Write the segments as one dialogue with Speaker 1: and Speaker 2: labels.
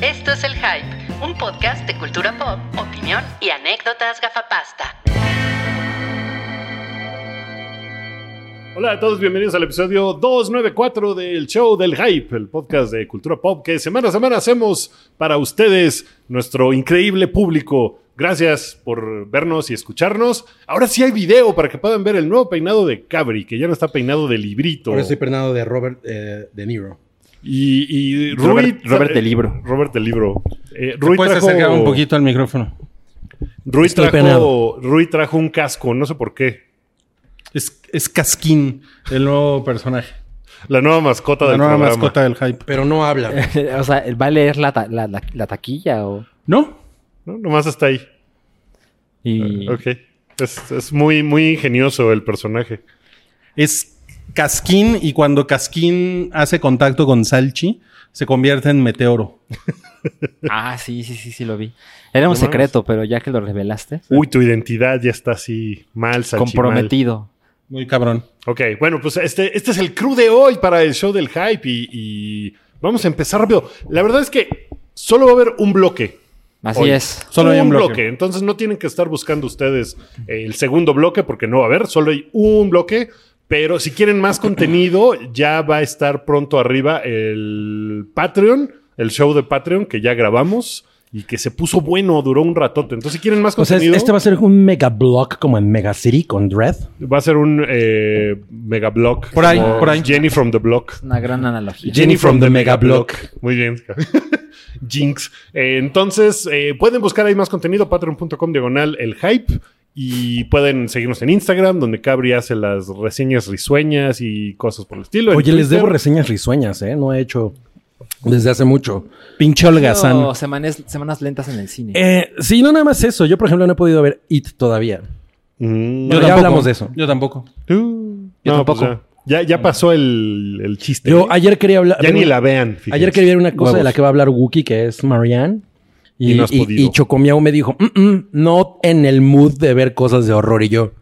Speaker 1: Esto es El Hype, un podcast de cultura pop, opinión y anécdotas gafapasta.
Speaker 2: Hola a todos, bienvenidos al episodio 294 del show del hype, el podcast de cultura pop que semana a semana hacemos para ustedes, nuestro increíble público. Gracias por vernos y escucharnos. Ahora sí hay video para que puedan ver el nuevo peinado de Cabri, que ya no está peinado de librito.
Speaker 3: Ahora estoy pernado de Robert eh, De Niro.
Speaker 2: Y, y Rui-
Speaker 4: Robert, Robert del libro.
Speaker 2: Robert del libro. Eh,
Speaker 5: Te
Speaker 2: Rui
Speaker 5: puedes
Speaker 2: trajo-
Speaker 5: acercar un poquito al micrófono.
Speaker 2: Rui
Speaker 5: Estoy
Speaker 2: trajo,
Speaker 5: penado.
Speaker 2: Rui trajo un casco, no sé por qué.
Speaker 5: Es, es Casquín, el nuevo personaje.
Speaker 2: La nueva mascota
Speaker 5: La
Speaker 2: del
Speaker 5: nueva
Speaker 2: programa.
Speaker 5: mascota del hype.
Speaker 3: Pero no habla.
Speaker 4: o sea, ¿va a leer la, ta- la- la- la taquilla o...?
Speaker 5: ¿No?
Speaker 2: ¿No? Nomás está ahí.
Speaker 4: Y...
Speaker 2: Ok. Es, es muy, muy ingenioso el personaje.
Speaker 5: Es Casquín y cuando Casquín hace contacto con Salchi, se convierte en meteoro.
Speaker 4: Ah, sí, sí, sí, sí, lo vi. Era un
Speaker 2: No mames.
Speaker 4: secreto, pero ya que lo revelaste,
Speaker 2: Uy, tu identidad ya está así mal, salchimal.
Speaker 4: comprometido.
Speaker 5: Muy cabrón.
Speaker 2: Ok, bueno, pues este, este es el crew de hoy para el show del hype y, y vamos a empezar rápido. La verdad es que solo va a haber un bloque.
Speaker 4: Así
Speaker 2: hoy.
Speaker 4: es.
Speaker 5: Solo hay un bloque.
Speaker 2: Entonces no tienen que estar buscando ustedes eh, el segundo bloque porque no va a haber, solo hay un bloque. Pero si quieren más contenido, ya va a estar pronto arriba el Patreon, el show de Patreon que ya grabamos y que se puso bueno, duró un ratote. Entonces, si quieren más
Speaker 6: O sea,
Speaker 2: contenido,
Speaker 6: este va a ser un mega block como en Mega City con Dread.
Speaker 2: va a ser un eh, mega block.
Speaker 5: Por ahí,
Speaker 2: como
Speaker 5: por ahí.
Speaker 2: Jenny from the block.
Speaker 4: Una gran analogía.
Speaker 2: Jenny from the Mega Block. Muy bien. Jinx. Eh, entonces, eh, pueden buscar ahí más contenido, patreon.com diagonal el hype. Y pueden seguirnos en Instagram, donde Cabri hace las reseñas risueñas y cosas por el estilo. En
Speaker 6: Oye, les
Speaker 2: Twitter,
Speaker 6: debo reseñas risueñas, ¿eh? No he hecho desde hace mucho.
Speaker 5: Pinche holgazán.
Speaker 4: No, semanas, semanas lentas en el cine.
Speaker 6: Eh, sí, no nada más eso. Yo, por ejemplo, no he podido ver It todavía.
Speaker 2: Mm,
Speaker 6: Bueno, ya hablamos de eso.
Speaker 5: Yo tampoco.
Speaker 2: tú.
Speaker 4: Yo
Speaker 2: No, pues
Speaker 4: tampoco.
Speaker 2: ya, ya, ya pasó el, el chiste.
Speaker 6: Yo ayer quería hablar...
Speaker 2: ya ni la vean. fíjense.
Speaker 6: Ayer quería ver una cosa de la
Speaker 2: Huevos.
Speaker 6: que va a hablar Wookie, que es Marianne. Y,
Speaker 2: Y no has
Speaker 6: y-
Speaker 2: podido.
Speaker 6: y Chocomiao me dijo, "Mm, mm, no en el mood de ver cosas de horror. Y yo,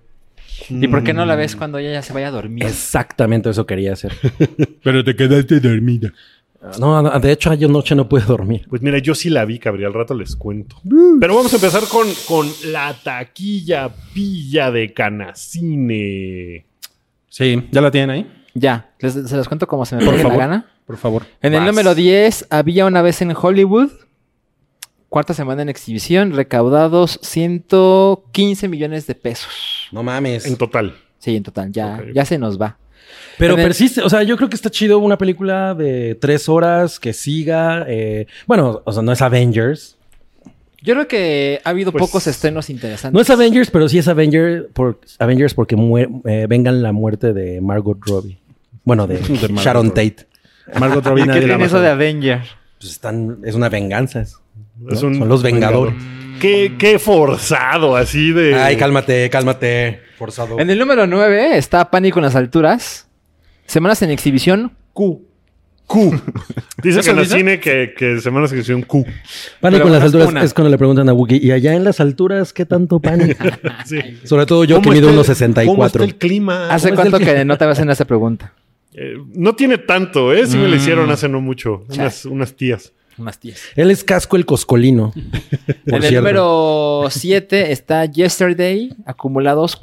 Speaker 4: ¿Y por qué no la ves cuando ella ya se vaya a dormir?
Speaker 6: exactamente eso quería hacer.
Speaker 5: Pero te quedaste dormida.
Speaker 6: No, no, de hecho, ayer noche no pude dormir.
Speaker 2: Pues mira, yo sí la vi, Cabri, al rato les cuento. Pero vamos a empezar con, con la taquilla pilla de Canacine.
Speaker 5: Sí, ¿ya la tienen ahí?
Speaker 4: Ya, les- se los cuento como se me
Speaker 5: Por
Speaker 4: pone la
Speaker 5: favor.
Speaker 4: gana.
Speaker 5: Por favor.
Speaker 4: En el
Speaker 2: Vas.
Speaker 4: número 10, había una vez en Hollywood, cuarta semana en exhibición, recaudados 115 millones de pesos.
Speaker 3: No mames.
Speaker 2: En total.
Speaker 4: Sí, en total, ya,
Speaker 2: Ok, ok.
Speaker 4: ya se nos va.
Speaker 6: Pero
Speaker 4: En el-
Speaker 6: persiste, o sea, yo creo que está chido una película de tres horas que siga. eh, bueno, o sea, no es Avengers.
Speaker 4: Yo creo que ha habido
Speaker 2: Pues,
Speaker 4: pocos estrenos interesantes.
Speaker 6: No es Avengers, pero sí es Avenger por, Avengers porque mue- eh, vengan la muerte de Margot Robbie. Bueno, de,
Speaker 5: Margot
Speaker 6: Sharon
Speaker 5: Robbie.
Speaker 6: Tate.
Speaker 5: Margot Robbie
Speaker 4: ¿Qué
Speaker 5: nadie la
Speaker 4: tiene eso de
Speaker 5: de...
Speaker 4: Avenger?
Speaker 6: Pues están, es una venganza. es- ¿no?
Speaker 2: Es un
Speaker 6: Son los Vengadores.
Speaker 2: Qué, qué forzado, así de.
Speaker 3: Ay, cálmate, cálmate. Forzado.
Speaker 4: En el número 9 está Pánico en las alturas. Semanas en exhibición, Q.
Speaker 2: Q. Dice
Speaker 5: ¿Eso
Speaker 2: que en el
Speaker 5: dice?
Speaker 2: cine que, que semanas que hicieron Q.
Speaker 6: Pánico
Speaker 4: Pero
Speaker 6: en las
Speaker 4: una-
Speaker 6: alturas
Speaker 4: una.
Speaker 6: es cuando le preguntan a Wookiee, ¿y allá en las alturas qué tanto pánico?
Speaker 2: Sí.
Speaker 6: Sobre todo yo que
Speaker 2: ¿Cómo
Speaker 6: mido
Speaker 2: está el-
Speaker 6: unos
Speaker 2: ¿Cómo está
Speaker 6: 64.
Speaker 2: Ah, el clima?
Speaker 4: ¿Hace
Speaker 6: ¿cómo es
Speaker 4: cuánto
Speaker 6: el que-
Speaker 4: que no te hacen esa pregunta?
Speaker 2: Eh, no tiene tanto, ¿eh? Sí me lo hicieron hace no mucho.
Speaker 4: Chale.
Speaker 2: Unas, unas tías.
Speaker 4: Unas 10.
Speaker 6: Él es casco el coscolino.
Speaker 4: En
Speaker 6: por
Speaker 4: el
Speaker 6: cierto.
Speaker 4: número 7 está Yesterday, acumulados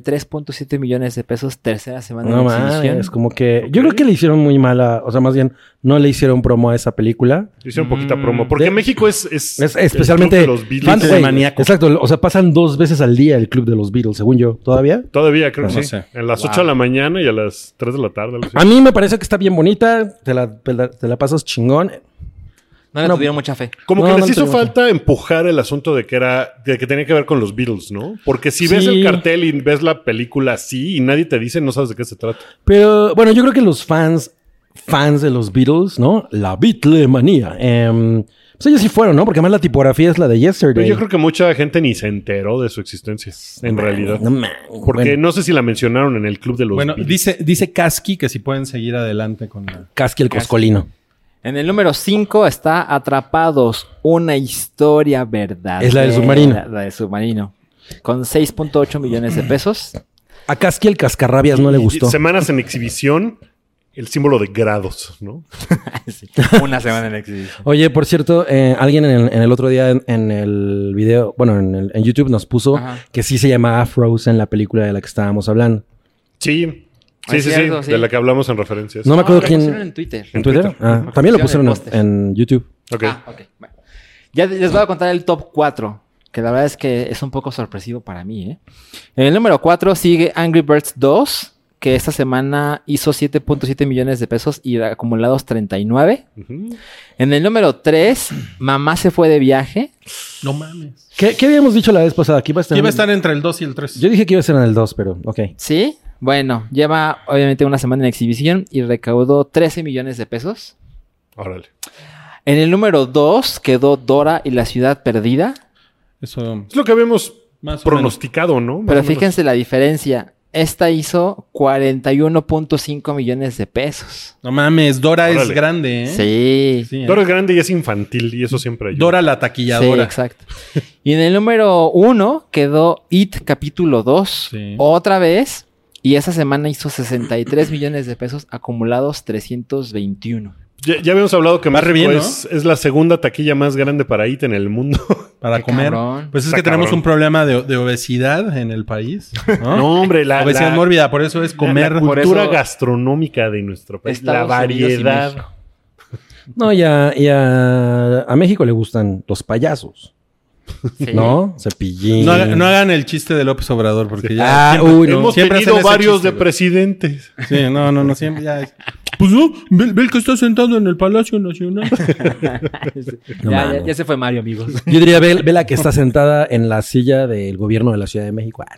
Speaker 4: 43.7 millones de pesos, tercera semana
Speaker 6: No
Speaker 4: en
Speaker 6: mames,
Speaker 4: exhibición.
Speaker 6: es como que. Yo creo que le hicieron muy mala. O sea, más bien, no le hicieron promo a esa película.
Speaker 2: Hicieron poquita promo. Porque
Speaker 6: De-
Speaker 2: México es. Es,
Speaker 6: Es
Speaker 2: el
Speaker 6: especialmente.
Speaker 2: club de los Beatles.
Speaker 6: fan-
Speaker 5: Club de
Speaker 6: güey,
Speaker 5: maníacos.
Speaker 6: Exacto. O sea, pasan dos veces al día el club de los Beatles, según yo, todavía.
Speaker 2: Todavía creo que
Speaker 5: No
Speaker 2: sí.
Speaker 5: sé.
Speaker 2: A las
Speaker 4: Wow.
Speaker 2: 8 de la mañana y a las 3 de la tarde. algo así.
Speaker 6: A mí me parece que está bien bonita. Te la, te la- te la pasas chingón.
Speaker 4: No le
Speaker 6: No.
Speaker 4: tuvieron mucha fe.
Speaker 2: Como
Speaker 6: No,
Speaker 2: que
Speaker 6: no
Speaker 2: les hizo
Speaker 6: tengo-
Speaker 2: falta empujar el asunto de que era, de que tenía que ver con los Beatles, ¿no? Porque si ves
Speaker 6: Sí.
Speaker 2: el cartel y ves la película así y nadie te dice, no sabes de qué se trata.
Speaker 6: Pero bueno, yo creo que los fans, fans de los Beatles, ¿no? La Beatlemanía. em, pues ellos sí fueron, ¿no? Porque además la tipografía es la de Yesterday.
Speaker 2: Pero Pues yo creo que mucha gente ni se enteró de su existencia, en realidad.
Speaker 6: No mames.
Speaker 2: Porque
Speaker 6: Bueno,
Speaker 2: no sé si la mencionaron en el club de los.
Speaker 5: Bueno,
Speaker 2: Beatles.
Speaker 5: dice, dice Casqui que si pueden seguir adelante con la...
Speaker 6: Casqui el coscolino.
Speaker 4: En el número 5 está Atrapados, una historia verdadera.
Speaker 6: Es la del submarino.
Speaker 4: La, del submarino. Con 6.8 millones de pesos.
Speaker 6: A Casqui el cascarrabias no le
Speaker 2: Y-
Speaker 6: gustó.
Speaker 2: Semanas en exhibición. el símbolo de grados, ¿no?
Speaker 4: Sí, Una semana en exhibición.
Speaker 6: Oye, por cierto, eh, alguien en, en el otro día en, en el video, bueno, en, el- en YouTube nos puso
Speaker 4: Ajá.
Speaker 6: que sí se llamaba Frozen la película de la que estábamos hablando.
Speaker 2: Sí. Sí,
Speaker 4: Es
Speaker 2: sí,
Speaker 4: cierto,
Speaker 2: sí,
Speaker 4: sí.
Speaker 2: De la que hablamos en referencias.
Speaker 6: No me acuerdo
Speaker 4: lo
Speaker 6: quién.
Speaker 4: pusieron en Twitter.
Speaker 6: ¿En Twitter?
Speaker 2: Twitter.
Speaker 6: Ah, también lo
Speaker 4: Pusieron
Speaker 6: pusieron
Speaker 4: el
Speaker 6: en,
Speaker 4: póster.
Speaker 6: en YouTube.
Speaker 2: Ok.
Speaker 4: Ah, ok. Bueno. Ya les voy a contar el top 4, que la verdad es que es un poco sorpresivo para mí. ¿eh? En el número 4 sigue Angry Birds 2, que esta semana hizo 7.7 millones de pesos y acumulados 39.
Speaker 2: Ujú.
Speaker 4: En el número 3, Mamá se fue de viaje.
Speaker 5: No mames.
Speaker 6: ¿Qué, qué habíamos dicho la vez pasada? Que iba a estar.
Speaker 5: Iba a estar entre el 2 y el 3.
Speaker 6: Yo dije que iba a ser en el 2, pero ok.
Speaker 4: ¿Sí? Bueno, lleva obviamente una semana en exhibición y recaudó 13 millones de pesos.
Speaker 2: Órale.
Speaker 4: En el número 2 quedó Dora y la ciudad perdida.
Speaker 5: Eso.
Speaker 2: Es lo que habíamos
Speaker 5: Más o
Speaker 2: pronosticado, ¿no? Más
Speaker 4: Pero
Speaker 2: o menos.
Speaker 4: fíjense la diferencia. Esta hizo 41.5 millones de pesos.
Speaker 5: No mames, Dora es
Speaker 2: Órale.
Speaker 5: grande, ¿eh?
Speaker 4: Sí.
Speaker 5: Sí, ¿eh?
Speaker 2: Dora es grande y es infantil y eso siempre ayuda.
Speaker 5: Dora la
Speaker 4: Sí,
Speaker 5: taquilladora.
Speaker 4: exacto. Y en el número uno quedó It capítulo 2.
Speaker 5: Sí.
Speaker 4: Otra vez. Y esa semana hizo 63 millones de pesos acumulados 321.
Speaker 2: Ya, ya habíamos hablado que
Speaker 5: Va
Speaker 2: México
Speaker 5: re bien, ¿no?
Speaker 2: es, es la segunda taquilla más grande para IT en el mundo.
Speaker 5: para
Speaker 4: Qué
Speaker 5: comer.
Speaker 4: cabrón.
Speaker 5: Pues es
Speaker 2: Está
Speaker 5: que tenemos
Speaker 2: cabrón.
Speaker 5: un problema de, de obesidad en el país. No,
Speaker 2: hombre, la,
Speaker 5: obesidad
Speaker 2: la-
Speaker 5: mórbida, por eso es
Speaker 2: la-
Speaker 5: comer.
Speaker 2: la
Speaker 4: por
Speaker 2: cultura
Speaker 4: eso-
Speaker 2: gastronómica de nuestro país, la
Speaker 4: Estados Unidos y
Speaker 2: variedad.
Speaker 4: México.
Speaker 6: No, y, a, y a, a México le gustan los payasos.
Speaker 4: Sí.
Speaker 6: ¿No? Cepillín.
Speaker 5: no, haga- no hagan el chiste de López Obrador, porque ya.
Speaker 6: Ah, uy, no.
Speaker 2: Hemos
Speaker 5: Siempre
Speaker 2: tenido
Speaker 5: hacen ese
Speaker 2: varios
Speaker 5: chiste,
Speaker 2: de
Speaker 5: güey.
Speaker 2: presidentes.
Speaker 5: Sí, no, no, no, siempre ya es. Ah. Pues no, ve, ve el que está sentado en el Palacio Nacional.
Speaker 6: No
Speaker 4: ya, ya-
Speaker 6: mames.
Speaker 4: ya se fue Mario, amigos.
Speaker 6: Yo diría, ve, ve la que está sentada en la silla del gobierno de la Ciudad de México. Ah,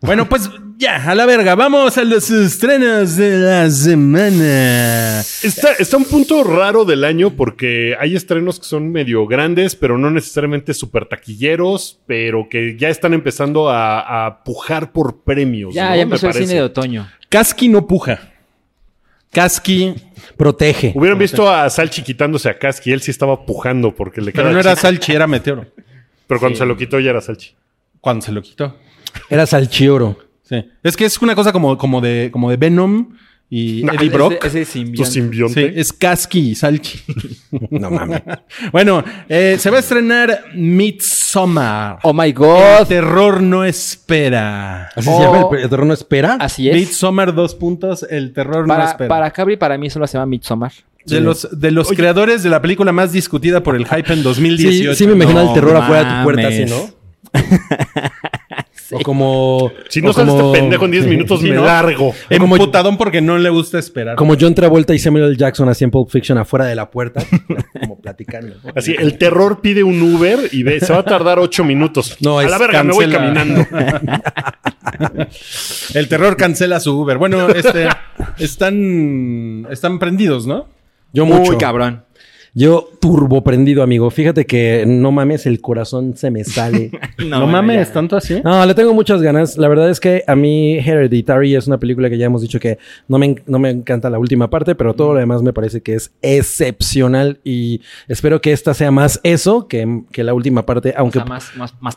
Speaker 5: bueno, pues ya, a la verga, vamos a los estrenos de la semana.
Speaker 2: Está, está un punto raro del año porque hay estrenos que son medio grandes, pero no necesariamente super taquilleros, pero que ya están empezando a, a pujar por premios.
Speaker 4: ya,
Speaker 2: ¿no?
Speaker 4: ya
Speaker 2: Me
Speaker 4: empezó el
Speaker 2: parece.
Speaker 4: cine de otoño.
Speaker 5: Casqui no puja. Casqui,
Speaker 6: Protege.
Speaker 2: Hubieran visto a Salchi quitándose a Kaski, él sí estaba pujando porque le
Speaker 5: pero
Speaker 2: queda
Speaker 5: no era
Speaker 2: chico.
Speaker 5: Salchi, era Meteoro.
Speaker 2: Pero cuando se lo quitó ya era Salchi.
Speaker 5: Cuando se lo quitó.
Speaker 6: Era salchioro.
Speaker 5: Sí. Es que es una cosa como, como, de, como de Venom y
Speaker 2: Nah,
Speaker 5: Eddie Brock.
Speaker 4: Ese, ese
Speaker 2: Tu
Speaker 4: simbionte.
Speaker 5: Sí,
Speaker 2: simbionte.
Speaker 5: es Casqui y Salchi.
Speaker 6: No mames.
Speaker 5: bueno, eh, se va a estrenar Midsommar.
Speaker 4: Oh my
Speaker 5: El
Speaker 4: god.
Speaker 5: terror no espera.
Speaker 6: Así
Speaker 4: Oh.
Speaker 6: se llama el, pe- el terror no espera.
Speaker 4: Así es.
Speaker 5: Midsommar, dos puntos, el terror no
Speaker 4: Para,
Speaker 5: espera.
Speaker 4: para Cabri, para mí solo se llama Midsommar.
Speaker 5: De los, de los creadores de la película más discutida por el hype en 2018.
Speaker 6: Sí, sí me imagino
Speaker 5: No,
Speaker 6: el terror
Speaker 4: mames.
Speaker 6: afuera de tu puerta así, ¿no? O como...
Speaker 2: Si no
Speaker 6: o
Speaker 2: sale
Speaker 6: como-
Speaker 2: este pendejo en 10 minutos,
Speaker 5: Sí,
Speaker 2: me
Speaker 5: ¿no?
Speaker 2: largo.
Speaker 5: Emputadón porque no le gusta esperar.
Speaker 6: Como John Travolta y Samuel L. Jackson así en Pulp Fiction afuera de la puerta. como platicando.
Speaker 2: Así, el terror pide un Uber y ve, se va a tardar 8 minutos.
Speaker 6: No,
Speaker 2: a
Speaker 6: es
Speaker 2: la verga, me voy
Speaker 5: cancela.
Speaker 2: caminando.
Speaker 5: El terror cancela su Uber. Bueno, este, están, están prendidos, ¿no?
Speaker 6: Yo mucho.
Speaker 4: Muy cabrón.
Speaker 6: Yo turbo prendido, amigo. Fíjate que no mames, el corazón se me sale.
Speaker 5: No,
Speaker 4: bueno,
Speaker 5: mames,
Speaker 4: ya.
Speaker 5: tanto así.
Speaker 6: No, le tengo muchas ganas. La verdad es que a mí Hereditary es una película que ya hemos dicho que no me, en- no me encanta la última parte, pero todo lo demás me parece que es excepcional y espero que esta sea más eso que, que la última parte,
Speaker 4: O
Speaker 6: aunque...
Speaker 4: sea, más, más, más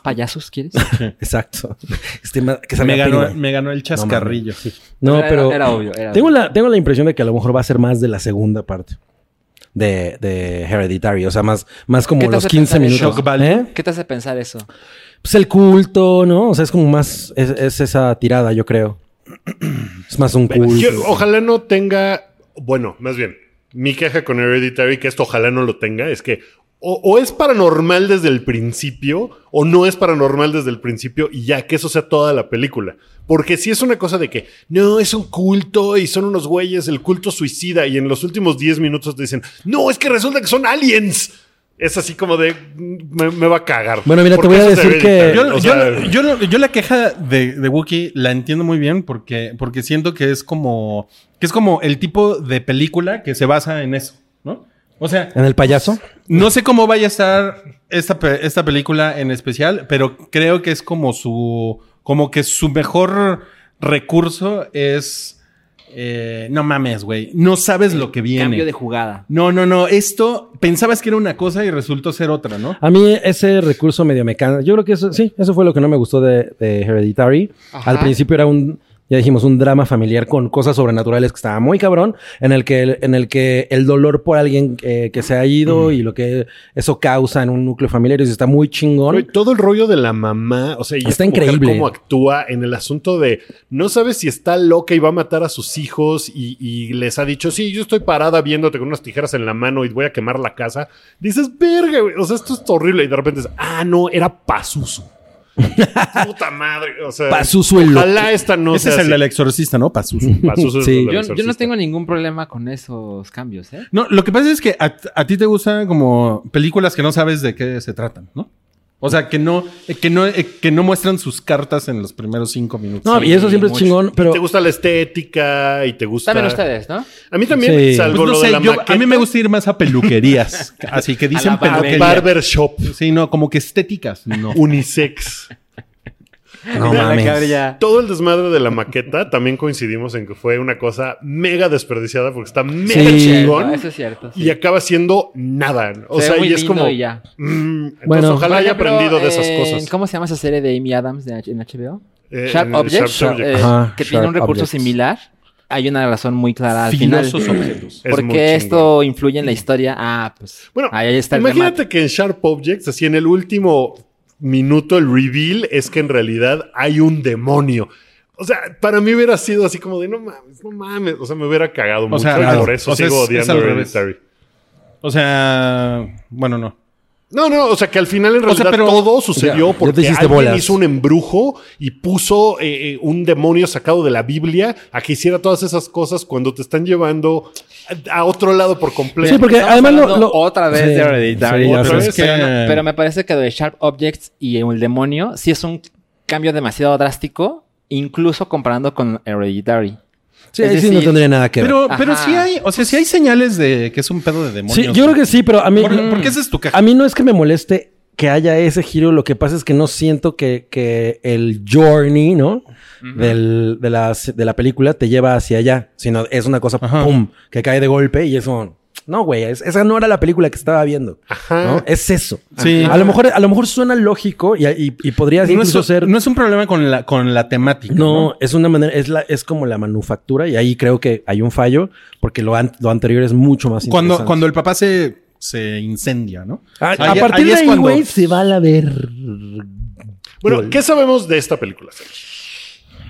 Speaker 4: payasos, ¿quieres?
Speaker 6: Exacto. Este, ma- que salga
Speaker 5: Me ganó,
Speaker 6: Pennywise.
Speaker 5: me ganó el chascarrillo.
Speaker 6: No,
Speaker 4: Era-
Speaker 6: pero...
Speaker 4: era obvio, era
Speaker 6: tengo,
Speaker 4: obvio.
Speaker 6: la, tengo la impresión de que a lo mejor va a ser más de la segunda parte. De, de Hereditary, o sea, más, más
Speaker 4: ¿Qué
Speaker 6: como
Speaker 4: te
Speaker 6: los
Speaker 4: hace
Speaker 6: 15
Speaker 4: pensar eso?
Speaker 6: minutos.
Speaker 4: Shock
Speaker 5: value.
Speaker 6: ¿Eh?
Speaker 4: ¿Qué te hace pensar eso?
Speaker 6: Pues el culto, ¿no? O sea, es como más. Es, es esa tirada, yo creo. Es más un culto.
Speaker 2: Yo- ojalá no tenga. Bueno, más bien, mi queja con Hereditary, que esto ojalá no lo tenga, es que o, o es paranormal desde el principio, o no es paranormal desde el principio, y ya que eso sea toda la película. Porque si es una cosa de que no es un culto y son unos güeyes, el culto suicida, y en los últimos 10 minutos te dicen, no, es que resulta que son aliens. Es así como de, "Mm, me, me va a cagar.
Speaker 6: Bueno, mira, te
Speaker 2: Porque
Speaker 6: voy a
Speaker 2: eso es
Speaker 6: decir que-
Speaker 2: Hereditary,
Speaker 5: Yo,
Speaker 2: o
Speaker 5: yo-
Speaker 2: sea,
Speaker 5: yo- yo la queja de, de Wookiee la entiendo muy bien porque, porque siento que es como que es como el tipo de película que se basa en eso, ¿no? O sea,
Speaker 6: ¿En el payaso?
Speaker 5: no sé cómo vaya a estar esta, pe- esta película en especial, pero creo que es como su. como que su mejor recurso es. eh, no mames, güey. No sabes lo que viene.
Speaker 4: Cambio de jugada.
Speaker 5: No, no, no. Esto pensabas que era una cosa y resultó ser otra, ¿no?
Speaker 2: Ah,
Speaker 6: A mí ese recurso medio mecánico. Yo creo que eso, sí, eso fue lo que no me gustó de, de Hereditary.
Speaker 4: Ajá.
Speaker 6: Al principio era un. ya dijimos, un drama familiar con cosas sobrenaturales que estaba muy cabrón, en el que el, en el, que el dolor por alguien eh, que se ha ido y lo que eso causa en un núcleo familiar, y eso está muy chingón.
Speaker 2: Güey, todo el rollo de la mamá, o sea, y
Speaker 6: Está
Speaker 2: esta mujer
Speaker 6: increíble.
Speaker 2: cómo actúa en el asunto de no sabes si está loca y va a matar a sus hijos y, y les ha dicho, sí, yo estoy parada viéndote con unas tijeras en la mano y voy a quemar la casa. Dices, verga, güey, o sea, esto es horrible. Y de repente es, ah, no, era Pazuzu. Puta madre, o sea,
Speaker 6: Pazuzu el
Speaker 2: Ojalá esta no
Speaker 5: Ese
Speaker 2: sea
Speaker 5: es el
Speaker 2: así.
Speaker 5: del exorcista, ¿no? Pazuzu.
Speaker 2: Pazuzu es
Speaker 6: Sí.
Speaker 2: el del
Speaker 4: Yo, yo no
Speaker 2: exorcista.
Speaker 4: tengo ningún problema con esos cambios, ¿eh?
Speaker 5: No, lo que pasa es que a, a ti te gustan como películas que no sabes de qué se tratan, ¿no? O sea, que no, eh, que no, eh, que no muestran sus cartas en los primeros cinco minutos.
Speaker 6: No, y eso siempre es
Speaker 4: mucho.
Speaker 6: chingón, pero
Speaker 2: Te gusta la estética y te gusta.
Speaker 4: Saben ustedes, ¿no?
Speaker 2: A mí también,
Speaker 6: Sí.
Speaker 5: Pues
Speaker 2: salvo
Speaker 5: no
Speaker 2: lo de
Speaker 5: sé,
Speaker 2: la
Speaker 5: yo- a mí
Speaker 2: maqueta,
Speaker 5: me gusta ir más a peluquerías. así que dicen
Speaker 4: la barbería.
Speaker 5: peluquerías.
Speaker 2: Barbershop
Speaker 5: Sí, no, como que estéticas, no.
Speaker 2: unisex.
Speaker 5: No
Speaker 4: La
Speaker 5: mames.
Speaker 4: cabra.
Speaker 2: Todo el desmadre de la maqueta también coincidimos en que fue una cosa mega desperdiciada porque está mega
Speaker 6: Sí.
Speaker 2: chingón
Speaker 4: Eso es cierto. sí.
Speaker 2: y acaba siendo nada. O
Speaker 4: Se ve
Speaker 2: sea,
Speaker 4: muy
Speaker 2: y es
Speaker 4: lindo
Speaker 2: como.
Speaker 4: y ya.
Speaker 2: mm, entonces,
Speaker 6: Bueno.
Speaker 2: ojalá
Speaker 4: Por
Speaker 2: haya
Speaker 4: ejemplo,
Speaker 2: aprendido de esas
Speaker 4: en-
Speaker 2: cosas.
Speaker 4: ¿Cómo se llama esa serie de Amy Adams de H- en HBO?
Speaker 2: Eh,
Speaker 4: Sharp
Speaker 2: en
Speaker 4: Objects,
Speaker 2: Sharp Objects.
Speaker 4: eh,
Speaker 6: Ajá,
Speaker 4: que tiene un
Speaker 6: Sharp
Speaker 4: recurso
Speaker 6: Objects.
Speaker 4: similar. Hay una razón muy clara al
Speaker 5: Filosos
Speaker 4: final.
Speaker 5: objetos.
Speaker 2: Es
Speaker 4: ¿Por
Speaker 2: muy
Speaker 4: qué
Speaker 2: chingón.
Speaker 4: esto influye en la historia? Ah, pues
Speaker 2: Bueno,
Speaker 4: ahí está el
Speaker 2: imagínate que en Sharp Objects, así en el último minuto, el reveal es que en realidad hay un demonio. O sea, para mí hubiera sido así como de no mames, no mames. O sea, me hubiera cagado mucho
Speaker 5: sea,
Speaker 2: y
Speaker 5: claro.
Speaker 2: por eso
Speaker 5: O sea,
Speaker 2: sigo
Speaker 5: es- es
Speaker 2: odiando
Speaker 5: al revés.
Speaker 2: Hereditary.
Speaker 5: O sea, bueno, no.
Speaker 2: No, no, o sea que al final en realidad
Speaker 5: sea, pero-
Speaker 2: todo sucedió
Speaker 6: Ya, ya
Speaker 2: porque
Speaker 6: te hiciste
Speaker 2: alguien
Speaker 6: bolas.
Speaker 2: hizo un embrujo y puso eh, eh, un demonio sacado de la Biblia a que hiciera todas esas cosas cuando te están llevando a, a otro lado por completo.
Speaker 6: Sí, porque
Speaker 4: Estamos
Speaker 6: además lo,
Speaker 4: hablando
Speaker 6: lo-
Speaker 4: otra vez de Hereditary.
Speaker 6: sí, ya
Speaker 2: Otra
Speaker 6: sé.
Speaker 2: vez.
Speaker 5: Es que-
Speaker 4: Pero, me parece que lo de Sharp Objects y el demonio sí es un cambio demasiado drástico, incluso comparando con Hereditary.
Speaker 6: Sí,
Speaker 4: Es
Speaker 6: ahí sí no
Speaker 4: decir,
Speaker 6: tendría nada que ver.
Speaker 5: Pero, pero
Speaker 4: Ajá.
Speaker 5: sí hay, o sea, sí hay señales de que es un pedo de demonios.
Speaker 6: sí, yo creo que sí, pero a mí. Mm.
Speaker 5: Por- porque esa es tu caja.
Speaker 6: A mí no es que me moleste que haya ese giro, lo que pasa es que no siento que, que el journey, ¿no? Del- de, la, de la película te lleva hacia allá, sino es una cosa,
Speaker 5: Ajá.
Speaker 6: ¡pum!, que cae de golpe y eso... No, güey, es- esa no era la película que estaba viendo. ¿no? Es eso.
Speaker 5: Sí.
Speaker 6: A lo mejor, a lo mejor suena lógico y, y, y podría
Speaker 5: no es,
Speaker 6: incluso ser.
Speaker 5: no es un problema con la, con la temática.
Speaker 6: No, es una manera, es la, es como la manufactura y ahí creo que hay un fallo porque lo, an- lo anterior es mucho más
Speaker 5: Cuando,
Speaker 6: interesante.
Speaker 5: cuando el papá se, se incendia, ¿no?
Speaker 6: a, Ah, a
Speaker 5: Ahí-
Speaker 6: partir
Speaker 5: ahí
Speaker 6: de
Speaker 5: es
Speaker 6: ahí,
Speaker 5: cuando-
Speaker 6: güey, se va a la ver.
Speaker 2: Bueno, ¿qué sabemos de esta película? Sergio?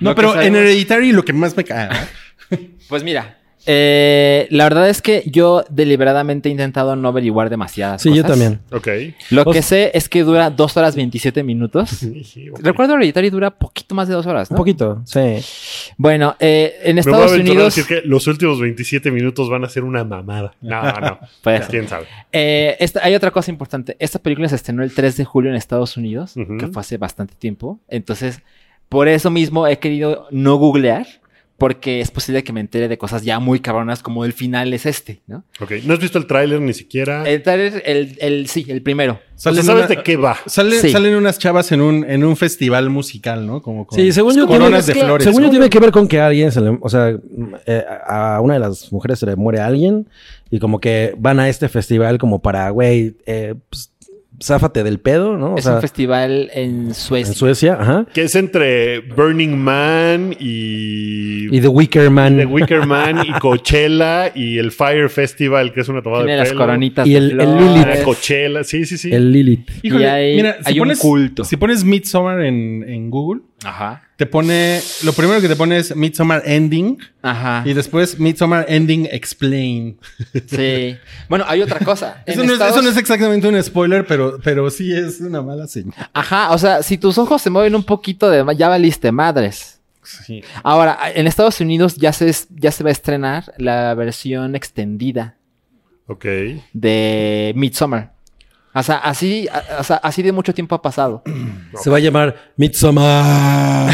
Speaker 5: No,
Speaker 4: Lo que
Speaker 5: pero en
Speaker 4: sabemos-
Speaker 5: Hereditary lo que más me cae. ¿no?
Speaker 4: Pues mira, eh, la verdad es que yo deliberadamente he intentado no averiguar demasiadas
Speaker 6: Sí,
Speaker 4: cosas.
Speaker 6: yo también.
Speaker 2: Ok.
Speaker 4: Lo
Speaker 6: O
Speaker 4: que sé es que dura 2 horas 27 minutos. Recuerdo Hereditary dura poquito más de 2 horas,
Speaker 6: Un
Speaker 4: ¿no?
Speaker 6: poquito, sí.
Speaker 4: Bueno, eh, en
Speaker 2: Me voy a
Speaker 4: Estados
Speaker 2: aventurar a
Speaker 4: Unidos...
Speaker 2: decir que los últimos 27 minutos van a ser una mamada. No, no.
Speaker 4: Pues.
Speaker 2: ¿Quién sabe?
Speaker 4: Eh, esta- hay otra cosa importante. Esta película se estrenó el 3 de julio en Estados Unidos,
Speaker 2: Ujú.
Speaker 4: que fue hace bastante tiempo. Entonces, por eso mismo he querido no googlear, porque es posible que me entere de cosas ya muy cabronas como el final es este, ¿no?
Speaker 2: Ok. ¿No has visto el tráiler ni siquiera?
Speaker 6: Eh,
Speaker 4: El, trailer- el, el- sí, el primero.
Speaker 2: O
Speaker 6: pues,
Speaker 2: sea,
Speaker 5: Salen
Speaker 2: ¿Sabes
Speaker 5: una-
Speaker 2: de qué va?
Speaker 5: salen-
Speaker 4: Sí.
Speaker 5: salen unas chavas en un, en un festival musical, ¿no? Como con
Speaker 6: Sí, según yo, tiene,
Speaker 5: coronas de
Speaker 6: es que-
Speaker 5: flores.
Speaker 6: según yo tiene que ver con que a alguien se le, o sea, eh, a una de las mujeres se le muere alguien y como que van a este festival como para, güey, eh, pues, záfate del pedo, ¿no? O
Speaker 4: es
Speaker 6: sea,
Speaker 4: un festival en Suecia.
Speaker 6: en Suecia, ajá.
Speaker 2: Que es entre Burning Man y
Speaker 6: Y The Wicker Man.
Speaker 2: The Wicker Man y Coachella y el Fire Festival, que es una tomada
Speaker 4: Tiene
Speaker 2: de
Speaker 4: las
Speaker 2: pelo.
Speaker 4: coronitas.
Speaker 6: Y
Speaker 4: de
Speaker 6: el- el
Speaker 4: flores.
Speaker 2: Ah,
Speaker 6: Lilith. Lilith.
Speaker 2: Coachella, sí, sí, sí.
Speaker 6: El Lilith.
Speaker 5: Híjole,
Speaker 4: Y hay-
Speaker 5: mira, si
Speaker 4: hay un
Speaker 5: pones,
Speaker 4: culto.
Speaker 5: Si pones Midsommar en, en Google,
Speaker 4: Ajá.
Speaker 5: te pone. Lo primero que te pone es Midsommar Ending
Speaker 4: Ajá.
Speaker 5: y después Midsommar Ending Explain.
Speaker 4: Sí. Bueno, hay otra cosa.
Speaker 5: Eso
Speaker 4: En
Speaker 5: no, es,
Speaker 4: Estados-
Speaker 5: eso no es exactamente un spoiler, pero, pero sí es una mala señal.
Speaker 4: Ajá, o sea, si tus ojos se mueven un poquito de ma- ya valiste madres.
Speaker 5: Sí.
Speaker 4: Ahora, en Estados Unidos ya se, es- ya se va a estrenar la versión extendida
Speaker 2: Ok.
Speaker 4: de Midsommar. O sea, así, a- o sea, así de mucho tiempo ha pasado.
Speaker 6: Se va a llamar Midsommar.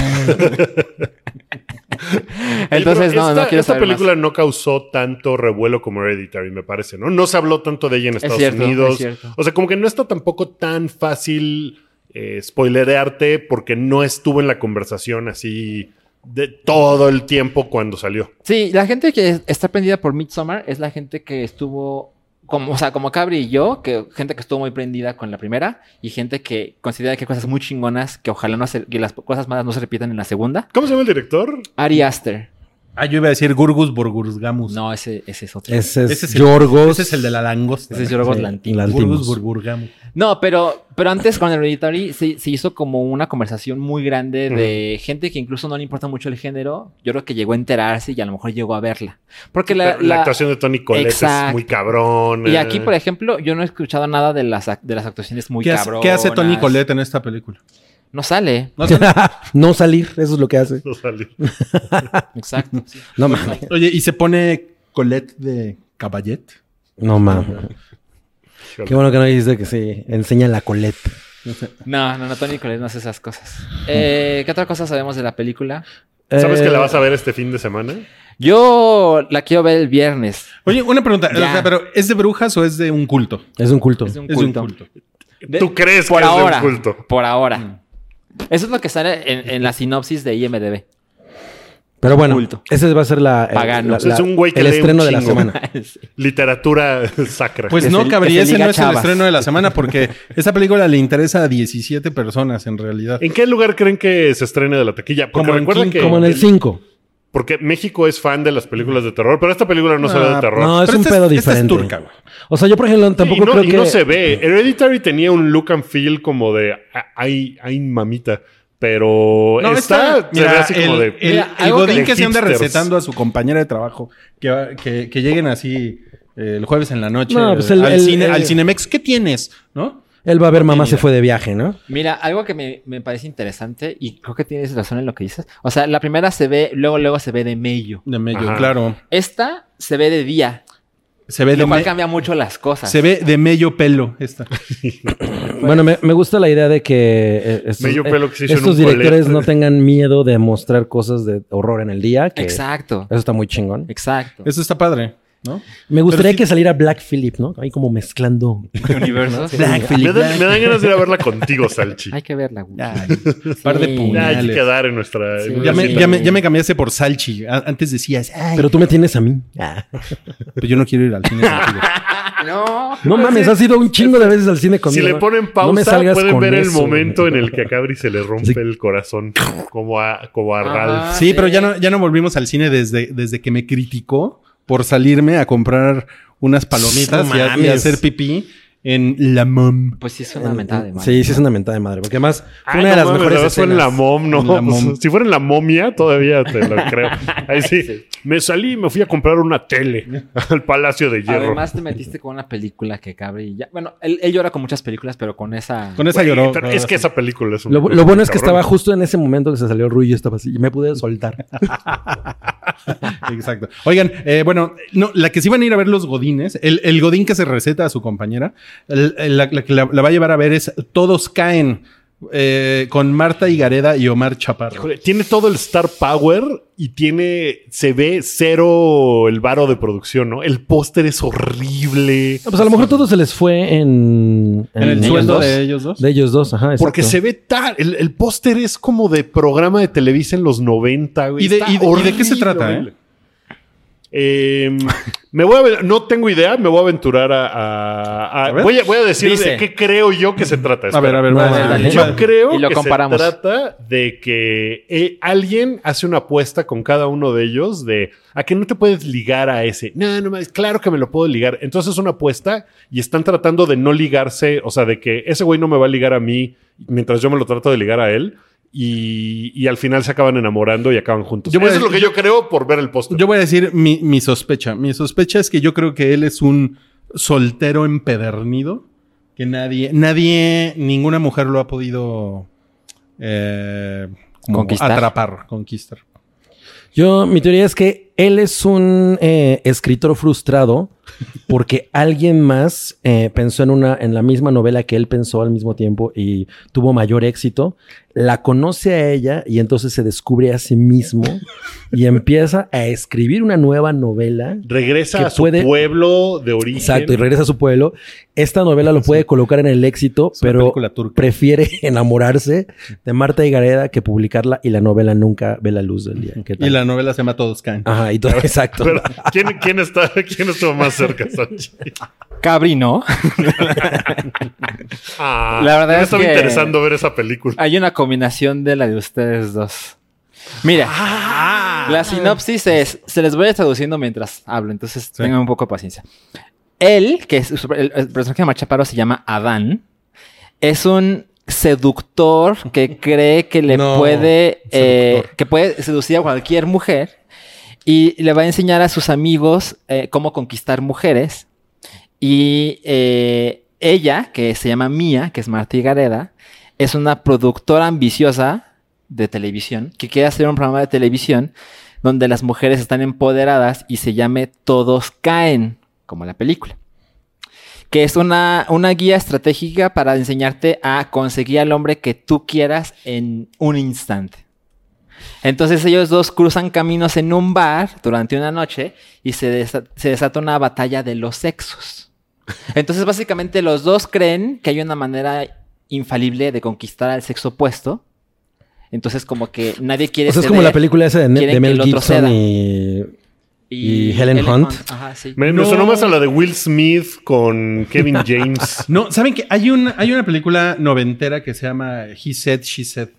Speaker 4: Entonces,
Speaker 2: Pero
Speaker 4: no,
Speaker 2: esta,
Speaker 4: no quiero
Speaker 2: esta
Speaker 4: saber
Speaker 2: película no causó tanto revuelo como Hereditary, me parece, ¿no? No se habló tanto de ella en Estados
Speaker 4: cierto,
Speaker 2: Unidos.
Speaker 4: es cierto.
Speaker 2: O sea, como que no está tampoco tan fácil eh, spoilerearte porque no estuvo en la conversación así de todo el tiempo cuando salió.
Speaker 4: más. Sí, la gente que es- está prendida por Midsommar es la gente que estuvo como, o sea, como Cabri y yo, que gente que estuvo muy prendida con la primera y gente que considera que hay cosas muy chingonas que ojalá no se, que las cosas malas no se repitan en la segunda.
Speaker 2: ¿Cómo se llama el director?
Speaker 4: Ari Aster.
Speaker 5: Ah, yo iba a decir Gurgus Burgurgamus.
Speaker 4: No, ese, ese es otro.
Speaker 6: Ese es,
Speaker 5: Ese es el-
Speaker 6: Yorgos.
Speaker 5: Ese es el de la langosta.
Speaker 4: Ese es Yorgos
Speaker 6: Sí,
Speaker 4: Lanthimos.
Speaker 6: Lanthimos.
Speaker 5: Gurgus Burgurgamus.
Speaker 4: No, pero, pero antes con Hereditary se, se hizo como una conversación muy grande de gente que incluso no le importa mucho el género. Yo creo que llegó a enterarse y a lo mejor llegó a verla. Porque la,
Speaker 2: La, la
Speaker 4: la-
Speaker 2: actuación de Tony Collette es
Speaker 4: Exacto.
Speaker 2: muy cabrón.
Speaker 4: Y aquí, por ejemplo, yo no he escuchado nada de las, ac- de las actuaciones muy
Speaker 5: ¿Qué hace,
Speaker 4: cabronas.
Speaker 5: qué hace Tony Colette en esta película?
Speaker 4: No sale.
Speaker 5: No sé.
Speaker 6: no salir, eso es lo que hace.
Speaker 4: Exacto. sí.
Speaker 6: No mames.
Speaker 5: Oye, ¿y se pone Colette de Caballet?
Speaker 6: No mames. Qué bueno que no dijiste que sí. Enseña la coleta.
Speaker 4: No, no, no, Tony Colette no hace esas cosas. Eh, ¿Qué otra cosa sabemos de la película?
Speaker 2: ¿Sabes
Speaker 6: Eh,
Speaker 2: que la vas a ver este fin de semana?
Speaker 4: Yo la quiero ver el viernes.
Speaker 5: Oye, una pregunta.
Speaker 4: Ya.
Speaker 5: O sea, pero ¿es de brujas o es de un culto?
Speaker 6: Eh, Es un culto.
Speaker 4: Es de un
Speaker 5: Es de un
Speaker 4: culto.
Speaker 5: culto.
Speaker 4: De-
Speaker 2: ¿Tú crees
Speaker 4: por
Speaker 2: que
Speaker 4: ahora,
Speaker 2: es de un culto?
Speaker 4: Por ahora. Eso es lo que sale en, en la sinopsis de IMDB.
Speaker 6: Pero bueno,
Speaker 4: culto.
Speaker 6: ese va a ser la, el-
Speaker 4: Pagano.
Speaker 6: la-
Speaker 2: O sea, es
Speaker 6: la-
Speaker 2: un güey que
Speaker 6: el
Speaker 2: lee un
Speaker 6: estreno de la
Speaker 2: chingo.
Speaker 6: semana.
Speaker 4: Sí.
Speaker 2: Literatura sacra.
Speaker 5: Pues
Speaker 4: Que
Speaker 5: no,
Speaker 4: se-
Speaker 5: cabría,
Speaker 4: que
Speaker 5: ese
Speaker 4: se liga
Speaker 5: no es el
Speaker 4: chavas.
Speaker 5: estreno de la semana porque esa película le interesa a 17 personas en realidad.
Speaker 2: ¿En qué lugar creen que se estrene de la taquilla? Porque
Speaker 5: Como en
Speaker 2: recuerda
Speaker 5: King-
Speaker 2: que
Speaker 6: Como en el 5.
Speaker 2: porque México es fan de las películas de terror, pero esta película no, se ve de terror.
Speaker 6: Ah, No, es
Speaker 5: Ah, Pero
Speaker 6: un
Speaker 5: esta
Speaker 6: pedo
Speaker 5: esta
Speaker 6: diferente.
Speaker 5: es turca, güey.
Speaker 6: O sea, yo por ejemplo
Speaker 2: Y
Speaker 6: tampoco
Speaker 2: no,
Speaker 6: creo
Speaker 2: y
Speaker 6: que...
Speaker 2: no se ve. Hereditary tenía un look and feel como de a- ay, ay mamita. Pero
Speaker 5: No,
Speaker 2: Pues está,
Speaker 5: esta-
Speaker 2: se
Speaker 5: mira,
Speaker 2: ve así como
Speaker 5: el,
Speaker 2: de.
Speaker 5: el-
Speaker 4: Mira,
Speaker 5: el
Speaker 4: algo
Speaker 5: Godín
Speaker 2: de
Speaker 5: que se anda
Speaker 2: hipsters.
Speaker 5: recetando a su compañera de trabajo, que, que- que lleguen así eh, el jueves en la noche
Speaker 6: No, pues
Speaker 5: eh,
Speaker 6: el-
Speaker 5: al,
Speaker 6: el-
Speaker 5: cine-
Speaker 6: el-
Speaker 5: al Cinemex. ¿Qué tienes? ¿No?
Speaker 6: Él va a ver mamá se
Speaker 5: Bienvenida.
Speaker 6: fue de viaje, ¿no?
Speaker 4: Mira, algo que me, me parece interesante y creo que tienes razón en lo que dices. O sea, la primera se ve, luego, luego se ve de medio.
Speaker 5: De medio,
Speaker 2: Ajá.
Speaker 5: claro.
Speaker 4: Esta se ve de día,
Speaker 5: Se ve de,
Speaker 4: lo cual
Speaker 5: me-
Speaker 4: cambia mucho las cosas.
Speaker 5: se ve de medio pelo esta.
Speaker 4: Pues,
Speaker 6: Bueno, me, me gusta la idea de que eh, estos,
Speaker 2: Medio
Speaker 6: eh,
Speaker 2: pelo que se hizo en
Speaker 6: estos
Speaker 2: un
Speaker 6: directores
Speaker 2: colet.
Speaker 6: no tengan miedo de mostrar cosas de horror en el día. Que
Speaker 4: Exacto,
Speaker 6: Eso está muy chingón.
Speaker 4: exacto.
Speaker 5: Eso está padre, ¿no?
Speaker 6: Me gustaría
Speaker 5: Pero sí-
Speaker 6: que saliera Black Phillip, ¿no? Ahí como mezclando.
Speaker 4: universos.
Speaker 2: Me dan, me dan ganas de ir a verla contigo, Salchi.
Speaker 4: Hay que verla. güey.
Speaker 5: par de
Speaker 4: Sí.
Speaker 5: puñal.
Speaker 2: Ya hay que
Speaker 5: Geniales.
Speaker 2: quedar en nuestra.
Speaker 4: Sí.
Speaker 2: en una
Speaker 5: Ya me,
Speaker 2: cita.
Speaker 5: ya me- ya me cambiaste por Salchi. A- Antes decías, "Ay,
Speaker 6: Pero tú me tienes a mí.
Speaker 4: Ah.
Speaker 5: pero yo no quiero ir al cine contigo".
Speaker 4: No. Pues
Speaker 6: No
Speaker 5: Pues
Speaker 6: mames, has ido un chingo de veces al cine
Speaker 2: Si
Speaker 6: conmigo.
Speaker 2: le
Speaker 6: ¿no?
Speaker 2: ponen
Speaker 6: No me
Speaker 2: pausa,
Speaker 6: salgas
Speaker 2: pueden
Speaker 6: con
Speaker 2: ver el
Speaker 6: eso,
Speaker 2: momento
Speaker 6: güey.
Speaker 2: en el que a Cabri se le rompe
Speaker 6: Sí.
Speaker 2: el corazón, como a, como a
Speaker 4: Ajá.
Speaker 2: Ralph.
Speaker 5: Sí,
Speaker 4: sí.
Speaker 5: pero ya no, ya no volvimos al cine desde, desde que me criticó por salirme a comprar unas palomitas
Speaker 6: No
Speaker 5: y, a- y
Speaker 6: mames.
Speaker 5: hacer pipí en la mom.
Speaker 4: Pues sí, es una mentada de madre.
Speaker 6: Sí, sí es una mentada de madre. Porque además, fue
Speaker 2: Ay,
Speaker 6: una
Speaker 2: no
Speaker 6: de las
Speaker 2: mames,
Speaker 6: mejores
Speaker 2: además fue en
Speaker 6: escenas.
Speaker 2: la mom, no.
Speaker 5: En la mom.
Speaker 2: Pues, si fuera en la momia, todavía te lo creo. Ahí sí. Me salí y me fui a comprar una tele al Palacio de Hierro.
Speaker 4: Además te metiste con una película que Cabri ya... Bueno, él, él llora con muchas películas, pero con esa...
Speaker 5: Con esa lloró.
Speaker 2: Pero es que esa película
Speaker 5: Pues,
Speaker 2: es un-
Speaker 6: Lo, lo bueno es que
Speaker 2: cabrón.
Speaker 6: estaba justo en ese momento que se salió Rui y estaba así. Y me pude soltar.
Speaker 5: Exacto. Oigan, eh, bueno, no, la que sí van a ir a ver los godines, el, el godín que se receta a su compañera, el- el- la la que la, la va a llevar a ver es Todos Caen, eh, con Marta Higareda y Omar Chaparro.
Speaker 2: Híjole, Tiene todo el star power y tiene. Se ve cero el varo de producción, ¿no? El póster es horrible.
Speaker 6: No, pues a lo mejor todo se les fue en...
Speaker 5: En el
Speaker 6: ellos
Speaker 5: sueldo
Speaker 6: dos.
Speaker 5: de ellos dos.
Speaker 6: De ellos dos, ajá.
Speaker 2: Porque
Speaker 6: exacto.
Speaker 2: se ve tal. El, el póster es como de programa de Televisa en los 90, güey.
Speaker 5: ¿Y de-
Speaker 2: Está
Speaker 5: y de- y de qué se
Speaker 2: horrible,
Speaker 5: trata, eh?
Speaker 2: horrible. Eh, me voy a aven- no tengo idea, me voy a aventurar a. a- a-
Speaker 5: A ver.
Speaker 2: voy, a, voy a decir
Speaker 4: Dice.
Speaker 2: de qué creo yo que se trata.
Speaker 5: A ver, a ver,
Speaker 6: No,
Speaker 5: va,
Speaker 6: dale,
Speaker 2: Yo
Speaker 5: va.
Speaker 2: creo
Speaker 4: Y lo
Speaker 2: que
Speaker 4: comparamos.
Speaker 2: se trata de que eh, alguien hace una apuesta con cada uno de ellos de a que no te puedes ligar a ese. No, no mames, claro que me lo puedo ligar. Entonces es una apuesta y están tratando de no ligarse, o sea, de que ese güey no me va a ligar a mí mientras yo me lo trato de ligar a él. Y, y al final se acaban enamorando y acaban juntos.
Speaker 5: Yo voy
Speaker 2: Eso
Speaker 5: a-
Speaker 2: es lo que yo, creo por ver el póster.
Speaker 5: Yo voy a decir mi, mi sospecha. Mi sospecha es que yo creo que él es un soltero empedernido. Que nadie, nadie, ninguna mujer lo ha podido eh, como
Speaker 4: Conquistar.
Speaker 5: atrapar, conquistar.
Speaker 6: Yo, mi teoría es que él es un eh, escritor frustrado porque alguien más eh, pensó en una, en la misma novela que él pensó al mismo tiempo y tuvo mayor éxito. la conoce a ella y entonces se descubre a sí mismo y empieza a escribir una nueva novela.
Speaker 2: Regresa
Speaker 6: Que
Speaker 2: a su
Speaker 6: puede-
Speaker 2: pueblo de origen.
Speaker 6: Exacto, y regresa a su pueblo. Esta novela lo puede colocar en el éxito,
Speaker 5: Es una
Speaker 6: pero
Speaker 5: película turca.
Speaker 6: prefiere enamorarse de Marta y Gareda que publicarla y la novela nunca ve la luz del día. ¿Qué tal?
Speaker 5: Y la novela se llama Todos Caen.
Speaker 6: Ajá, y todo, exacto.
Speaker 2: Pero, ¿quién, quién está, ¿Quién estuvo más cerca, Sanchi?
Speaker 4: Cabrino.
Speaker 2: Ah,
Speaker 4: La
Speaker 2: me
Speaker 4: verdad es
Speaker 2: estaba
Speaker 4: que-
Speaker 2: interesando ver esa película.
Speaker 4: Hay una combinación de la de ustedes dos. Mira, la sinopsis es, se les voy a ir traduciendo mientras hablo, entonces tengan un poco de paciencia. Él, que es su- el, el personaje de Machaparo se llama Adán, es un seductor que cree que le
Speaker 3: No,
Speaker 4: puede, eh, que puede seducir a cualquier mujer y le va a enseñar a sus amigos eh, cómo conquistar mujeres y eh, ella, que se llama Mía, que es Martí Gareda, es una productora ambiciosa de televisión que quiere hacer un programa de televisión donde las mujeres están empoderadas y se llame Todos Caen, como la película. Que es una, una guía estratégica para enseñarte a conseguir al hombre que tú quieras en un instante. Entonces ellos dos cruzan caminos en un bar durante una noche y se, desa- se desata una batalla de los sexos. Entonces básicamente los dos creen que hay una manera infalible de conquistar al sexo opuesto. Entonces como que nadie quiere
Speaker 6: O sea, es
Speaker 4: ceder
Speaker 6: como la película esa de,
Speaker 4: quieren
Speaker 6: de
Speaker 4: que
Speaker 6: Mel
Speaker 4: el otro
Speaker 6: Gibson
Speaker 4: ceda.
Speaker 6: y... y Helen Hunt.
Speaker 4: Ajá, sí.
Speaker 2: Me, me
Speaker 5: No.
Speaker 2: sonó más a la de Will Smith con Kevin James.
Speaker 5: No, ¿saben que hay, un, hay una película noventera que se llama He Said, She Said?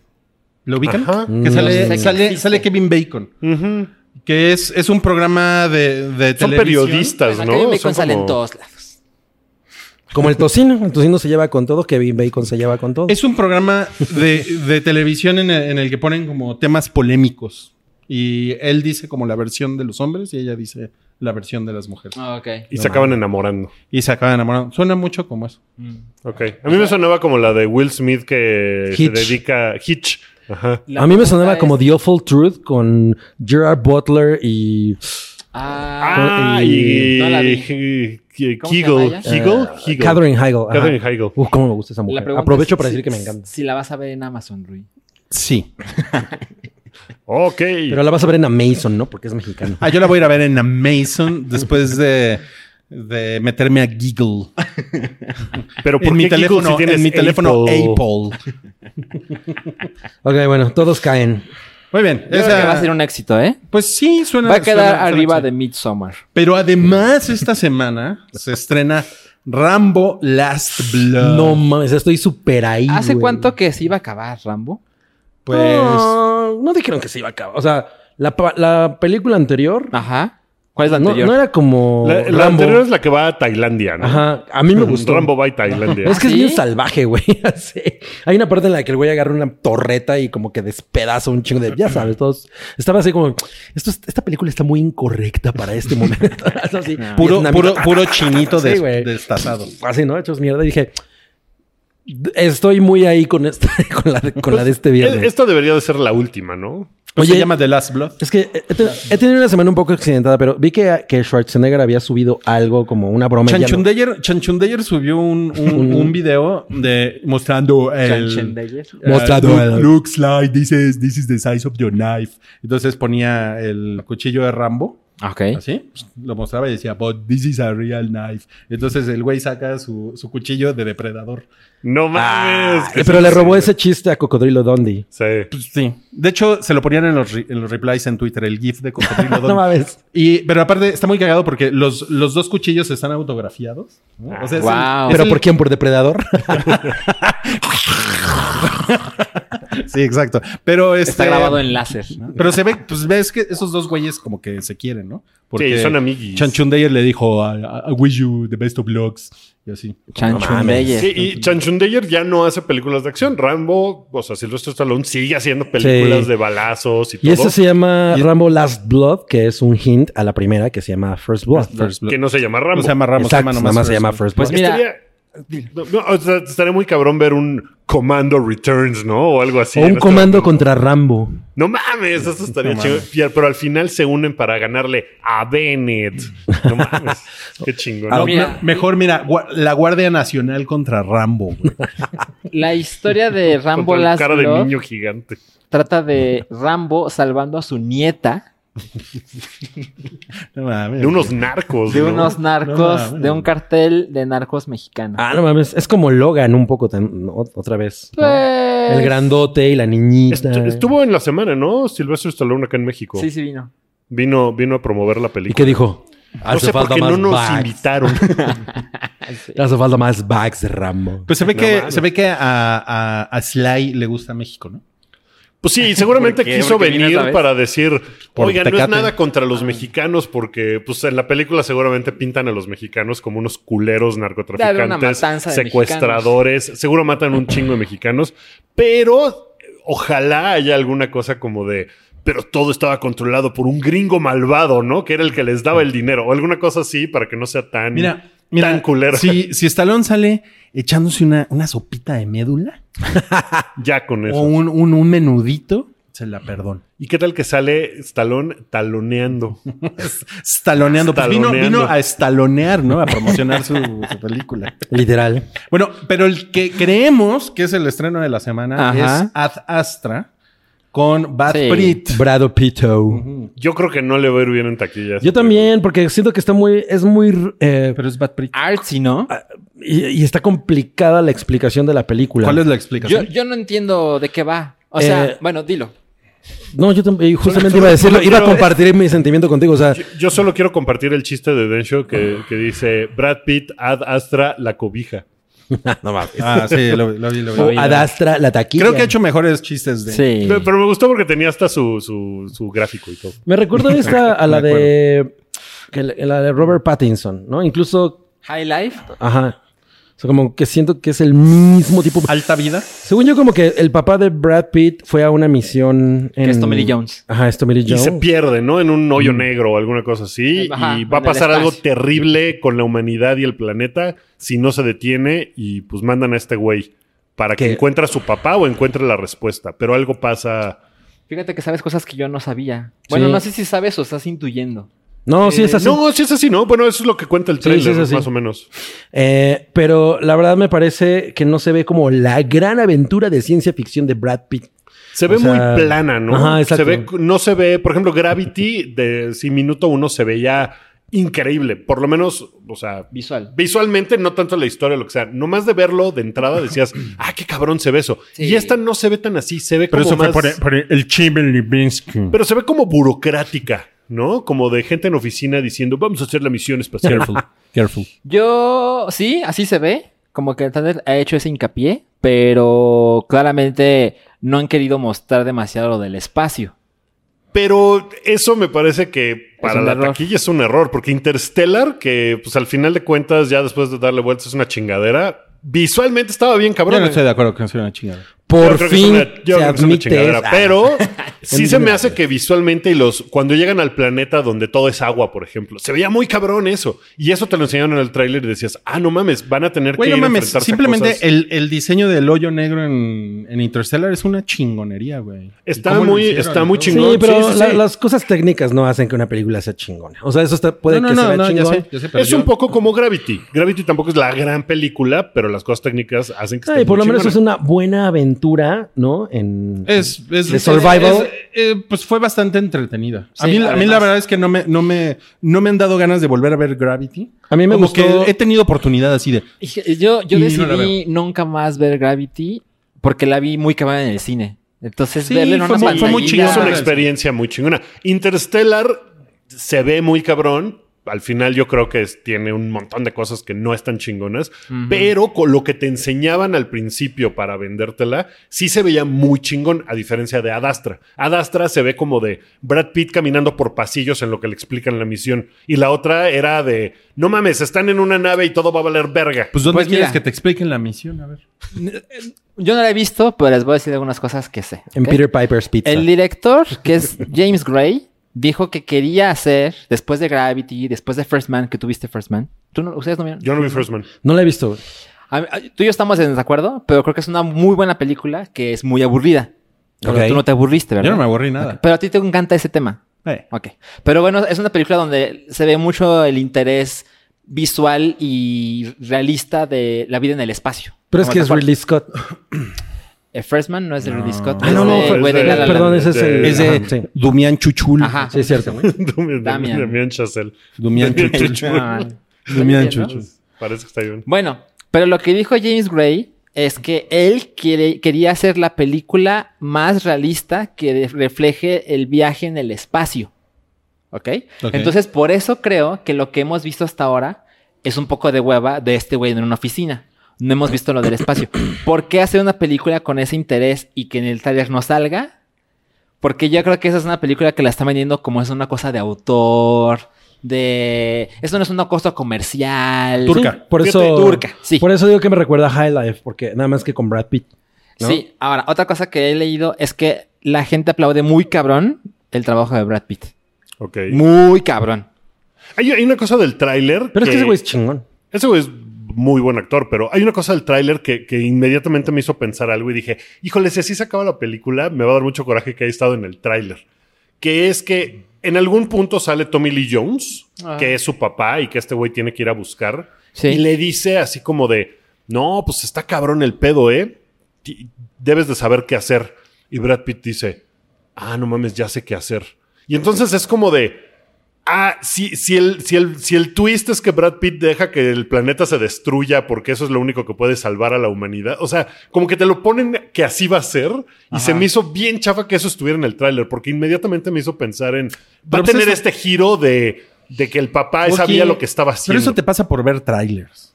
Speaker 5: ¿Lo ubican?
Speaker 2: Ajá.
Speaker 5: Que
Speaker 6: Mm.
Speaker 5: sale,
Speaker 4: Sé que
Speaker 5: sale,
Speaker 4: existe.
Speaker 5: sale Kevin Bacon,
Speaker 2: Ujú.
Speaker 5: que es, es un programa de, de
Speaker 2: Son
Speaker 5: televisión.
Speaker 2: periodistas,
Speaker 4: Ajá,
Speaker 2: ¿no?
Speaker 4: Kevin Bacon
Speaker 2: Son
Speaker 4: sale en
Speaker 2: como-
Speaker 4: todos lados.
Speaker 6: Como el tocino, el tocino se lleva con todo, Kevin Bacon se lleva con todo.
Speaker 5: Es un programa de, de televisión en el, en el que ponen como temas polémicos. Y él dice como la versión de los hombres y ella dice la versión de las
Speaker 4: Ah.
Speaker 5: mujeres.
Speaker 2: Y se acaban enamorando.
Speaker 5: Y se acaban enamorando. Suena mucho como eso.
Speaker 2: Ok. A mí me sonaba como la de Will Smith que se
Speaker 6: Hitch.
Speaker 2: dedica Hitch. Ajá.
Speaker 6: a mí me sonaba como The Awful Truth con Gerard Butler y...
Speaker 4: Ah,
Speaker 2: Ah, y,
Speaker 6: y-
Speaker 4: No la vi.
Speaker 2: y- y-
Speaker 4: ¿Cómo se
Speaker 2: Kegel.
Speaker 4: llama ella?
Speaker 2: Kegel.
Speaker 6: eh,
Speaker 2: Kegel.
Speaker 6: Catherine Heigl. ajá.
Speaker 2: Catherine Heigl.
Speaker 6: Uf, cómo me gusta esa
Speaker 4: la
Speaker 6: mujer.
Speaker 4: pregunta
Speaker 6: Aprovecho
Speaker 4: es
Speaker 6: para
Speaker 4: si-
Speaker 6: decir que me encanta.
Speaker 4: Si la vas a ver en Amazon, Rui.
Speaker 5: Sí.
Speaker 2: Ok.
Speaker 6: Pero la vas a ver en Amazon, ¿no? Porque es mexicano.
Speaker 5: Ah, yo la voy a ir a ver en Amazon después de, de meterme a Giggle.
Speaker 2: Pero
Speaker 5: En
Speaker 2: ¿por
Speaker 5: mi
Speaker 2: qué Kegel
Speaker 5: teléfono,
Speaker 2: si tienes
Speaker 5: en mi teléfono
Speaker 2: Apple?
Speaker 5: Apple.
Speaker 6: Ok, bueno, todos caen.
Speaker 5: Muy bien.
Speaker 4: Yo
Speaker 5: esa-
Speaker 4: creo que va a ser un éxito, ¿eh?
Speaker 5: Pues sí, suena.
Speaker 4: Va a quedar
Speaker 5: suena- suena
Speaker 4: arriba
Speaker 5: chido.
Speaker 4: de Midsommar.
Speaker 5: Pero además, esta semana se estrena Rambo Last Blood.
Speaker 6: No mames, estoy súper ahí.
Speaker 4: ¿Hace
Speaker 6: güey.
Speaker 4: cuánto que se iba a acabar, Rambo?
Speaker 5: pues.
Speaker 6: No, no dijeron que se iba a acabar. O sea, la, pa- la película anterior.
Speaker 4: Ajá. Ah, ¿Cuál es la
Speaker 6: No,
Speaker 4: anterior?
Speaker 6: no era como.
Speaker 2: La, la
Speaker 6: Rambo.
Speaker 2: anterior es la que va a Tailandia, ¿no?
Speaker 6: Ajá. A mí me gustó.
Speaker 2: Rambo va a Tailandia.
Speaker 6: Es que es
Speaker 4: ¿Sí?
Speaker 6: bien salvaje, güey. Así. Hay una parte en la que el güey agarra una torreta y como que despedaza un chingo de. Ya sabes, todos. Estaba así como. Esto es- esta película está muy incorrecta para este momento. así,
Speaker 5: Puro,
Speaker 6: vietnamita.
Speaker 5: puro, puro chinito
Speaker 6: Sí,
Speaker 5: des-
Speaker 6: güey.
Speaker 5: destazado.
Speaker 6: Así, ¿no? Hechos mierda. Y dije. Estoy muy ahí con, esta, con, la, de- con la de este viernes.
Speaker 2: E- Esta debería de ser la última, ¿no?
Speaker 5: Pues se
Speaker 6: Oye,
Speaker 5: llama The Last Blood.
Speaker 6: Es que eh, he, he tenido una semana un poco accidentada, pero vi que, que Schwarzenegger había subido algo como una broma. y ya no-
Speaker 5: Chanchundeyer, Chanchundeyer subió un, un, un video de mostrando el, Eh,
Speaker 6: Mostrando el-
Speaker 5: looks like this is, this is the size of your knife. Entonces ponía el cuchillo de Rambo,
Speaker 4: Ok.
Speaker 6: ¿Eh?
Speaker 5: así, pues, lo mostraba y decía, but this is a real knife. Entonces el güey saca su, su cuchillo de depredador.
Speaker 2: No mames.
Speaker 6: Ah,
Speaker 2: que
Speaker 6: pero
Speaker 2: sí,
Speaker 6: le
Speaker 2: sí.
Speaker 6: robó ese chiste a Cocodrilo Dondi.
Speaker 2: Sí.
Speaker 5: Pues sí. De hecho, se lo ponían en los, re- en los replies en Twitter, el GIF de Cocodrilo Donald.
Speaker 6: No mames.
Speaker 5: Y, pero aparte está muy cagado porque los, los dos cuchillos están autografiados. ¿no? O sea, es el-
Speaker 4: Wow.
Speaker 5: Ah. es
Speaker 6: ¿Pero
Speaker 5: el-
Speaker 6: por quién? ¿Por depredador?
Speaker 5: Sí, exacto. Pero
Speaker 4: Está
Speaker 5: este-
Speaker 4: grabado en láser. ¿no?
Speaker 5: Pero se ve, pues ves que esos dos güeyes como que se quieren, ¿no?
Speaker 2: Sí, son amiguis.
Speaker 5: Chanchundeyer le dijo, I, I wish you the best of lucks. Y así.
Speaker 4: Ah, Chanchundeyer.
Speaker 2: Sí, y Chanchundeyer ya no hace películas de acción. Rambo, o sea, Silvestre Stallone sigue haciendo películas
Speaker 6: Sí.
Speaker 2: de balazos y,
Speaker 6: Y
Speaker 2: todo.
Speaker 6: este se llama
Speaker 5: Y-
Speaker 6: Rambo Last Blood, que es un hint a la primera que se llama First Blood.
Speaker 5: First Blood.
Speaker 2: Que no se llama
Speaker 5: No
Speaker 2: Rambo.
Speaker 5: se llama Rambo,
Speaker 6: Exacto,
Speaker 5: se llama
Speaker 6: nada
Speaker 5: nomás
Speaker 6: más se
Speaker 5: First
Speaker 6: llama
Speaker 5: Blood.
Speaker 6: First
Speaker 4: Pues
Speaker 6: Blood.
Speaker 4: mira,
Speaker 2: Estaría, no, o sea, estaría muy cabrón ver un Comando Returns, ¿no? O algo así.
Speaker 6: o
Speaker 2: en
Speaker 6: un
Speaker 2: este
Speaker 6: comando
Speaker 2: momento.
Speaker 6: contra Rambo.
Speaker 2: No mames, eso estaría
Speaker 5: No
Speaker 2: chido. Fier- Pero al final se unen para ganarle a Bennett. No mames. Qué chingón.
Speaker 4: Ah,
Speaker 5: No,
Speaker 4: mira.
Speaker 5: me- mejor, mira, gua- la Guardia Nacional contra Rambo. güey.
Speaker 4: La historia de Rambo
Speaker 2: Con
Speaker 4: Last
Speaker 2: cara de
Speaker 4: Blood
Speaker 2: niño gigante.
Speaker 4: trata de Rambo salvando a su nieta
Speaker 5: No mames.
Speaker 2: De unos narcos.
Speaker 4: de
Speaker 2: ¿no?
Speaker 4: unos narcos, de un cartel de narcos mexicanos.
Speaker 6: Ah, no mames. Es como Logan un poco tan- no, otra vez. ¿no?
Speaker 4: Pues-
Speaker 6: El grandote y la niñita.
Speaker 2: Estu- Estuvo en la semana, ¿no? Silvestre Stallone acá en México.
Speaker 4: Sí, sí vino.
Speaker 2: Vino, vino a promover la
Speaker 6: ¿Y
Speaker 2: película.
Speaker 6: qué dijo?
Speaker 2: No sé por qué no nos invitaron.
Speaker 6: Hace falta más bags, Rambo.
Speaker 5: Pues se ve
Speaker 2: No
Speaker 5: que,
Speaker 2: mames.
Speaker 5: se ve que a, a, a Sly le gusta México, ¿no?
Speaker 2: Pues sí, seguramente
Speaker 4: ¿Por qué?
Speaker 2: quiso
Speaker 4: Porque vino
Speaker 2: venir
Speaker 4: esa vez.
Speaker 2: para decir,
Speaker 5: Por
Speaker 2: oigan, no es
Speaker 5: Tecate".
Speaker 2: nada contra los mexicanos porque pues en la película seguramente pintan a los mexicanos como unos culeros
Speaker 4: Debe haber una
Speaker 2: narcotraficantes,
Speaker 4: matanza de
Speaker 2: secuestradores, seguro matan un chingo de mexicanos, pero eh, ojalá haya alguna cosa como de pero todo estaba controlado por un gringo malvado, ¿no? Que era el que les daba el dinero o alguna cosa así para que no sea tan
Speaker 5: Mira, mira.
Speaker 2: Mm. tan culero.
Speaker 5: Si, si Stallone sale echándose una, una sopita de médula
Speaker 2: ya con eso.
Speaker 5: o un, un, un menudito, se la perdono.
Speaker 2: ¿Y qué tal que sale Stallone taloneando?
Speaker 5: Staloneando. Pues vino,
Speaker 2: Staloneando.
Speaker 5: vino a estalonear, ¿no? A promocionar su, su película.
Speaker 6: Literal.
Speaker 5: Bueno, pero el que creemos que es el estreno de la semana
Speaker 4: Ajá.
Speaker 5: es Ad Astra con Bad
Speaker 4: Sí.
Speaker 5: Pitt.
Speaker 6: Brado Pito.
Speaker 2: Yo creo que no le va a este ir bien en taquilla.
Speaker 6: Yo también, porque siento que está muy. Es muy. eh,
Speaker 5: Pero es Bad Pitt.
Speaker 4: Artsy, ¿no?
Speaker 6: y, y está complicada la explicación de la película.
Speaker 5: ¿Cuál es la
Speaker 4: Yo,
Speaker 5: explicación?
Speaker 4: yo no entiendo de qué va. O
Speaker 6: Eh,
Speaker 4: sea, bueno, dilo.
Speaker 6: No, yo tam- eh, justamente iba a decirlo. Iba a compartir mi sentimiento contigo. O sea,
Speaker 2: Yo- Yo solo quiero compartir el chiste de Densho que, que dice Brad Pitt ad astra la cobija.
Speaker 6: no mames.
Speaker 5: Ah, sí, lo, lo vi, lo vi.
Speaker 6: O Adastra la taquilla.
Speaker 5: Creo que ha hecho mejores chistes de.
Speaker 4: Sí.
Speaker 2: Pero, pero me gustó porque tenía hasta su, su, su gráfico y todo.
Speaker 6: Me recuerdo esta a la
Speaker 5: Me
Speaker 6: de. que la- la de Robert Pattinson, ¿no? Incluso.
Speaker 4: High Life.
Speaker 6: Ajá. O sea, como que siento que es el mismo tipo.
Speaker 5: Alta vida.
Speaker 6: Según yo, como que el papá de Brad Pitt fue a una misión en...
Speaker 4: Que es Tommy Lee Jones.
Speaker 6: Ajá, es Tommy Lee
Speaker 2: Y
Speaker 6: Jones.
Speaker 2: se pierde, ¿no? En un
Speaker 6: Mm.
Speaker 2: hoyo negro o alguna cosa así.
Speaker 4: Ajá,
Speaker 2: y va a
Speaker 4: en el
Speaker 2: pasar algo
Speaker 4: espacio.
Speaker 2: terrible con la humanidad y el planeta si no se detiene y pues mandan a este güey para que
Speaker 6: ¿Qué?
Speaker 2: encuentre a su papá o encuentre la respuesta. Pero algo pasa.
Speaker 4: Fíjate que sabes cosas que yo no sabía. Bueno,
Speaker 6: Sí.
Speaker 4: no sé si sabes o estás intuyendo.
Speaker 6: No, sí,
Speaker 2: Eh,
Speaker 6: es así.
Speaker 2: No, sí es así, ¿no? Bueno, eso es lo que cuenta el
Speaker 6: Sí, sí,
Speaker 2: trailer,
Speaker 6: es así.
Speaker 2: más o menos.
Speaker 6: Eh, pero la verdad me parece que no se ve como la gran aventura de ciencia ficción de Brad Pitt.
Speaker 2: Se ve
Speaker 6: O sea,
Speaker 2: muy plana, ¿no?
Speaker 6: ajá,
Speaker 2: se
Speaker 6: exacto.
Speaker 2: ve, no se ve, por ejemplo, Gravity de si minuto uno se veía increíble. Por lo menos, o sea,
Speaker 4: Visual.
Speaker 2: visualmente, no tanto la historia, lo que sea. Nomás de verlo de entrada decías, ah, qué cabrón se ve eso.
Speaker 4: Sí.
Speaker 2: Y esta no se ve tan así, se ve
Speaker 5: Pero
Speaker 2: como
Speaker 5: eso
Speaker 2: más.
Speaker 5: fue por el, por el- el Chimel Levinsky.
Speaker 2: Pero se ve como burocrática, ¿no? Como de gente en oficina diciendo, vamos a hacer la misión espacial.
Speaker 5: Careful.
Speaker 4: Yo, sí, así se ve. Como que el trailer ha hecho ese hincapié, pero claramente no han querido mostrar demasiado lo del espacio.
Speaker 2: Pero eso me parece que para
Speaker 4: un
Speaker 2: la
Speaker 4: error.
Speaker 2: taquilla es un error, porque Interstellar, que pues al final de cuentas, ya después de darle vueltas, es una chingadera. Visualmente estaba bien
Speaker 5: Yo
Speaker 2: cabrón.
Speaker 5: no estoy de acuerdo que sea una chingada.
Speaker 2: Yo
Speaker 6: Por
Speaker 2: creo que es
Speaker 6: fin
Speaker 2: una- yo
Speaker 6: se
Speaker 2: creo que es una
Speaker 6: admite.
Speaker 2: chingadera,
Speaker 6: esa-
Speaker 2: pero sí se me
Speaker 6: Entiendo.
Speaker 2: hace que visualmente y los cuando llegan al planeta donde todo es agua, por ejemplo, se veía muy cabrón eso. Y eso te lo enseñaron en el tráiler y decías, ah, no mames, van a tener
Speaker 5: Güey,
Speaker 2: que
Speaker 5: no
Speaker 2: ir a
Speaker 5: mames.
Speaker 2: enfrentarse a cosas".
Speaker 5: Simplemente el, el diseño del hoyo negro en, en Interstellar es una chingonería, güey.
Speaker 2: Está
Speaker 5: ¿Y cómo lo
Speaker 2: muy-
Speaker 5: hicieron?
Speaker 2: está muy
Speaker 5: ¿No?
Speaker 2: chingón.
Speaker 6: Sí, pero
Speaker 2: Sí, sí,
Speaker 6: la-
Speaker 2: sí.
Speaker 6: las cosas técnicas no hacen que una película sea chingona. O sea, eso está- puede
Speaker 5: No, no,
Speaker 6: que
Speaker 5: no,
Speaker 6: se vea
Speaker 5: no, ya
Speaker 6: chingón.
Speaker 5: sé, ya sé, pero
Speaker 2: es
Speaker 5: yo-
Speaker 2: un poco como Gravity. Gravity tampoco es la gran película, pero las cosas técnicas hacen que
Speaker 6: Ah,
Speaker 2: esté
Speaker 6: y por
Speaker 2: muy
Speaker 6: lo menos es
Speaker 2: chingona.
Speaker 6: una buena aventura, ¿no? En...
Speaker 5: Es, es-
Speaker 6: De survival.
Speaker 5: es- eh, pues fue bastante entretenida. a,
Speaker 4: Sí,
Speaker 5: mí, a mí la
Speaker 4: además.
Speaker 5: verdad es que no me, no, me, no me han dado ganas de volver a ver Gravity.
Speaker 6: A mí me
Speaker 5: Como
Speaker 6: gustó-
Speaker 5: que he tenido oportunidad así de.
Speaker 4: Y- Yo, yo
Speaker 5: Y no la
Speaker 4: decidí nunca más ver Gravity porque la vi muy cabrón en el cine. Entonces,
Speaker 5: Sí,
Speaker 4: verla en una
Speaker 5: fue muy- fue muy
Speaker 4: pantallita-
Speaker 5: chingón.
Speaker 2: Es una
Speaker 5: Ah,
Speaker 2: experiencia muy chingona. Interstellar se ve muy cabrón. Al final yo creo que es- tiene un montón de cosas que no están chingonas, pero con lo que te enseñaban al principio para vendértela, sí se veía muy chingón, a diferencia de Adastra. Adastra se ve como de Brad Pitt caminando por pasillos en lo que le explican la misión. Y la otra era de, no mames, están en una nave y todo va a valer verga.
Speaker 5: Pues, ¿dónde
Speaker 4: Pues
Speaker 5: quieres
Speaker 4: mira.
Speaker 5: que te expliquen la misión? A ver.
Speaker 4: Yo no la he visto, pero les voy a decir algunas cosas que sé.
Speaker 6: En
Speaker 4: ¿ok?
Speaker 6: Peter Piper's Pizza.
Speaker 4: El director, que es James Gray, dijo que quería hacer, después de Gravity, después de First Man, que tuviste First Man. ¿Tú no, ¿Ustedes no vieron?
Speaker 2: Yo no vi First Man.
Speaker 6: No la he visto. güey.
Speaker 4: A mí- a- tú y yo estamos en desacuerdo, pero creo que es una muy buena película que es muy aburrida. Pero
Speaker 6: Ok.
Speaker 4: tú no te aburriste, ¿verdad?
Speaker 5: Yo no me aburrí nada.
Speaker 4: Pero a ti te encanta ese tema.
Speaker 5: Eh.
Speaker 4: Ok. Pero bueno, es una película donde se ve mucho el interés visual y realista de la vida en el espacio.
Speaker 6: Pero es
Speaker 4: Como
Speaker 6: que
Speaker 4: tal
Speaker 6: es
Speaker 4: cual.
Speaker 6: Ridley Scott.
Speaker 4: Eh, Firstman no es de Ridley Scott.
Speaker 6: Ah, no,
Speaker 4: es
Speaker 6: no,
Speaker 4: de
Speaker 6: fue-
Speaker 4: güey de La La Land.
Speaker 6: Perdón, ese es el.
Speaker 5: Es de
Speaker 6: Ajá, sí.
Speaker 5: Ah, Dumián Chuchul.
Speaker 4: Ajá.
Speaker 6: Sí, es cierto.
Speaker 2: Damian,
Speaker 4: Damian.
Speaker 2: Damián Chazelle.
Speaker 5: Dumián Chuchul.
Speaker 4: Ah, está
Speaker 5: Dumián
Speaker 4: bien, ¿no?
Speaker 5: Chuchul.
Speaker 2: Parece que está bien.
Speaker 4: Bueno, pero lo que dijo James Gray es que él quiere- quería hacer la película más realista que de- refleje el viaje en el espacio.
Speaker 5: Ok.
Speaker 4: ¿Ok? Entonces, por eso creo que lo que hemos visto hasta ahora es un poco de hueva de este güey en una oficina. No hemos visto lo del espacio. ¿Por qué hacer una película con ese interés y que en el taller no salga? Porque yo creo que esa es una película que la está vendiendo como es una cosa de autor, de... Eso no es una cosa comercial.
Speaker 5: Turca.
Speaker 6: Sí, por
Speaker 2: Fíjate,
Speaker 6: eso.
Speaker 4: turca, sí.
Speaker 6: Por eso digo que me recuerda a High Life, porque nada más que con Brad Pitt. ¿no?
Speaker 4: Sí, ahora, otra cosa que he leído es que la gente aplaude muy cabrón el trabajo de Brad Pitt.
Speaker 2: Ok.
Speaker 4: Muy cabrón.
Speaker 2: Hay, hay una cosa del tráiler.
Speaker 6: Pero es que ese güey es chingón.
Speaker 2: Ese güey es muy buen actor, pero hay una cosa del tráiler que, que inmediatamente me hizo pensar algo y dije, híjole, si así se acaba la película, me va a dar mucho coraje que haya estado en el tráiler. Que es que en algún punto sale Tommy Lee Jones,
Speaker 4: Ah.
Speaker 2: que es su papá y que este güey tiene que ir a buscar.
Speaker 4: Sí.
Speaker 2: Y le dice así como de, no, pues está cabrón el pedo, ¿eh? Ti- Debes de saber qué hacer. Y Brad Pitt dice, ah, no mames, ya sé qué hacer. Y entonces es como de, Ah, si, si, el, si, el, si el twist es que Brad Pitt deja que el planeta se destruya porque eso es lo único que puede salvar a la humanidad. O sea, como que te lo ponen que así va a ser y se me hizo bien chafa que eso estuviera en el tráiler porque inmediatamente me hizo pensar en... Va
Speaker 5: Pero
Speaker 2: a
Speaker 5: pues
Speaker 2: tener
Speaker 5: eso-
Speaker 2: este giro de, de que el papá
Speaker 5: Ok.
Speaker 2: sabía lo que estaba haciendo.
Speaker 5: Pero eso te pasa por ver trailers.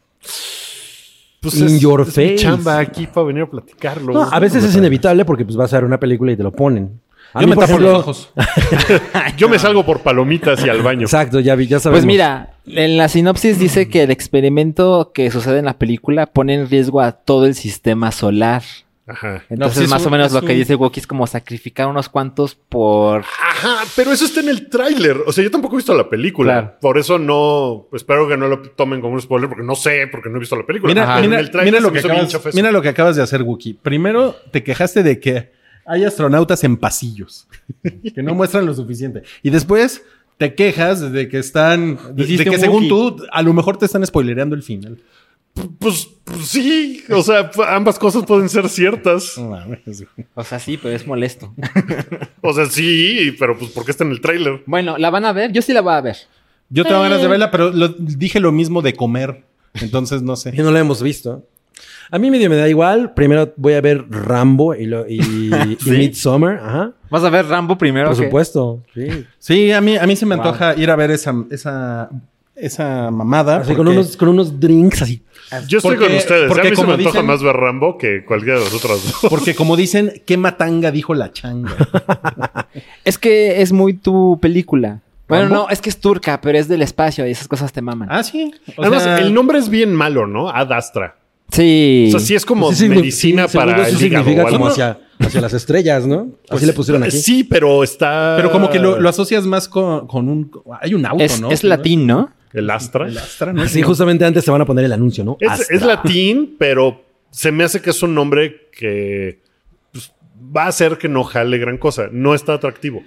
Speaker 2: Pues
Speaker 6: In your face.
Speaker 2: mi chamba aquí para venir a platicarlo.
Speaker 6: No, a veces es inevitable porque pues vas a ver una película y te lo ponen. A
Speaker 5: Yo
Speaker 6: mí,
Speaker 5: me
Speaker 6: por
Speaker 5: tapo los
Speaker 6: ejemplo-
Speaker 5: ojos.
Speaker 2: Yo me salgo por palomitas y al baño.
Speaker 6: Exacto, ya, vi- ya sabemos.
Speaker 4: Pues mira, en la sinopsis dice que el experimento que sucede en la película pone en riesgo a todo el sistema solar.
Speaker 2: Ajá.
Speaker 4: Entonces,
Speaker 5: pues es
Speaker 4: más
Speaker 5: un-
Speaker 4: o menos
Speaker 5: es
Speaker 4: lo que
Speaker 5: un-
Speaker 4: dice Wookie es como sacrificar unos cuantos por...
Speaker 2: Ajá, pero eso está en el tráiler. O sea, yo tampoco he visto la película.
Speaker 4: Claro.
Speaker 2: Por eso no. pues, Espero que no lo tomen como un spoiler, porque no sé, porque no he visto la película.
Speaker 5: Mira,
Speaker 2: Ajá.
Speaker 5: mira-
Speaker 2: En el tráiler
Speaker 5: mira
Speaker 2: se
Speaker 5: lo
Speaker 2: me
Speaker 5: que
Speaker 2: hizo bien chafa
Speaker 5: acabas,
Speaker 2: eso.
Speaker 5: mira lo que acabas de hacer, Wookie. Primero, te quejaste de que hay astronautas en pasillos que no muestran lo suficiente. Y después te quejas de que están. De,
Speaker 4: Hiciste
Speaker 5: de que
Speaker 4: un
Speaker 5: según tú,
Speaker 4: Wookiee.
Speaker 5: a lo mejor te están spoilereando el final.
Speaker 2: Pues, pues sí, o sea, p- ambas cosas pueden ser ciertas.
Speaker 5: No mames.
Speaker 4: O sea, sí, pero es molesto.
Speaker 2: O sea, sí, pero pues porque está en el tráiler.
Speaker 4: bueno, ¿la van a ver? Yo sí la voy a ver.
Speaker 5: Yo tengo ganas de verla, pero lo- dije lo mismo de comer. Entonces no
Speaker 6: Y
Speaker 5: sé.
Speaker 6: no lo hemos visto. A mí medio me da igual. Primero voy a ver Rambo y, lo, y, y Midsommar. Ajá.
Speaker 4: ¿Vas a ver Rambo primero?
Speaker 6: Por
Speaker 4: o qué?
Speaker 6: supuesto. Sí.
Speaker 5: Sí, a mí, a mí se me
Speaker 4: Wow.
Speaker 5: antoja ir a ver esa, esa, esa
Speaker 2: Ah,
Speaker 5: mamada.
Speaker 6: Así con
Speaker 5: porque-
Speaker 6: unos, con unos drinks así.
Speaker 2: Yo estoy
Speaker 5: Porque-
Speaker 2: con ustedes. ¿eh?
Speaker 5: porque
Speaker 2: a mí se
Speaker 5: como
Speaker 2: me antoja
Speaker 5: dicen-
Speaker 2: más ver Rambo que cualquiera de las otras dos.
Speaker 5: Porque como dicen, qué matanga dijo la changa.
Speaker 4: Es que es muy tu película. Bueno,
Speaker 5: ¿Rambo?
Speaker 4: no, es que es turca, pero es del espacio y esas cosas te maman.
Speaker 5: Ah, sí. O
Speaker 2: Además,
Speaker 5: sea,
Speaker 2: el nombre es bien malo, ¿no? Ad Astra.
Speaker 4: Sí.
Speaker 2: O sea, sí es como
Speaker 6: Sí, signi-
Speaker 2: medicina
Speaker 6: sí, según
Speaker 2: para
Speaker 6: yo, sí
Speaker 2: el hígado
Speaker 6: significa
Speaker 2: o algo. Pues
Speaker 6: como hacia, hacia las estrellas, ¿no? así le pusieron aquí.
Speaker 2: Sí, pero está.
Speaker 5: Pero como que lo, lo asocias más con, con un... Hay un auto,
Speaker 4: es,
Speaker 5: ¿no?
Speaker 4: es
Speaker 5: Sí, ¿no?
Speaker 4: latín, ¿no?
Speaker 2: El Astra.
Speaker 5: El Astra, ¿no?
Speaker 6: Sí, justamente antes se van a poner el anuncio, ¿no?
Speaker 2: Es,
Speaker 6: Astra.
Speaker 2: es latín, pero se me hace que es un nombre que pues, va a hacer que no jale gran cosa. No está atractivo.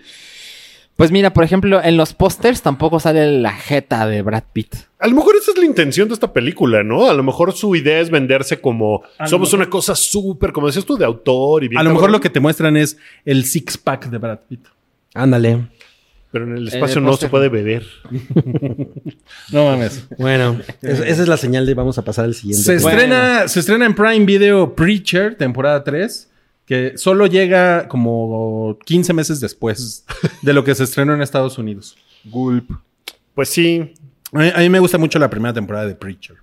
Speaker 4: Pues mira, por ejemplo, en los pósters tampoco sale la jeta de Brad Pitt.
Speaker 2: A lo mejor esa es la intención de esta película, ¿no? A lo mejor su idea es venderse como somos una cosa súper, como decías tú, de autor y bien.
Speaker 5: A lo mejor
Speaker 2: cabrón,
Speaker 5: lo que te muestran es el six-pack de Brad Pitt.
Speaker 6: Ándale.
Speaker 2: Pero en el espacio
Speaker 4: Eh,
Speaker 2: no se
Speaker 4: póster.
Speaker 2: puede beber.
Speaker 5: No mames.
Speaker 6: Bueno, es- esa es la señal de vamos a pasar al siguiente.
Speaker 5: Se
Speaker 6: tema.
Speaker 5: estrena, se estrena en Prime Video Preacher, temporada 3, que solo llega como 15 meses después de lo que se estrenó en Estados Unidos.
Speaker 2: Pues sí.
Speaker 5: A mí, a mí me gusta mucho la primera temporada de Preacher.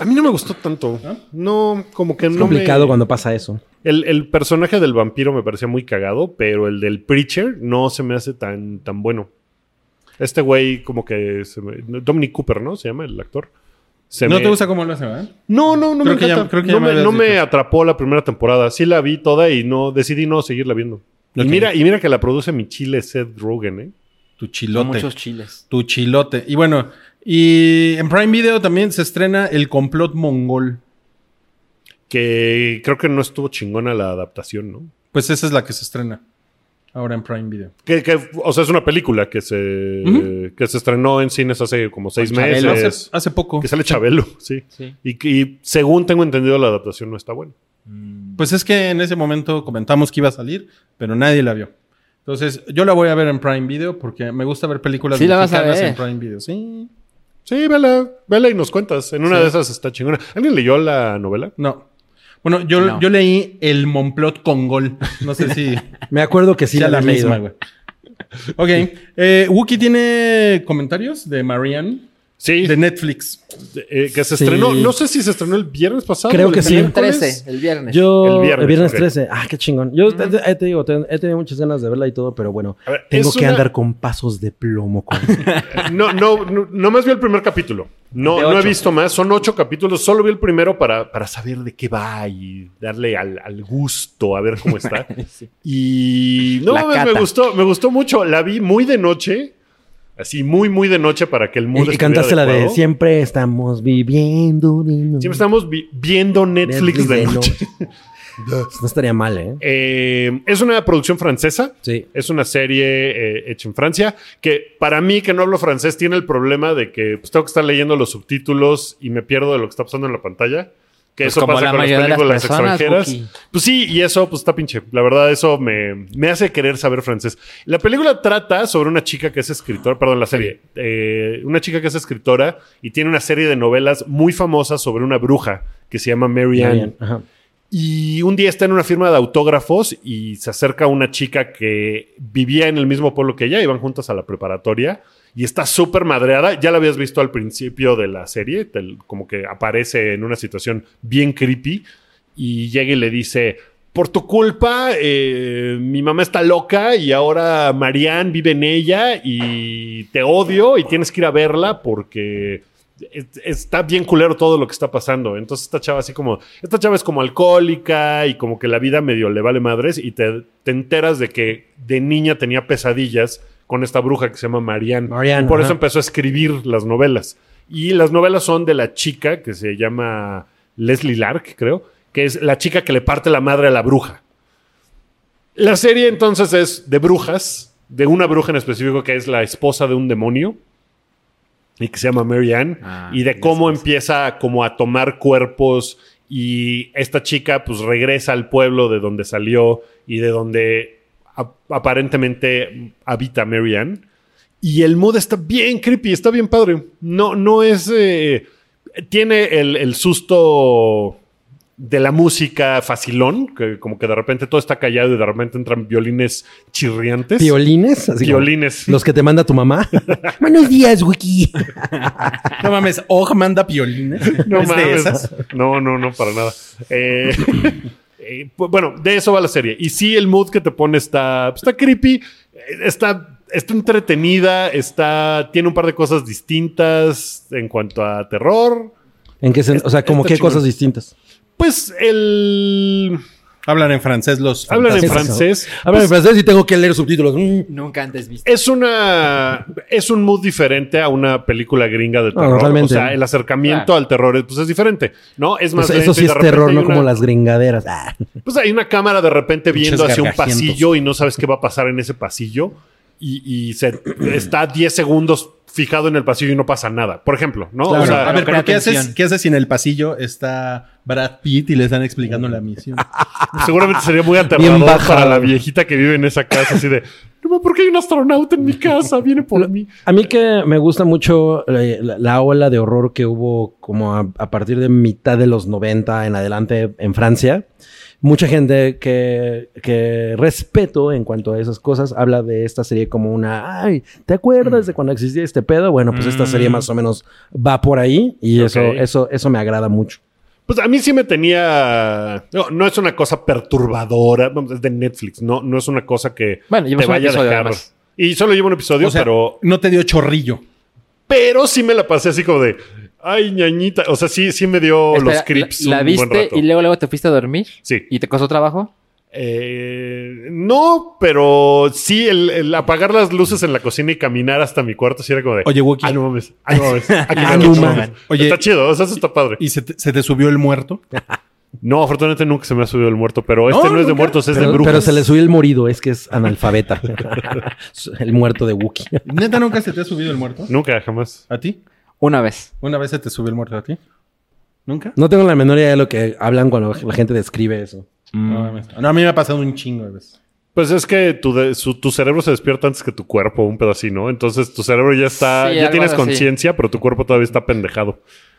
Speaker 2: a mí no me gustó tanto. No, como que
Speaker 6: es
Speaker 2: no.
Speaker 6: complicado
Speaker 2: me-
Speaker 6: cuando pasa eso.
Speaker 2: El, el personaje del vampiro me parecía muy cagado, pero el del Preacher no se me hace tan, tan bueno. Este güey, como que. se me- Dominic Cooper, ¿no? Se llama el actor. Se
Speaker 5: ¿No
Speaker 2: me-
Speaker 5: te gusta cómo lo hace, verdad?
Speaker 2: No, no, no
Speaker 5: Creo
Speaker 2: me
Speaker 5: que ya-
Speaker 2: encanta.
Speaker 5: creo que ya
Speaker 2: no
Speaker 5: me
Speaker 2: me,
Speaker 5: habías
Speaker 2: no me
Speaker 5: dicho.
Speaker 2: atrapó la primera temporada. Sí la vi toda y no decidí no seguirla viendo. Y,
Speaker 5: Ok.
Speaker 2: mira, y mira que la produce mi chile Seth Rogen, ¿eh?
Speaker 5: Tu chilote.
Speaker 4: Muchos chiles.
Speaker 5: Tu chilote. Y bueno, y en Prime Video también se estrena El complot mongol.
Speaker 2: Que creo que no estuvo chingona la adaptación, ¿no?
Speaker 5: Pues esa es la que se estrena. ahora en Prime Video.
Speaker 2: Que, que, o sea, es una película que se, que se estrenó en cines hace como seis
Speaker 5: Pues
Speaker 4: Con Chabelo.
Speaker 2: meses.
Speaker 5: Hace, hace poco.
Speaker 2: Que sale Chabelo, sí.
Speaker 4: Sí.
Speaker 2: Y, que- y según tengo entendido, la adaptación no está buena.
Speaker 5: Pues es que en ese momento comentamos que iba a salir, pero nadie la vio. Entonces, yo la voy a ver en Prime Video porque me gusta ver películas
Speaker 4: Sí, la vas a
Speaker 5: mexicanas
Speaker 4: ver.
Speaker 5: en Prime Video. Sí.
Speaker 2: Sí, vela, vela y nos cuentas. En una de esas está chingona. ¿Alguien leyó la novela?
Speaker 5: No. Bueno, yo,
Speaker 4: No.
Speaker 5: yo leí El Monplot con Gol. No sé si
Speaker 6: Me acuerdo que sí
Speaker 5: sea la
Speaker 6: había leído.
Speaker 5: misma, güey. Ok. Eh, Wookie tiene comentarios de Marianne
Speaker 2: Sí,
Speaker 5: de Netflix.
Speaker 2: eh, que se
Speaker 6: Sí.
Speaker 2: estrenó. No sé si se estrenó el viernes pasado.
Speaker 6: Creo
Speaker 2: o el
Speaker 6: que sí.
Speaker 4: El
Speaker 2: miércoles.
Speaker 4: 13, el viernes.
Speaker 6: Yo,
Speaker 2: El
Speaker 6: el
Speaker 2: viernes,
Speaker 6: viernes,
Speaker 2: ok.
Speaker 6: 13. Ah, qué chingón. Yo te, te- te digo, te- he tenido muchas ganas de verla y todo, pero bueno,
Speaker 2: A ver,
Speaker 6: tengo
Speaker 2: es
Speaker 6: que
Speaker 2: una-
Speaker 6: andar con pasos de plomo. con-
Speaker 2: No, no, no, nomás vi el primer capítulo. No,
Speaker 4: De
Speaker 2: no he
Speaker 4: ocho.
Speaker 2: visto más. Son ocho capítulos. Solo vi el primero para, para saber de qué va y darle al, al gusto a ver cómo está. Y no
Speaker 4: La
Speaker 2: mames, me
Speaker 4: cata.
Speaker 2: gustó, me gustó mucho. La vi muy de noche. Así, muy, muy de noche para que el
Speaker 6: y
Speaker 2: mundo.
Speaker 6: y cantaste la de
Speaker 2: siempre.
Speaker 6: siempre estamos viviendo. viviendo".
Speaker 2: Siempre estamos vi- viendo Netflix, de noche.
Speaker 6: No estaría mal, ¿eh?
Speaker 2: Eh, es una producción francesa.
Speaker 6: Sí.
Speaker 2: Es una serie eh, hecha en Francia que para mí que no hablo francés tiene el problema de que pues, tengo que estar leyendo los subtítulos y me pierdo de lo que está pasando en la pantalla. Que
Speaker 4: Pues
Speaker 2: eso
Speaker 4: como
Speaker 2: pasa
Speaker 4: la
Speaker 2: con las
Speaker 4: mayoría de las
Speaker 2: películas
Speaker 4: personas,
Speaker 2: extranjeras.
Speaker 4: Buki.
Speaker 2: Pues sí, y eso pues está pinche. La verdad eso me, me hace querer saber francés. La película trata sobre una chica que es escritora, perdón, la serie. Eh, una chica que es escritora y tiene una serie de novelas muy famosas sobre una bruja que se llama Mary Ann.
Speaker 6: Bien, ajá.
Speaker 2: Y un día está en una firma de autógrafos y se acerca una chica que vivía en el mismo pueblo que ella, iban juntas a la preparatoria y está súper madreada. Ya la habías visto al principio de la serie, te- como que aparece en una situación bien creepy y llega y le dice, por tu culpa, eh, mi mamá está loca y ahora Marianne vive en ella y te odio y tienes que ir a verla porque es- está bien culero todo lo que está pasando. Entonces esta chava así como, esta chava es como alcohólica y como que la vida medio le vale madres y te, te enteras de que de niña tenía pesadillas con esta bruja que se llama Marianne.
Speaker 6: Marianne,
Speaker 2: Y por eso
Speaker 6: ajá.
Speaker 2: empezó a escribir las novelas. Y las novelas son de la chica que se llama Leslie Lark, creo, que es la chica que le parte la madre a la bruja. La serie entonces es de brujas, de una bruja en específico que es la esposa de un demonio y que se llama Mary Ann,
Speaker 4: Ah,
Speaker 2: y de cómo empieza como a tomar cuerpos y esta chica pues regresa al pueblo de donde salió y de donde ap- aparentemente habita Mary Ann. Y el mood está bien creepy, está bien padre. No, no es... eh, tiene el, el susto de la música facilón, que como que de repente todo está callado y de repente entran violines chirriantes.
Speaker 6: ¿Piolines? Así como
Speaker 2: Violines.
Speaker 6: Los que te manda tu mamá. Buenos días, Wiki.
Speaker 5: No mames, Og manda piolines.
Speaker 2: No
Speaker 5: ¿Es de
Speaker 2: mames.
Speaker 5: esas?
Speaker 2: No, no, no, para nada. Eh, eh, pu- bueno, de eso va la serie. Y sí, el mood que te pone está, está creepy, eh, está, está entretenida, está, tiene un par de cosas distintas en cuanto a terror.
Speaker 6: ¿En qué sen- O sea, como
Speaker 2: está
Speaker 6: qué
Speaker 2: chingón.
Speaker 6: cosas distintas.
Speaker 2: Pues el...
Speaker 5: Hablan en francés los.
Speaker 2: Hablan en
Speaker 6: Fantasmas.
Speaker 2: francés. Pues
Speaker 6: Hablan en francés y tengo que leer subtítulos. Mm.
Speaker 4: Nunca antes visto.
Speaker 2: Es una. Es un mood diferente a una película gringa de terror.
Speaker 6: totalmente.
Speaker 2: O sea, el acercamiento
Speaker 4: Claro.
Speaker 2: al terror es, pues, es diferente, ¿no? Es más.
Speaker 6: Pues eso
Speaker 2: lento y
Speaker 6: sí
Speaker 2: de
Speaker 6: es
Speaker 2: repente
Speaker 6: terror,
Speaker 2: hay
Speaker 6: no
Speaker 2: una-
Speaker 6: como las gringaderas. Ah.
Speaker 2: Pues hay una cámara de repente
Speaker 5: Pinches
Speaker 2: viendo hacia un
Speaker 5: gargajientos.
Speaker 2: pasillo y no sabes qué va a pasar en ese pasillo. Y, y se está 10 segundos fijado en el pasillo y no pasa nada. Por ejemplo, ¿no?
Speaker 6: Claro.
Speaker 2: O sea,
Speaker 5: a ver,
Speaker 4: crea
Speaker 5: pero ¿qué haces,
Speaker 4: tensión.
Speaker 5: ¿qué haces si en el pasillo está Brad Pitt y le están explicando la misión?
Speaker 2: seguramente sería muy aterrador
Speaker 6: Bien bajado.
Speaker 2: para la viejita que vive en esa casa así de. No, ¿por qué hay un astronauta en mi casa? Viene por mí.
Speaker 6: A mí que me gusta mucho eh, la, la ola de horror que hubo como a, a partir de mitad de los 90 en adelante en Francia. Mucha gente que, que respeto en cuanto a esas cosas habla de esta serie como una, ay, ¿te acuerdas
Speaker 2: Mm.
Speaker 6: de cuando existía este pedo? Bueno, pues esta serie más o menos va por ahí y eso,
Speaker 2: Ok.
Speaker 6: eso, eso me agrada mucho.
Speaker 2: Pues a mí sí me tenía. No, no es una cosa perturbadora. Vamos, Es de Netflix. No, no es una cosa que
Speaker 4: Bueno,
Speaker 2: te
Speaker 4: llevas un
Speaker 2: vaya a
Speaker 4: episodio,
Speaker 2: dejar.
Speaker 4: además.
Speaker 2: Y solo llevo un episodio,
Speaker 5: O sea,
Speaker 2: pero.
Speaker 5: no te dio chorrillo.
Speaker 2: Pero sí me la pasé así como de. Ay, ñañita. O sea, sí, sí me dio
Speaker 4: Espera,
Speaker 2: los creeps.
Speaker 4: La, la
Speaker 2: un buen
Speaker 4: viste
Speaker 2: rato.
Speaker 4: y luego, luego te fuiste a dormir.
Speaker 2: Sí.
Speaker 4: ¿Y te costó trabajo?
Speaker 2: Eh, no, pero sí, el, el apagar las luces en la cocina y caminar hasta mi cuarto, sí era como de.
Speaker 5: Oye, Wookie.
Speaker 2: Ah, no mames. Ah, no mames. Aquí
Speaker 6: Ah,
Speaker 2: me
Speaker 6: no
Speaker 2: lo
Speaker 6: mames.
Speaker 2: chupan.
Speaker 5: Oye,
Speaker 2: está chido. O sea, eso está padre.
Speaker 5: ¿Y se te, se te subió el muerto?
Speaker 2: No, afortunadamente nunca se me ha subido el muerto, pero este no,
Speaker 5: No,
Speaker 2: es de
Speaker 5: nunca.
Speaker 2: muertos, es de
Speaker 6: Pero,
Speaker 2: brujas.
Speaker 6: pero se le subió el morido, es que es analfabeta. el muerto de Wookiee.
Speaker 5: ¿Neta nunca se te ha subido el muerto?
Speaker 2: Nunca, jamás.
Speaker 5: ¿A ti?
Speaker 4: Una vez.
Speaker 5: ¿Una vez se te subió el muerto a ti? ¿Nunca?
Speaker 6: No tengo la menor idea de lo que hablan cuando la gente describe eso.
Speaker 4: Mm.
Speaker 5: No, mames. No, a mí me ha pasado un chingo de veces.
Speaker 2: Pues es que tu, de- su- tu cerebro se despierta antes que tu cuerpo, un pedacino. Entonces tu cerebro ya está,
Speaker 4: Sí,
Speaker 2: ya
Speaker 4: algo
Speaker 2: tienes
Speaker 4: así.
Speaker 2: conciencia, pero tu cuerpo todavía está pendejado.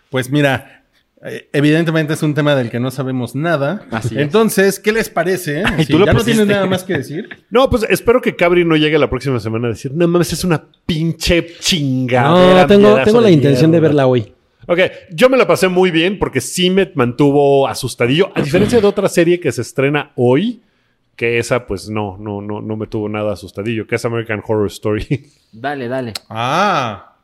Speaker 5: Pues mira, eh, evidentemente es un tema del que no sabemos nada.
Speaker 4: Así es.
Speaker 5: Entonces, ¿qué les parece?
Speaker 4: Ay,
Speaker 5: Si
Speaker 4: tú lo
Speaker 5: ya no
Speaker 4: pusiste.
Speaker 5: tienen nada más que decir.
Speaker 2: No, pues espero que Cabri no llegue la próxima semana a decir, no mames, es una pinche chingadera.
Speaker 6: No, tengo,
Speaker 2: pedazo
Speaker 6: tengo la intención de
Speaker 2: mierda".
Speaker 6: verla hoy.
Speaker 2: Ok, yo me la pasé muy bien porque sí me mantuvo asustadillo, a diferencia de otra serie que se estrena hoy, que esa pues no, no, no, no me tuvo nada asustadillo, que es American Horror Story.
Speaker 4: Dale, dale.
Speaker 5: Ah,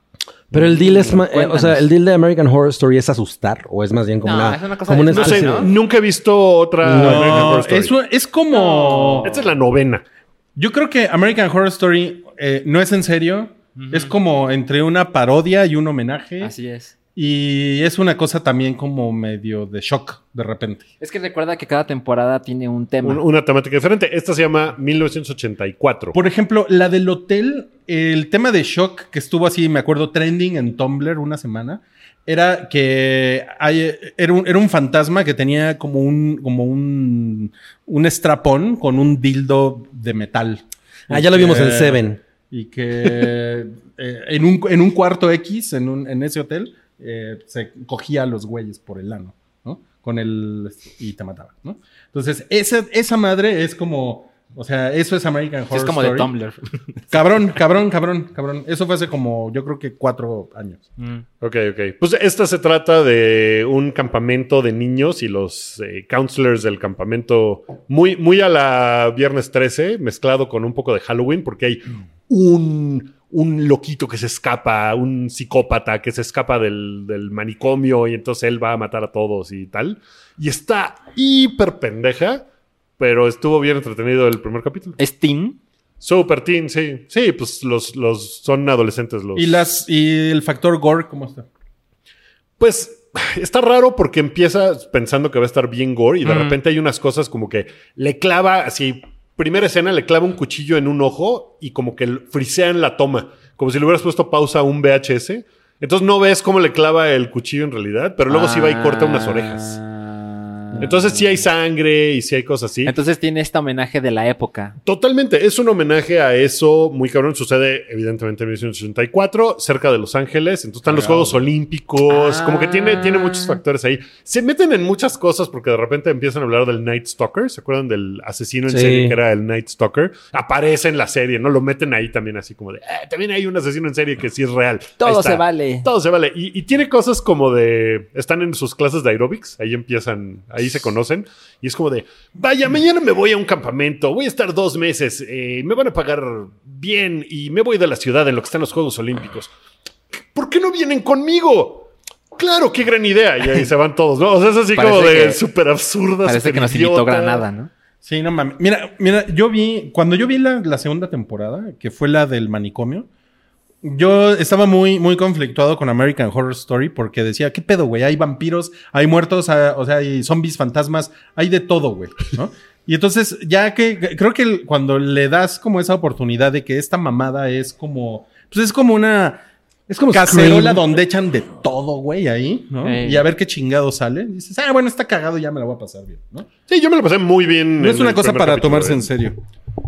Speaker 6: Pero el deal es, ma- eh, o
Speaker 4: Cuéntanos.
Speaker 6: sea, el deal de American Horror Story es asustar o es más bien como
Speaker 4: No,
Speaker 6: una,
Speaker 4: es una cosa
Speaker 6: como
Speaker 4: de-
Speaker 2: No sé,
Speaker 6: especie de-
Speaker 2: nunca he visto otra American
Speaker 5: no,
Speaker 2: Horror Story.
Speaker 5: es, un- es como...
Speaker 2: Esta es la novena.
Speaker 5: Yo creo que American Horror Story eh, no es en serio. Es como entre una parodia y un homenaje.
Speaker 6: Ah,
Speaker 4: Así es.
Speaker 5: Y es una cosa también como medio de shock de repente.
Speaker 4: Es que recuerda que cada temporada tiene un tema.
Speaker 2: Un- una temática diferente. Esta se llama 1984.
Speaker 5: Por ejemplo, la del hotel, el tema de shock que estuvo así, me acuerdo, trending en Tumblr una semana, era que hay- era, un, era un fantasma que tenía como un, como un, un estrapón con un dildo de metal.
Speaker 6: Ah, ya lo vimos en
Speaker 5: Eh,
Speaker 6: Seven.
Speaker 5: Y que eh, en, un, en un cuarto X, en, un- en ese hotel, eh, se cogía a los güeyes por el ano, ¿no? Con el... y te mataba, ¿no? Entonces, esa, esa madre es como... O sea, eso es American Horror
Speaker 4: es como de
Speaker 5: Story.
Speaker 4: Tumblr.
Speaker 5: Cabrón, cabrón, cabrón, cabrón. Eso fue hace como, yo creo que cuatro años.
Speaker 2: Ok, ok. Pues esta se trata de un campamento de niños y los eh, counselors del campamento muy, muy a la viernes 13, mezclado con un poco de Halloween, porque hay un, un loquito que se escapa, un psicópata que se escapa del, del manicomio y entonces él va a matar a todos y tal. Y está hiper pendeja, pero estuvo bien entretenido el primer capítulo.
Speaker 4: ¿Es Teen?
Speaker 2: Super teen, sí. Sí, pues los, los son adolescentes los.
Speaker 5: Y las y el factor gore, ¿cómo está?
Speaker 2: Pues está raro porque empieza pensando que va a estar bien gore y de
Speaker 4: Ujú.
Speaker 2: repente hay unas cosas como que le clava, así, primera escena le clava un cuchillo en un ojo y como que frisean la toma, como si le hubieras puesto pausa a un VHS. Entonces no ves cómo le clava el cuchillo en realidad, pero luego sí
Speaker 4: Ah.
Speaker 2: va y corta unas orejas.
Speaker 5: Ah.
Speaker 2: Entonces sí hay sangre y sí hay cosas así.
Speaker 4: Entonces tiene este homenaje de la época.
Speaker 2: Totalmente, es un homenaje a eso muy cabrón. Sucede, evidentemente, en 1984, cerca de Los Ángeles. Entonces están los
Speaker 5: Claro.
Speaker 2: Juegos Olímpicos, como que tiene,
Speaker 4: Ah.
Speaker 2: tiene muchos factores ahí. Se meten en muchas cosas porque de repente empiezan a hablar del Night Stalker. ¿Se acuerdan del asesino en
Speaker 6: Sí.
Speaker 2: serie que era el Night Stalker? Aparece en la serie, ¿no? Lo meten ahí también, así como de. "Eh, también hay un asesino en serie que sí es real. Ahí
Speaker 4: Todo
Speaker 2: está.
Speaker 4: se vale.
Speaker 2: Todo se vale. Y, y tiene cosas como de. Están en sus clases de aeróbics. Ahí empiezan. Ahí se conocen. Y es como de. Vaya, mañana me voy a un campamento. Voy a estar dos meses. eh, me van a pagar bien. Y me voy de la ciudad en lo que están los Juegos Olímpicos. ¿Por qué no vienen conmigo? Claro, qué gran idea. Y ahí se van todos, ¿no? O sea, es así
Speaker 4: Parece
Speaker 2: como de
Speaker 4: que-
Speaker 2: súper absurda.
Speaker 4: Parece que nos invitó Granada, ¿no?
Speaker 5: Sí, no mames. Mira, mira, yo vi, cuando yo vi la, la segunda temporada, que fue la del manicomio, yo estaba muy, muy conflictuado con American Horror Story porque decía, ¿qué pedo, güey? Hay vampiros, hay muertos, ah, o sea, hay zombies, fantasmas, hay de todo, güey, ¿no? Y entonces, ya que que- creo que el- cuando le das como esa oportunidad de que esta mamada es como, pues es como una
Speaker 6: Es como
Speaker 5: cacerola
Speaker 6: Scream.
Speaker 5: donde echan de todo, güey, ahí, ¿no?
Speaker 4: Eh.
Speaker 5: Y a ver qué chingado sale. Y dices, ah, bueno, está cagado, ya me la voy a pasar bien, ¿no?
Speaker 2: Sí, yo me lo pasé muy bien.
Speaker 5: No es
Speaker 2: en
Speaker 5: una
Speaker 2: el
Speaker 5: cosa
Speaker 2: primer
Speaker 5: para
Speaker 2: capítulo,
Speaker 5: tomarse
Speaker 2: ¿eh?
Speaker 5: en serio.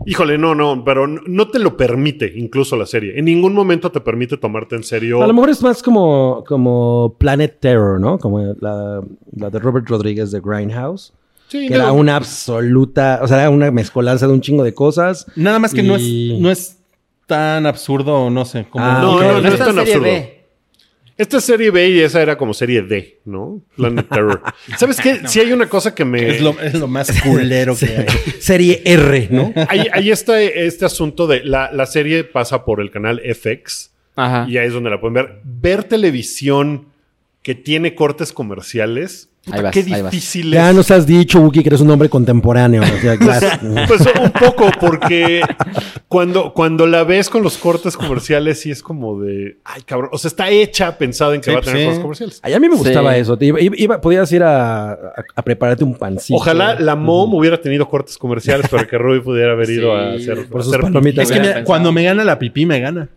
Speaker 2: Híjole, no, no, pero n- no te lo permite incluso la serie. En ningún momento te permite tomarte en serio.
Speaker 6: A lo mejor es más como, como Planet Terror, ¿no? Como la, la de Robert Rodríguez de Grindhouse.
Speaker 2: Sí,
Speaker 6: Que
Speaker 2: no.
Speaker 6: era una absoluta, o sea, era una mezcolanza de un chingo de cosas.
Speaker 5: Nada más que no,
Speaker 6: Y-
Speaker 5: es, no es tan absurdo, no sé. Como
Speaker 6: Ah,
Speaker 2: No,
Speaker 6: ok.
Speaker 2: no, no,
Speaker 4: Pero
Speaker 2: es
Speaker 4: esta
Speaker 2: tan
Speaker 4: serie
Speaker 2: absurdo.
Speaker 4: B.
Speaker 2: Esta es serie B y esa era como serie D, ¿no? Planet Terror. ¿Sabes qué? si hay una cosa que me...
Speaker 5: es, lo, es lo más culero que hay.
Speaker 6: Serie R, ¿no?
Speaker 2: Hay, hay este, este asunto de la, la serie pasa por el canal FX
Speaker 4: Ajá.
Speaker 2: y ahí es donde la pueden ver. Ver televisión que tiene cortes comerciales
Speaker 4: Ahí vas,
Speaker 2: qué
Speaker 4: ahí vas.
Speaker 2: difícil
Speaker 6: Ya
Speaker 2: es.
Speaker 6: nos has dicho, Wookie, que eres un hombre contemporáneo. o sea, ya-
Speaker 2: Pues un poco, porque cuando, cuando la ves con los cortes comerciales, sí es como de. Ay, cabrón. O sea, está hecha pensada en que
Speaker 5: Sí,
Speaker 2: va a tener
Speaker 5: sí.
Speaker 2: cortes comerciales.
Speaker 6: Ay, a mí me gustaba
Speaker 4: Sí.
Speaker 6: eso. te iba- iba- podías ir a, a- a prepararte un pancito.
Speaker 2: Ojalá la MOM hubiera tenido cortes comerciales para que Ruby pudiera haber ido a
Speaker 4: Sí,
Speaker 2: hacer.
Speaker 6: por
Speaker 2: a
Speaker 6: sus
Speaker 2: hacer-
Speaker 6: palomitas.
Speaker 5: Es que
Speaker 4: Hubiera
Speaker 5: me-
Speaker 4: pensado.
Speaker 5: cuando me gana la pipí, me gana.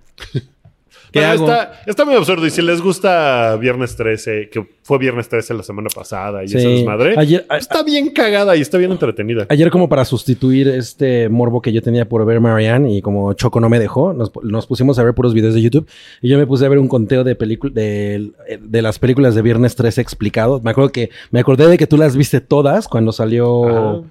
Speaker 5: ¿Qué
Speaker 2: Bueno,
Speaker 5: hago?
Speaker 2: Está, está muy absurdo. Y si les gusta Viernes 13, que fue Viernes 13 la semana pasada y
Speaker 6: Sí.
Speaker 2: ese desmadre, pues
Speaker 6: Ayer- a-
Speaker 2: está bien cagada y está bien entretenida.
Speaker 6: Ayer como para sustituir este morbo que yo tenía por ver Marianne y como Choco no me dejó, nos, nos pusimos a ver puros videos de YouTube y yo me puse a ver un conteo de películas de, de las películas de Viernes 13 explicado. Me acuerdo que me acordé de que tú las viste todas cuando salió
Speaker 2: Ajá.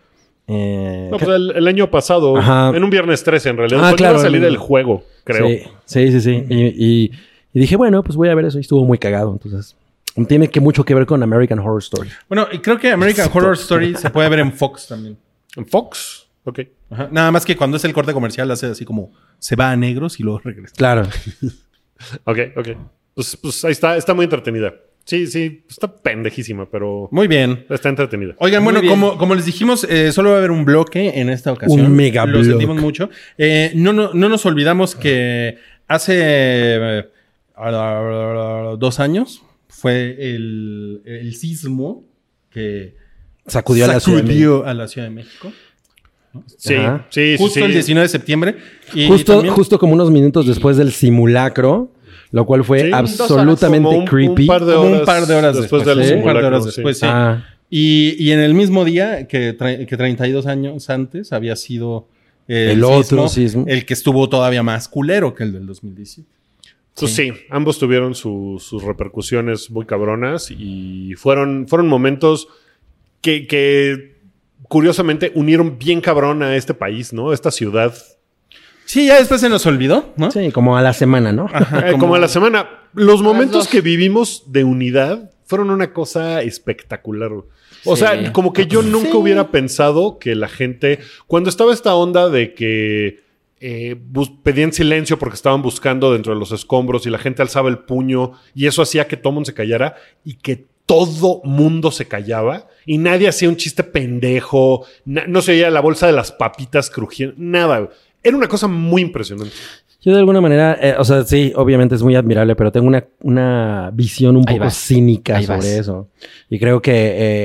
Speaker 6: eh,
Speaker 2: No, pues el, el año pasado,
Speaker 6: Ajá.
Speaker 2: en un Viernes 13, en realidad.
Speaker 6: Ah,
Speaker 2: cuando
Speaker 6: claro,
Speaker 2: iba a salir
Speaker 6: el-
Speaker 2: el juego, creo.
Speaker 6: Sí, sí, sí. sí. Y, y- y dije, bueno, pues voy a ver eso. Y estuvo muy cagado. Entonces, tiene que mucho que ver con American Horror Story.
Speaker 5: Bueno, y creo que American Horror Story se puede ver en Fox también.
Speaker 2: En Fox. Ok.
Speaker 5: Ajá. Nada más que cuando es el corte comercial hace así como se va a negros y luego regresa.
Speaker 6: Claro.
Speaker 2: Ok, ok. Pues, pues ahí está, está muy entretenida. Sí, sí, está pendejísima, pero
Speaker 5: Muy bien.
Speaker 2: está entretenida.
Speaker 5: Oigan,
Speaker 4: Muy
Speaker 5: bueno,
Speaker 4: bien.
Speaker 5: como, como les dijimos, eh, solo va a haber un bloque en esta ocasión.
Speaker 6: Un mega
Speaker 5: Lo
Speaker 6: bloque.
Speaker 5: sentimos mucho. Eh, no, no, no nos olvidamos que hace eh, dos años fue el, el sismo que
Speaker 6: Sacudió, a la ciudad. de México.
Speaker 5: sacudió a la Ciudad de México.
Speaker 2: Sí,
Speaker 6: Ajá.
Speaker 2: sí, sí,
Speaker 5: Justo
Speaker 2: sí.
Speaker 5: el 19 de septiembre. Y
Speaker 6: Justo,
Speaker 5: también-
Speaker 6: justo como unos minutos después del simulacro, lo cual fue
Speaker 2: Sí,
Speaker 6: absolutamente
Speaker 2: como un-
Speaker 6: creepy.
Speaker 2: Un par de
Speaker 5: Como
Speaker 2: horas,
Speaker 5: un par de horas
Speaker 2: después,
Speaker 5: después,
Speaker 2: del
Speaker 5: sí. Un par de
Speaker 2: simulacro,
Speaker 5: horas
Speaker 2: sí.
Speaker 5: después, sí.
Speaker 6: ¿eh? Ah,
Speaker 5: Y, y en el mismo día que, tre- que 32 años antes había sido eh,
Speaker 6: El otro sismo.
Speaker 5: el que estuvo todavía más culero que el del 2017.
Speaker 2: Pues sí, ambos tuvieron su- sus repercusiones muy cabronas y fueron, fueron momentos que, que curiosamente unieron bien cabrón a este país, ¿no? Esta ciudad.
Speaker 5: Sí, ya después se nos olvidó, ¿no?
Speaker 6: sí, como a la semana, ¿no?
Speaker 2: Eh, como a la semana. Los
Speaker 4: dos.
Speaker 2: momentos que vivimos de unidad fueron una cosa espectacular. güey. O
Speaker 4: Sí.
Speaker 2: sea, como que yo nunca hubiera pensado que la gente. Cuando estaba esta onda de que eh, bus- pedían silencio porque estaban buscando dentro de los escombros y la gente alzaba el puño y eso hacía que todo mundo se callara y que todo mundo se callaba y nadie hacía un chiste pendejo, na- no se oía la bolsa de las papitas crujiendo, nada. güey. Era una cosa muy impresionante.
Speaker 6: Yo de alguna manera, eh, o sea, sí, obviamente es muy admirable, pero tengo una, una visión un
Speaker 4: Ahí
Speaker 6: poco
Speaker 4: vas.
Speaker 6: cínica
Speaker 4: Ahí
Speaker 6: sobre
Speaker 4: vas.
Speaker 6: eso. Y creo que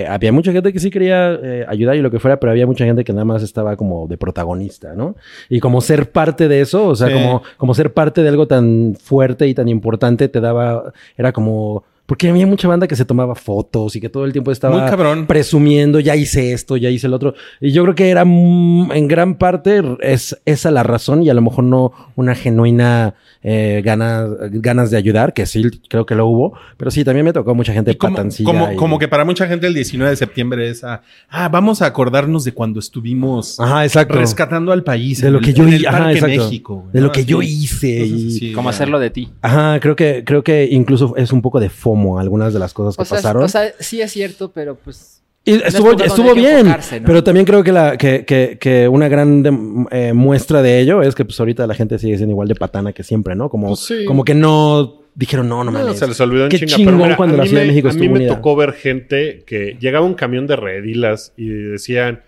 Speaker 6: eh, había mucha gente que sí quería eh, ayudar y lo que fuera, pero había mucha gente que nada más estaba como de protagonista, ¿no? Y como ser parte de eso, o sea,
Speaker 5: Sí.
Speaker 6: como, como ser parte de algo tan fuerte y tan importante te daba, era como... Porque había mucha banda que se tomaba fotos y que todo el tiempo estaba
Speaker 5: Muy cabrón.
Speaker 6: presumiendo, ya hice esto, ya hice el otro. Y yo creo que era mm, en gran parte es, esa la razón y a lo mejor no una genuina eh, gana- ganas de ayudar, que sí, creo que lo hubo, pero sí, también me tocó mucha gente
Speaker 5: Y como,
Speaker 6: patancilla.
Speaker 5: como,
Speaker 6: y-
Speaker 5: como que para mucha gente el 19 de septiembre es ah, ah, vamos a acordarnos de cuando estuvimos
Speaker 6: Ajá, Ah, exacto.
Speaker 5: rescatando al país
Speaker 6: De
Speaker 5: en
Speaker 6: lo
Speaker 5: el-
Speaker 6: que yo
Speaker 5: en el
Speaker 6: hi- ajá,
Speaker 5: Parque
Speaker 6: exacto.
Speaker 5: México, güey,
Speaker 6: De
Speaker 5: ¿no?
Speaker 6: lo que
Speaker 5: Así.
Speaker 6: yo hice
Speaker 5: Entonces,
Speaker 6: y-
Speaker 5: sí,
Speaker 4: Como
Speaker 5: ya.
Speaker 4: hacerlo de ti.
Speaker 6: Ajá, creo que, creo que incluso es un poco de FOMO algunas de las cosas que
Speaker 4: O sea,
Speaker 6: pasaron.
Speaker 4: o sea, sí es cierto, pero pues.
Speaker 6: Y
Speaker 4: es
Speaker 6: estuvo,
Speaker 4: por donde
Speaker 6: estuvo
Speaker 4: hay que
Speaker 6: bien,
Speaker 4: enfocarse, ¿no?
Speaker 6: pero también creo que, la, que, que, que una gran dem- eh, muestra de ello es que pues ahorita la gente sigue siendo igual de patana que siempre, ¿no? Como,
Speaker 2: Pues sí.
Speaker 6: como que no dijeron, no, no
Speaker 2: No,
Speaker 6: mames.
Speaker 2: se les olvidó en
Speaker 6: Qué
Speaker 2: chinga.
Speaker 6: chingón
Speaker 2: pero mira,
Speaker 6: cuando
Speaker 2: a
Speaker 6: la
Speaker 2: mí
Speaker 6: Ciudad de
Speaker 2: me-
Speaker 6: México
Speaker 2: A mí
Speaker 6: estuvo
Speaker 2: me
Speaker 6: unida.
Speaker 2: tocó ver gente que llegaba un camión de redilas y decían: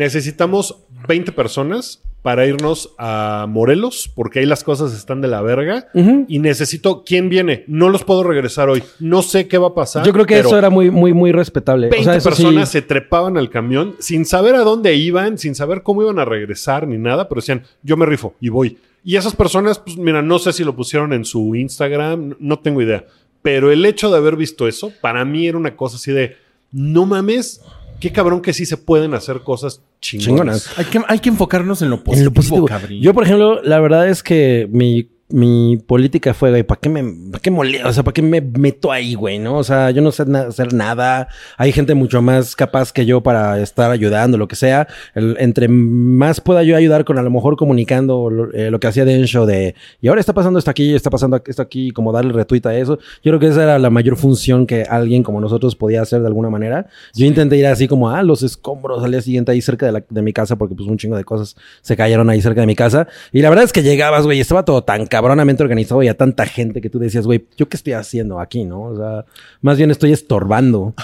Speaker 2: necesitamos 20 personas para irnos a Morelos porque ahí las cosas están de la verga.
Speaker 6: Ujú.
Speaker 2: Y necesito quién viene. No los puedo regresar hoy. No sé qué va a pasar.
Speaker 6: Yo creo que
Speaker 2: pero
Speaker 6: eso era muy, muy, muy respetable. O
Speaker 2: 20
Speaker 6: sea, eso sí-
Speaker 2: personas se trepaban al camión sin saber a dónde iban, sin saber cómo iban a regresar ni nada, pero decían, yo me rifo y voy. Y esas personas, pues mira, no sé si lo pusieron en su Instagram, n- no tengo idea. Pero el hecho de haber visto eso, para mí era una cosa así de, no mames, qué cabrón que sí se pueden hacer cosas chingonas.
Speaker 6: Chingonas.
Speaker 5: Hay que, hay que enfocarnos en lo positivo,
Speaker 6: En lo positivo.
Speaker 5: cabrín.
Speaker 6: Yo, por ejemplo, la verdad es que mi, mi política fue, güey, ¿para qué me para qué mole- O sea, ¿para qué me meto ahí, güey? ¿No? O sea, yo no sé na- hacer nada. Hay gente mucho más capaz que yo para estar ayudando, lo que sea. El- entre más pueda yo ayudar con a lo mejor comunicando lo, eh, lo que hacía Densho de, y ahora está pasando esto aquí, está pasando esto aquí, como darle retweet a eso. Yo creo que esa era la mayor función que alguien como nosotros podía hacer de alguna manera. Yo intenté ir así como a los escombros al día siguiente ahí cerca de, la- de mi casa porque pues un chingo de cosas se cayeron ahí cerca de mi casa. Y la verdad es que llegabas, güey, y estaba todo tan cabronamente organizado y a tanta gente que tú decías, güey, ¿yo qué estoy haciendo aquí, no? O sea, más bien estoy estorbando.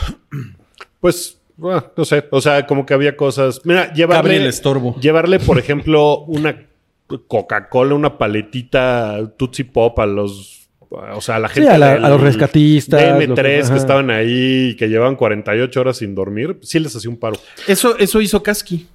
Speaker 2: Pues, bueno, no sé. O sea, como que había cosas. Mira, llevarle.
Speaker 5: Gabriel Estorbo.
Speaker 2: Llevarle, por ejemplo, una Coca-Cola, una paletita Tootsie Pop a los. O sea, a la gente.
Speaker 6: a la-
Speaker 2: del
Speaker 6: a los rescatistas, los
Speaker 2: DM3
Speaker 6: que-
Speaker 2: que,
Speaker 6: ajá.
Speaker 2: estaban ahí y que llevaban 48 horas sin dormir. Sí les hacía un paro.
Speaker 5: Eso, eso hizo Kasky.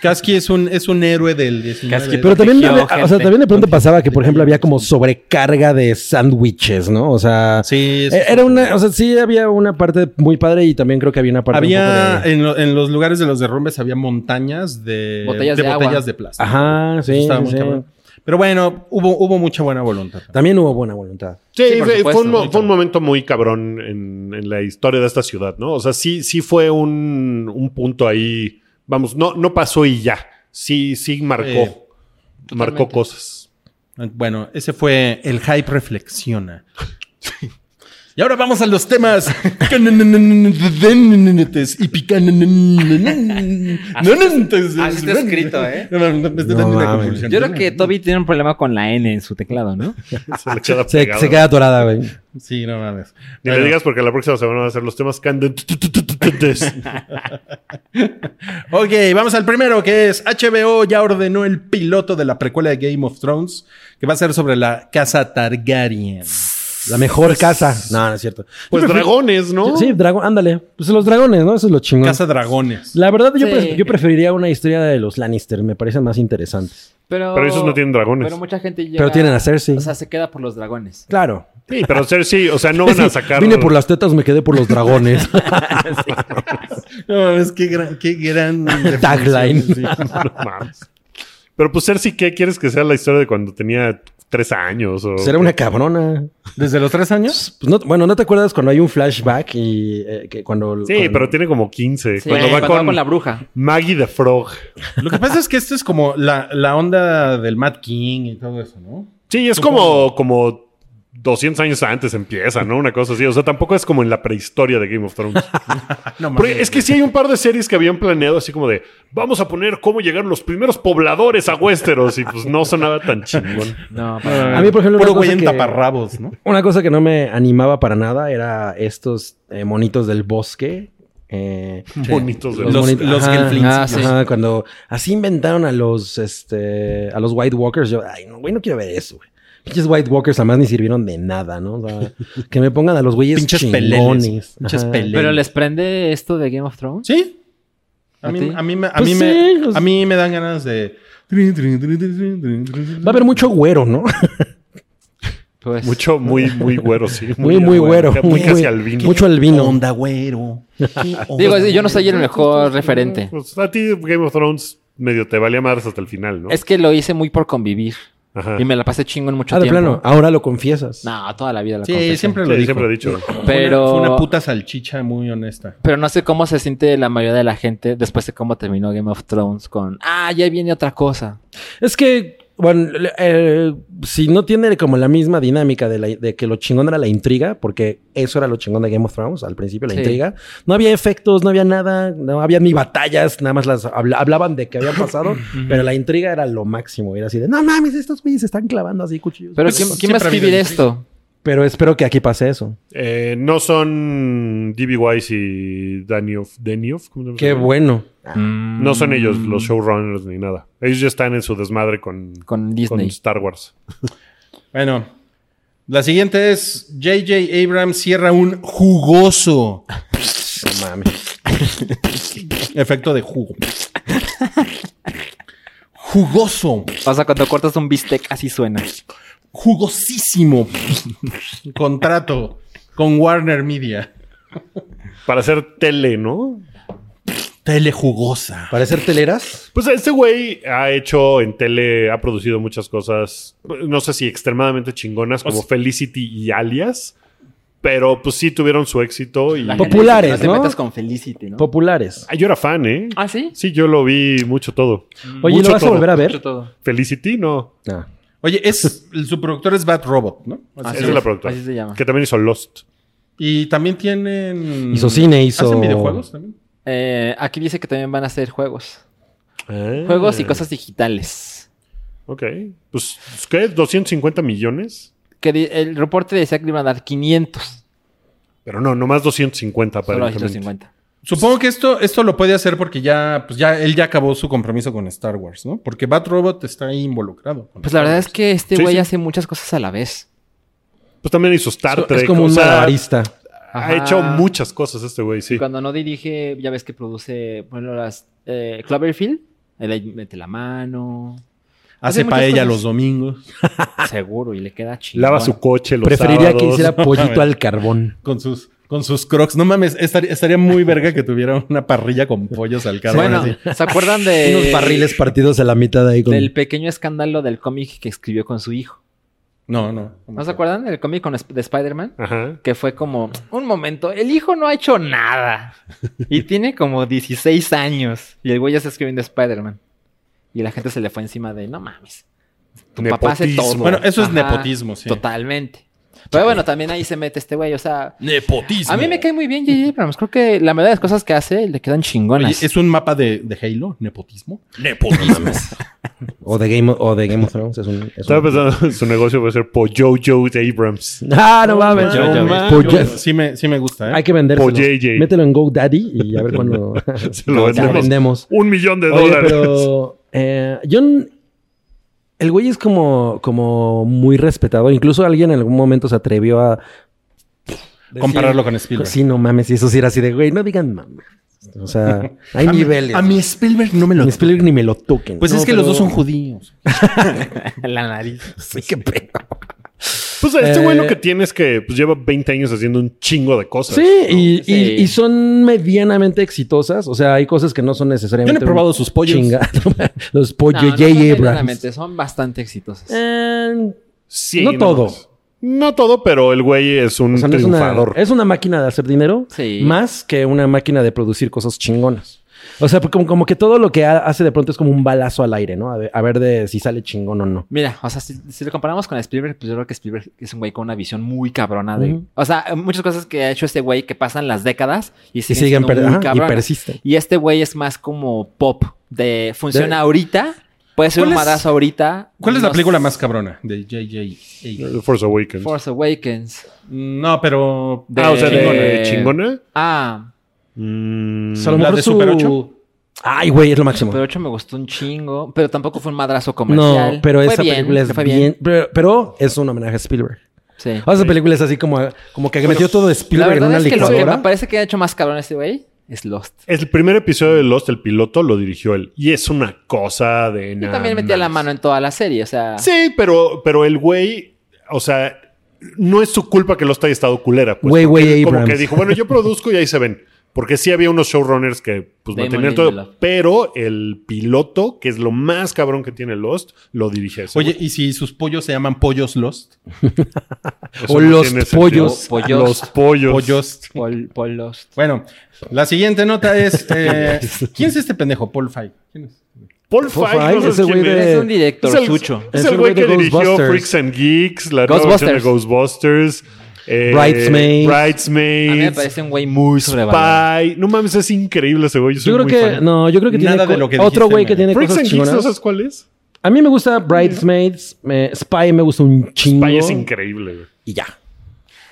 Speaker 5: Kasky es un, es un héroe del 19.
Speaker 4: Kasky,
Speaker 6: Pero también, de,
Speaker 4: Protegió
Speaker 6: o sea,
Speaker 4: gente.
Speaker 6: también de pronto pasaba que, por ejemplo, había como sobrecarga de sándwiches, ¿no? O sea,
Speaker 5: Sí, es-
Speaker 6: eh, era una, o sea, sí había una parte muy padre y también creo que había una parte un
Speaker 5: había este,
Speaker 6: poco de-
Speaker 5: en, lo- en los lugares de los derrumbes había montañas de
Speaker 4: Botellas de agua.
Speaker 5: botellas de plástico.
Speaker 6: Ajá,
Speaker 5: Eso
Speaker 6: sí,
Speaker 5: estaba
Speaker 6: sí,
Speaker 5: muy
Speaker 6: sí.
Speaker 5: cabrón. Pero bueno, hubo, hubo mucha buena voluntad.
Speaker 6: También hubo buena voluntad.
Speaker 2: Sí,
Speaker 4: Sí, por
Speaker 2: fue,
Speaker 4: supuesto,
Speaker 2: fue un, mo-
Speaker 4: muy
Speaker 2: fue un momento muy cabrón en, en la historia de esta ciudad, ¿no? O sea, sí, sí fue un, un punto ahí. Vamos, no, no pasó y ya. Sí, sí marcó.
Speaker 5: Eh,
Speaker 2: marcó cosas.
Speaker 5: Bueno, ese fue el hype reflexiona. Y ahora vamos a los temas y pican.
Speaker 7: Así está escrito, ¿eh?
Speaker 5: No, no, no, me está dando
Speaker 6: No
Speaker 5: una
Speaker 6: mames.
Speaker 5: convulsión.
Speaker 4: Yo creo que Toby tiene un problema con la N en su teclado, ¿no?
Speaker 2: Se le queda
Speaker 6: Ah, Se,
Speaker 2: pegado.
Speaker 6: se queda atorada, güey.
Speaker 5: Sí, no mames.
Speaker 2: Ni
Speaker 5: Bueno.
Speaker 2: le digas porque la próxima semana van a ser los temas candentes.
Speaker 5: Ok, vamos al primero que es HBO ya ordenó el piloto de la precuela de Game of Thrones que va a ser sobre la casa Targaryen.
Speaker 6: La mejor casa. Pues, No, no es cierto.
Speaker 2: Pues dragones, ¿no?
Speaker 6: Sí, dragón, ándale. Pues los dragones, ¿no? Eso es lo chingón.
Speaker 5: Casa Dragones.
Speaker 6: La verdad, yo,
Speaker 4: Sí.
Speaker 6: pre- yo preferiría una historia de los Lannister. Me parece más interesante.
Speaker 4: Pero,
Speaker 2: Pero esos no tienen dragones.
Speaker 4: Pero mucha gente llega...
Speaker 6: Pero tienen a Cersei.
Speaker 4: O sea, se queda por los dragones.
Speaker 6: Claro.
Speaker 2: Sí, pero ser sí, o sea, no van a
Speaker 6: Sí,
Speaker 2: sacar.
Speaker 6: Vine por las tetas, me quedé por los dragones.
Speaker 5: No mames, qué gran, qué gran
Speaker 6: Tagline.
Speaker 5: definición, sí.
Speaker 2: No mames. Pero pues Cersei, ¿qué quieres que sea la historia de cuando tenía tres años? O
Speaker 6: Será una cabrona.
Speaker 5: Desde los tres años.
Speaker 6: Pues no- bueno, ¿no te acuerdas cuando hay un flashback y eh, que cuando...
Speaker 2: Sí,
Speaker 6: cuando-
Speaker 2: pero tiene como 15.
Speaker 4: Sí,
Speaker 2: cuando va con,
Speaker 4: la bruja.
Speaker 2: Maggie the Frog.
Speaker 5: Lo que pasa es que esto es como la, la onda del Mad King y todo eso, ¿no?
Speaker 2: Sí, es como, como 200 años antes empieza, ¿no? Una cosa así. O sea, tampoco es como en la prehistoria de Game of Thrones.
Speaker 5: Ah, No
Speaker 2: Porque es que sí hay un par de series que habían planeado así como de vamos a poner cómo llegaron los primeros pobladores a Westeros y pues no sonaba tan chingón.
Speaker 4: No,
Speaker 6: A mí, por ejemplo,
Speaker 5: puro
Speaker 6: una
Speaker 5: güey
Speaker 6: cosa
Speaker 5: en
Speaker 6: que-
Speaker 5: taparrabos, ¿no?
Speaker 6: Una cosa que no me animaba para nada era estos eh, monitos del bosque. eh,
Speaker 2: Bonitos de
Speaker 5: Los-
Speaker 2: los-
Speaker 6: monitos-
Speaker 5: los
Speaker 6: ajá,
Speaker 5: gelflings.
Speaker 6: ah, sí. Ajá, cuando así inventaron a los este a los White Walkers, yo, ay, no, güey, no quiero ver eso, güey. Pinches White Walkers además ni sirvieron de nada, ¿no? O sea, que me pongan a los güeyes
Speaker 5: Pinches
Speaker 6: chingones.
Speaker 5: peleles. Pinches
Speaker 6: Ajá.
Speaker 5: peleles.
Speaker 4: Pero les prende esto de Game of Thrones.
Speaker 5: Sí. A
Speaker 4: ¿A
Speaker 5: mí,
Speaker 4: ti?
Speaker 5: a mí, me- a
Speaker 6: Pues
Speaker 5: mí
Speaker 6: sí,
Speaker 5: me,
Speaker 6: pues-
Speaker 5: a mí me dan ganas de.
Speaker 6: Va a haber mucho güero, ¿no?
Speaker 4: Pues,
Speaker 2: Mucho, muy, muy güero, sí.
Speaker 6: Muy, muy güero.
Speaker 2: Muy
Speaker 6: muy-
Speaker 2: casi albino.
Speaker 6: Mucho albino.
Speaker 5: Onda güero.
Speaker 4: Digo, yo no soy el mejor referente.
Speaker 2: Pues, a ti Game of Thrones medio te valía madres hasta el final, ¿no?
Speaker 4: Es que lo hice muy por convivir.
Speaker 2: Ajá.
Speaker 4: Y me la pasé chingo en mucho
Speaker 6: Ah, de
Speaker 4: tiempo.
Speaker 6: plano. Ahora lo confiesas.
Speaker 4: No, toda la vida la
Speaker 5: Sí,
Speaker 4: confesé.
Speaker 5: siempre
Speaker 2: Sí,
Speaker 5: lo dijo.
Speaker 2: siempre he dicho.
Speaker 4: Pero,
Speaker 5: Fue una puta salchicha muy honesta.
Speaker 4: pero no sé cómo se siente la mayoría de la gente después de cómo terminó Game of Thrones con, ah, ya viene otra cosa.
Speaker 6: Es que, bueno, le- eh, si no tiene como la misma dinámica de, la- de que lo chingón era la intriga, porque eso era lo chingón de Game of Thrones al principio, la
Speaker 4: Sí.
Speaker 6: intriga. No había efectos, no había nada, no había ni batallas, nada más las habla- hablaban de que habían pasado, pero la intriga era lo máximo. Era así de, no mames, estos güeyes se están clavando así cuchillos.
Speaker 4: Pero
Speaker 5: Pues,
Speaker 4: ¿quién,
Speaker 5: siempre
Speaker 4: quién va a
Speaker 5: ha habido
Speaker 4: escribir
Speaker 5: intriga.
Speaker 4: esto?
Speaker 6: Pero espero que aquí pase eso.
Speaker 2: Eh, no son D.B. Wise y Danioff. Danioff ¿Cómo se llama?
Speaker 6: Qué bueno. Mm.
Speaker 2: No son ellos los showrunners ni nada. Ellos ya están en su desmadre con,
Speaker 4: Con
Speaker 2: con
Speaker 4: Disney.
Speaker 2: Star Wars.
Speaker 5: Bueno, la siguiente es J.J. Abrams cierra un jugoso
Speaker 6: No mames.
Speaker 5: efecto de jugo. Jugoso,
Speaker 4: O sea, cuando cortas un bistec así suena.
Speaker 5: jugosísimo contrato con Warner Media.
Speaker 2: Para hacer tele, ¿no?
Speaker 5: Telejugosa.
Speaker 6: ¿Para ser teleras?
Speaker 2: Pues este güey ha hecho en tele, ha producido muchas cosas, no sé si extremadamente chingonas, como Felicity y Alias, pero pues sí tuvieron su éxito y...
Speaker 6: Populares,
Speaker 4: no te
Speaker 6: ¿no?
Speaker 4: metas con Felicity, ¿no?
Speaker 6: Populares.
Speaker 2: Ah, yo era fan, ¿eh?
Speaker 4: ah, sí.
Speaker 2: Sí, yo lo vi mucho todo.
Speaker 6: Oye,
Speaker 2: Mucho
Speaker 6: ¿lo vas
Speaker 2: todo.
Speaker 6: a volver a
Speaker 4: Mucho
Speaker 6: ver? Ah.
Speaker 4: todo.
Speaker 2: Felicity, no.
Speaker 6: No.
Speaker 5: Oye, es, su productor es Bad Robot, ¿no?
Speaker 4: Así
Speaker 2: Esa es la productora.
Speaker 4: Así se llama.
Speaker 2: Que también hizo Lost.
Speaker 5: Y también tienen...
Speaker 6: Hizo cine, hizo-
Speaker 5: ¿Hacen videojuegos también?
Speaker 4: Eh, aquí dice que también van a hacer juegos.
Speaker 6: Ah.
Speaker 2: Eh.
Speaker 4: Juegos y cosas digitales.
Speaker 2: Ok. Pues, ¿qué? ¿250 millones?
Speaker 4: Que di- el reporte decía que le iban a dar 500.
Speaker 2: Pero no, nomás 250
Speaker 4: Solo hay
Speaker 2: aparentemente.
Speaker 4: 150.
Speaker 5: Supongo que esto, esto lo puede hacer porque ya, pues ya, él ya acabó su compromiso con Star Wars, ¿no? Porque Batrobot está ahí involucrado. con
Speaker 4: Pues la
Speaker 5: Star
Speaker 4: verdad
Speaker 5: Wars.
Speaker 4: es que este
Speaker 2: Sí,
Speaker 4: güey
Speaker 2: sí.
Speaker 4: hace muchas cosas a la vez.
Speaker 2: Pues también hizo Star Trek.
Speaker 6: Es como
Speaker 2: o
Speaker 6: un
Speaker 2: sea,
Speaker 6: malabarista.
Speaker 2: Ha
Speaker 4: Ajá.
Speaker 2: hecho muchas cosas este güey, sí.
Speaker 4: Cuando no dirige, ya ves que produce, bueno, las eh, Cloverfield, él ahí mete la mano,
Speaker 5: Hace
Speaker 4: hace muchas
Speaker 5: paella
Speaker 4: cosas.
Speaker 5: los domingos
Speaker 4: seguro, y le queda chido.
Speaker 2: Lava su coche los
Speaker 6: Preferiría que
Speaker 2: sábados.
Speaker 6: hiciera pollito al carbón.
Speaker 5: con sus, con sus crocs. No mames, estaría, estaría muy verga que tuviera una parrilla con pollos al carbón.
Speaker 4: Bueno,
Speaker 5: así.
Speaker 4: ¿se acuerdan de
Speaker 6: Unos barriles partidos a la mitad ahí con...
Speaker 4: del pequeño escándalo del cómic que escribió con su hijo?
Speaker 5: No, no.
Speaker 4: ¿No se acuerdan del cómic con Sp- de Spider-Man?
Speaker 2: Ajá.
Speaker 4: Que fue como, un momento, el hijo no ha hecho nada. Y tiene como 16 años. Y el güey ya está escribiendo Spider-Man. Y la gente se le fue encima de, no mames. Tu papá hace
Speaker 2: Nepotismo.
Speaker 4: todo.
Speaker 5: Bueno, eso es
Speaker 4: Ajá,
Speaker 5: nepotismo, sí.
Speaker 4: Totalmente. Pero bueno, también ahí se mete este güey. O sea,
Speaker 5: Nepotismo.
Speaker 4: a mí me cae muy bien J.J. Abrams. Creo que la mayoría de las cosas que hace le quedan
Speaker 5: Oye,
Speaker 4: chingonas.
Speaker 5: ¿Es un mapa de, de Halo? ¿Nepotismo?
Speaker 6: O de Game of, o de Game of Thrones. Es un, es
Speaker 2: Estaba
Speaker 5: pues,
Speaker 6: un-
Speaker 2: pensando, su negocio va a ser Pojojo de Abrams.
Speaker 6: Ah, no mames.
Speaker 5: Yo- yo-
Speaker 6: Pues
Speaker 5: yo-
Speaker 6: ya-
Speaker 5: sí, me, sí me gusta, ¿eh?
Speaker 6: Hay que venderlo.
Speaker 2: Po JJ.
Speaker 6: Mételo en GoDaddy y a ver cuándo
Speaker 2: Se lo
Speaker 6: ya
Speaker 2: vendemos.
Speaker 6: vendemos.
Speaker 2: Un millón de
Speaker 6: Oye,
Speaker 2: dólares.
Speaker 6: pero eh, yo n- el güey es como, como muy respetado. Incluso alguien en algún momento se atrevió a
Speaker 5: Compararlo con
Speaker 6: decir,
Speaker 5: Spielberg.
Speaker 6: Sí, no mames. Y eso sí era así de güey, no digan mames. O sea, hay
Speaker 5: A mí-
Speaker 6: niveles.
Speaker 5: A mi Spielberg no me lo...
Speaker 6: Ni Spielberg ni me lo toquen.
Speaker 5: Pues
Speaker 6: No,
Speaker 5: es que los
Speaker 6: pero-
Speaker 5: dos son judíos.
Speaker 4: la nariz.
Speaker 6: Sí, qué pedo.
Speaker 2: Pues este güey
Speaker 6: Eh,
Speaker 2: lo que tiene es que pues, lleva 20 años haciendo un chingo de cosas.
Speaker 6: Sí, y, y-
Speaker 4: Sí.
Speaker 6: y son medianamente exitosas. O sea, hay cosas que no son necesariamente.
Speaker 5: Yo no he probado sus pollos.
Speaker 6: Chinga- los pollos
Speaker 4: No, no son
Speaker 6: J.J. Abrams.
Speaker 4: medianamente, son bastante exitosas.
Speaker 6: Eh,
Speaker 2: Sí,
Speaker 6: no todo.
Speaker 2: más. No todo, pero el güey es un
Speaker 6: o sea, no es, una,
Speaker 2: triunfador.
Speaker 6: es una máquina de hacer dinero
Speaker 4: Sí.
Speaker 6: más que una máquina de producir cosas chingonas. O sea, como, como que todo lo que ha- hace de pronto es como un balazo al aire, ¿no? A ver, a ver de si sale chingón o no.
Speaker 4: Mira, o sea, si, si lo comparamos con Spielberg, pues yo creo que Spielberg es un güey con una visión muy cabrona de...
Speaker 6: Ujú.
Speaker 4: O sea, muchas cosas que ha hecho este güey que pasan las décadas y
Speaker 6: Y
Speaker 4: siguen,
Speaker 6: siguen
Speaker 4: siendo
Speaker 6: per-
Speaker 4: muy
Speaker 6: ajá, y
Speaker 4: cabronas.
Speaker 6: persisten.
Speaker 4: Y este güey es más como pop, de funciona
Speaker 6: De-
Speaker 4: ahorita, puede ser un
Speaker 5: ¿Cuál es-
Speaker 4: madazo ahorita.
Speaker 5: ¿Cuál es la
Speaker 4: no
Speaker 5: película
Speaker 4: sé,
Speaker 5: más cabrona de J.J.?
Speaker 6: eh,
Speaker 5: Abrams?
Speaker 2: The Force Awakens.
Speaker 4: Force Awakens.
Speaker 5: No, pero...
Speaker 4: De-
Speaker 2: ah, o sea, de
Speaker 4: Eh,
Speaker 2: chingona.
Speaker 4: Ah,
Speaker 2: Mm,
Speaker 6: O sea, a lo
Speaker 5: ¿La
Speaker 6: mejor
Speaker 5: de Super 8?
Speaker 6: Ay, güey, es lo máximo.
Speaker 4: pero 8 me gustó un chingo, pero tampoco fue un madrazo comercial.
Speaker 6: No, pero
Speaker 4: Fue
Speaker 6: esa
Speaker 4: bien,
Speaker 6: película
Speaker 4: le
Speaker 6: es
Speaker 4: fue
Speaker 6: bien. pero, pero es un homenaje a Spielberg.
Speaker 4: Sí.
Speaker 6: O sea, esa película es así como, como que metió todo de
Speaker 4: La
Speaker 6: Spielberg en
Speaker 4: verdad
Speaker 6: una
Speaker 4: es que lo que me
Speaker 6: licuadora.
Speaker 4: parece que ha hecho más cabrón este güey es Lost.
Speaker 2: el primer episodio de Lost, el piloto, lo dirigió él. Y es una cosa de
Speaker 4: Yo
Speaker 2: nada.
Speaker 4: también metía la
Speaker 2: más.
Speaker 4: mano en toda la serie, o sea...
Speaker 2: Sí, pero, pero el güey, o sea, no es su culpa que Lost haya estado culera. Pues,
Speaker 6: Güey,
Speaker 2: porque
Speaker 6: güey,
Speaker 2: Como
Speaker 6: Abrams.
Speaker 2: que dijo, bueno, yo produzco y ahí se ven. Porque sí había unos showrunners que pues
Speaker 4: Damon
Speaker 2: mantenían
Speaker 4: Lindelof.
Speaker 2: todo. Pero el piloto, que es lo más cabrón que tiene Lost, lo dirige ese
Speaker 5: Oye,
Speaker 2: güey.
Speaker 5: ¿y si sus pollos se llaman pollos Lost?
Speaker 2: Eso
Speaker 6: o
Speaker 2: no
Speaker 6: los
Speaker 2: tiene
Speaker 6: pollos.
Speaker 2: sentido.
Speaker 4: Pollos.
Speaker 2: Los pollos.
Speaker 5: Pollos.
Speaker 4: Paul, Paul Lost.
Speaker 5: Bueno, la siguiente nota es... eh, ¿Quién es este pendejo? Paul Feig. ¿Quién es?
Speaker 2: Paul
Speaker 6: Paul
Speaker 2: Feig,
Speaker 6: Feig,
Speaker 2: no
Speaker 6: ese
Speaker 2: sé quién
Speaker 6: güey
Speaker 2: es.
Speaker 6: de-
Speaker 4: Es un director
Speaker 2: Es el,
Speaker 4: sucho.
Speaker 2: es
Speaker 6: Es
Speaker 2: el
Speaker 6: el
Speaker 2: güey que
Speaker 6: güey de
Speaker 2: dirigió
Speaker 6: Ghostbusters.
Speaker 2: Freaks and Geeks, la nueva versión de Ghostbusters, eh,
Speaker 6: Bridesmaids.
Speaker 4: A mí me
Speaker 2: Bridesmaids,
Speaker 4: parece un güey muy sobrevalorado.
Speaker 2: Spy. No mames, es increíble ese güey. Yo, soy
Speaker 6: Yo creo
Speaker 2: muy
Speaker 6: que,
Speaker 2: fan.
Speaker 6: no, yo creo que
Speaker 5: Nada
Speaker 6: tiene
Speaker 5: de
Speaker 6: co-
Speaker 5: lo que
Speaker 6: otro
Speaker 5: dijiste
Speaker 6: güey
Speaker 5: me-
Speaker 6: que tiene
Speaker 2: Freaks
Speaker 6: cosas
Speaker 2: and Geeks, ¿no
Speaker 6: chingonas.
Speaker 2: sabes cuál es?
Speaker 6: A mí me gusta Bridesmaids, me- Spy me gusta un chingo.
Speaker 2: Spy es increíble, güey.
Speaker 6: Y ya.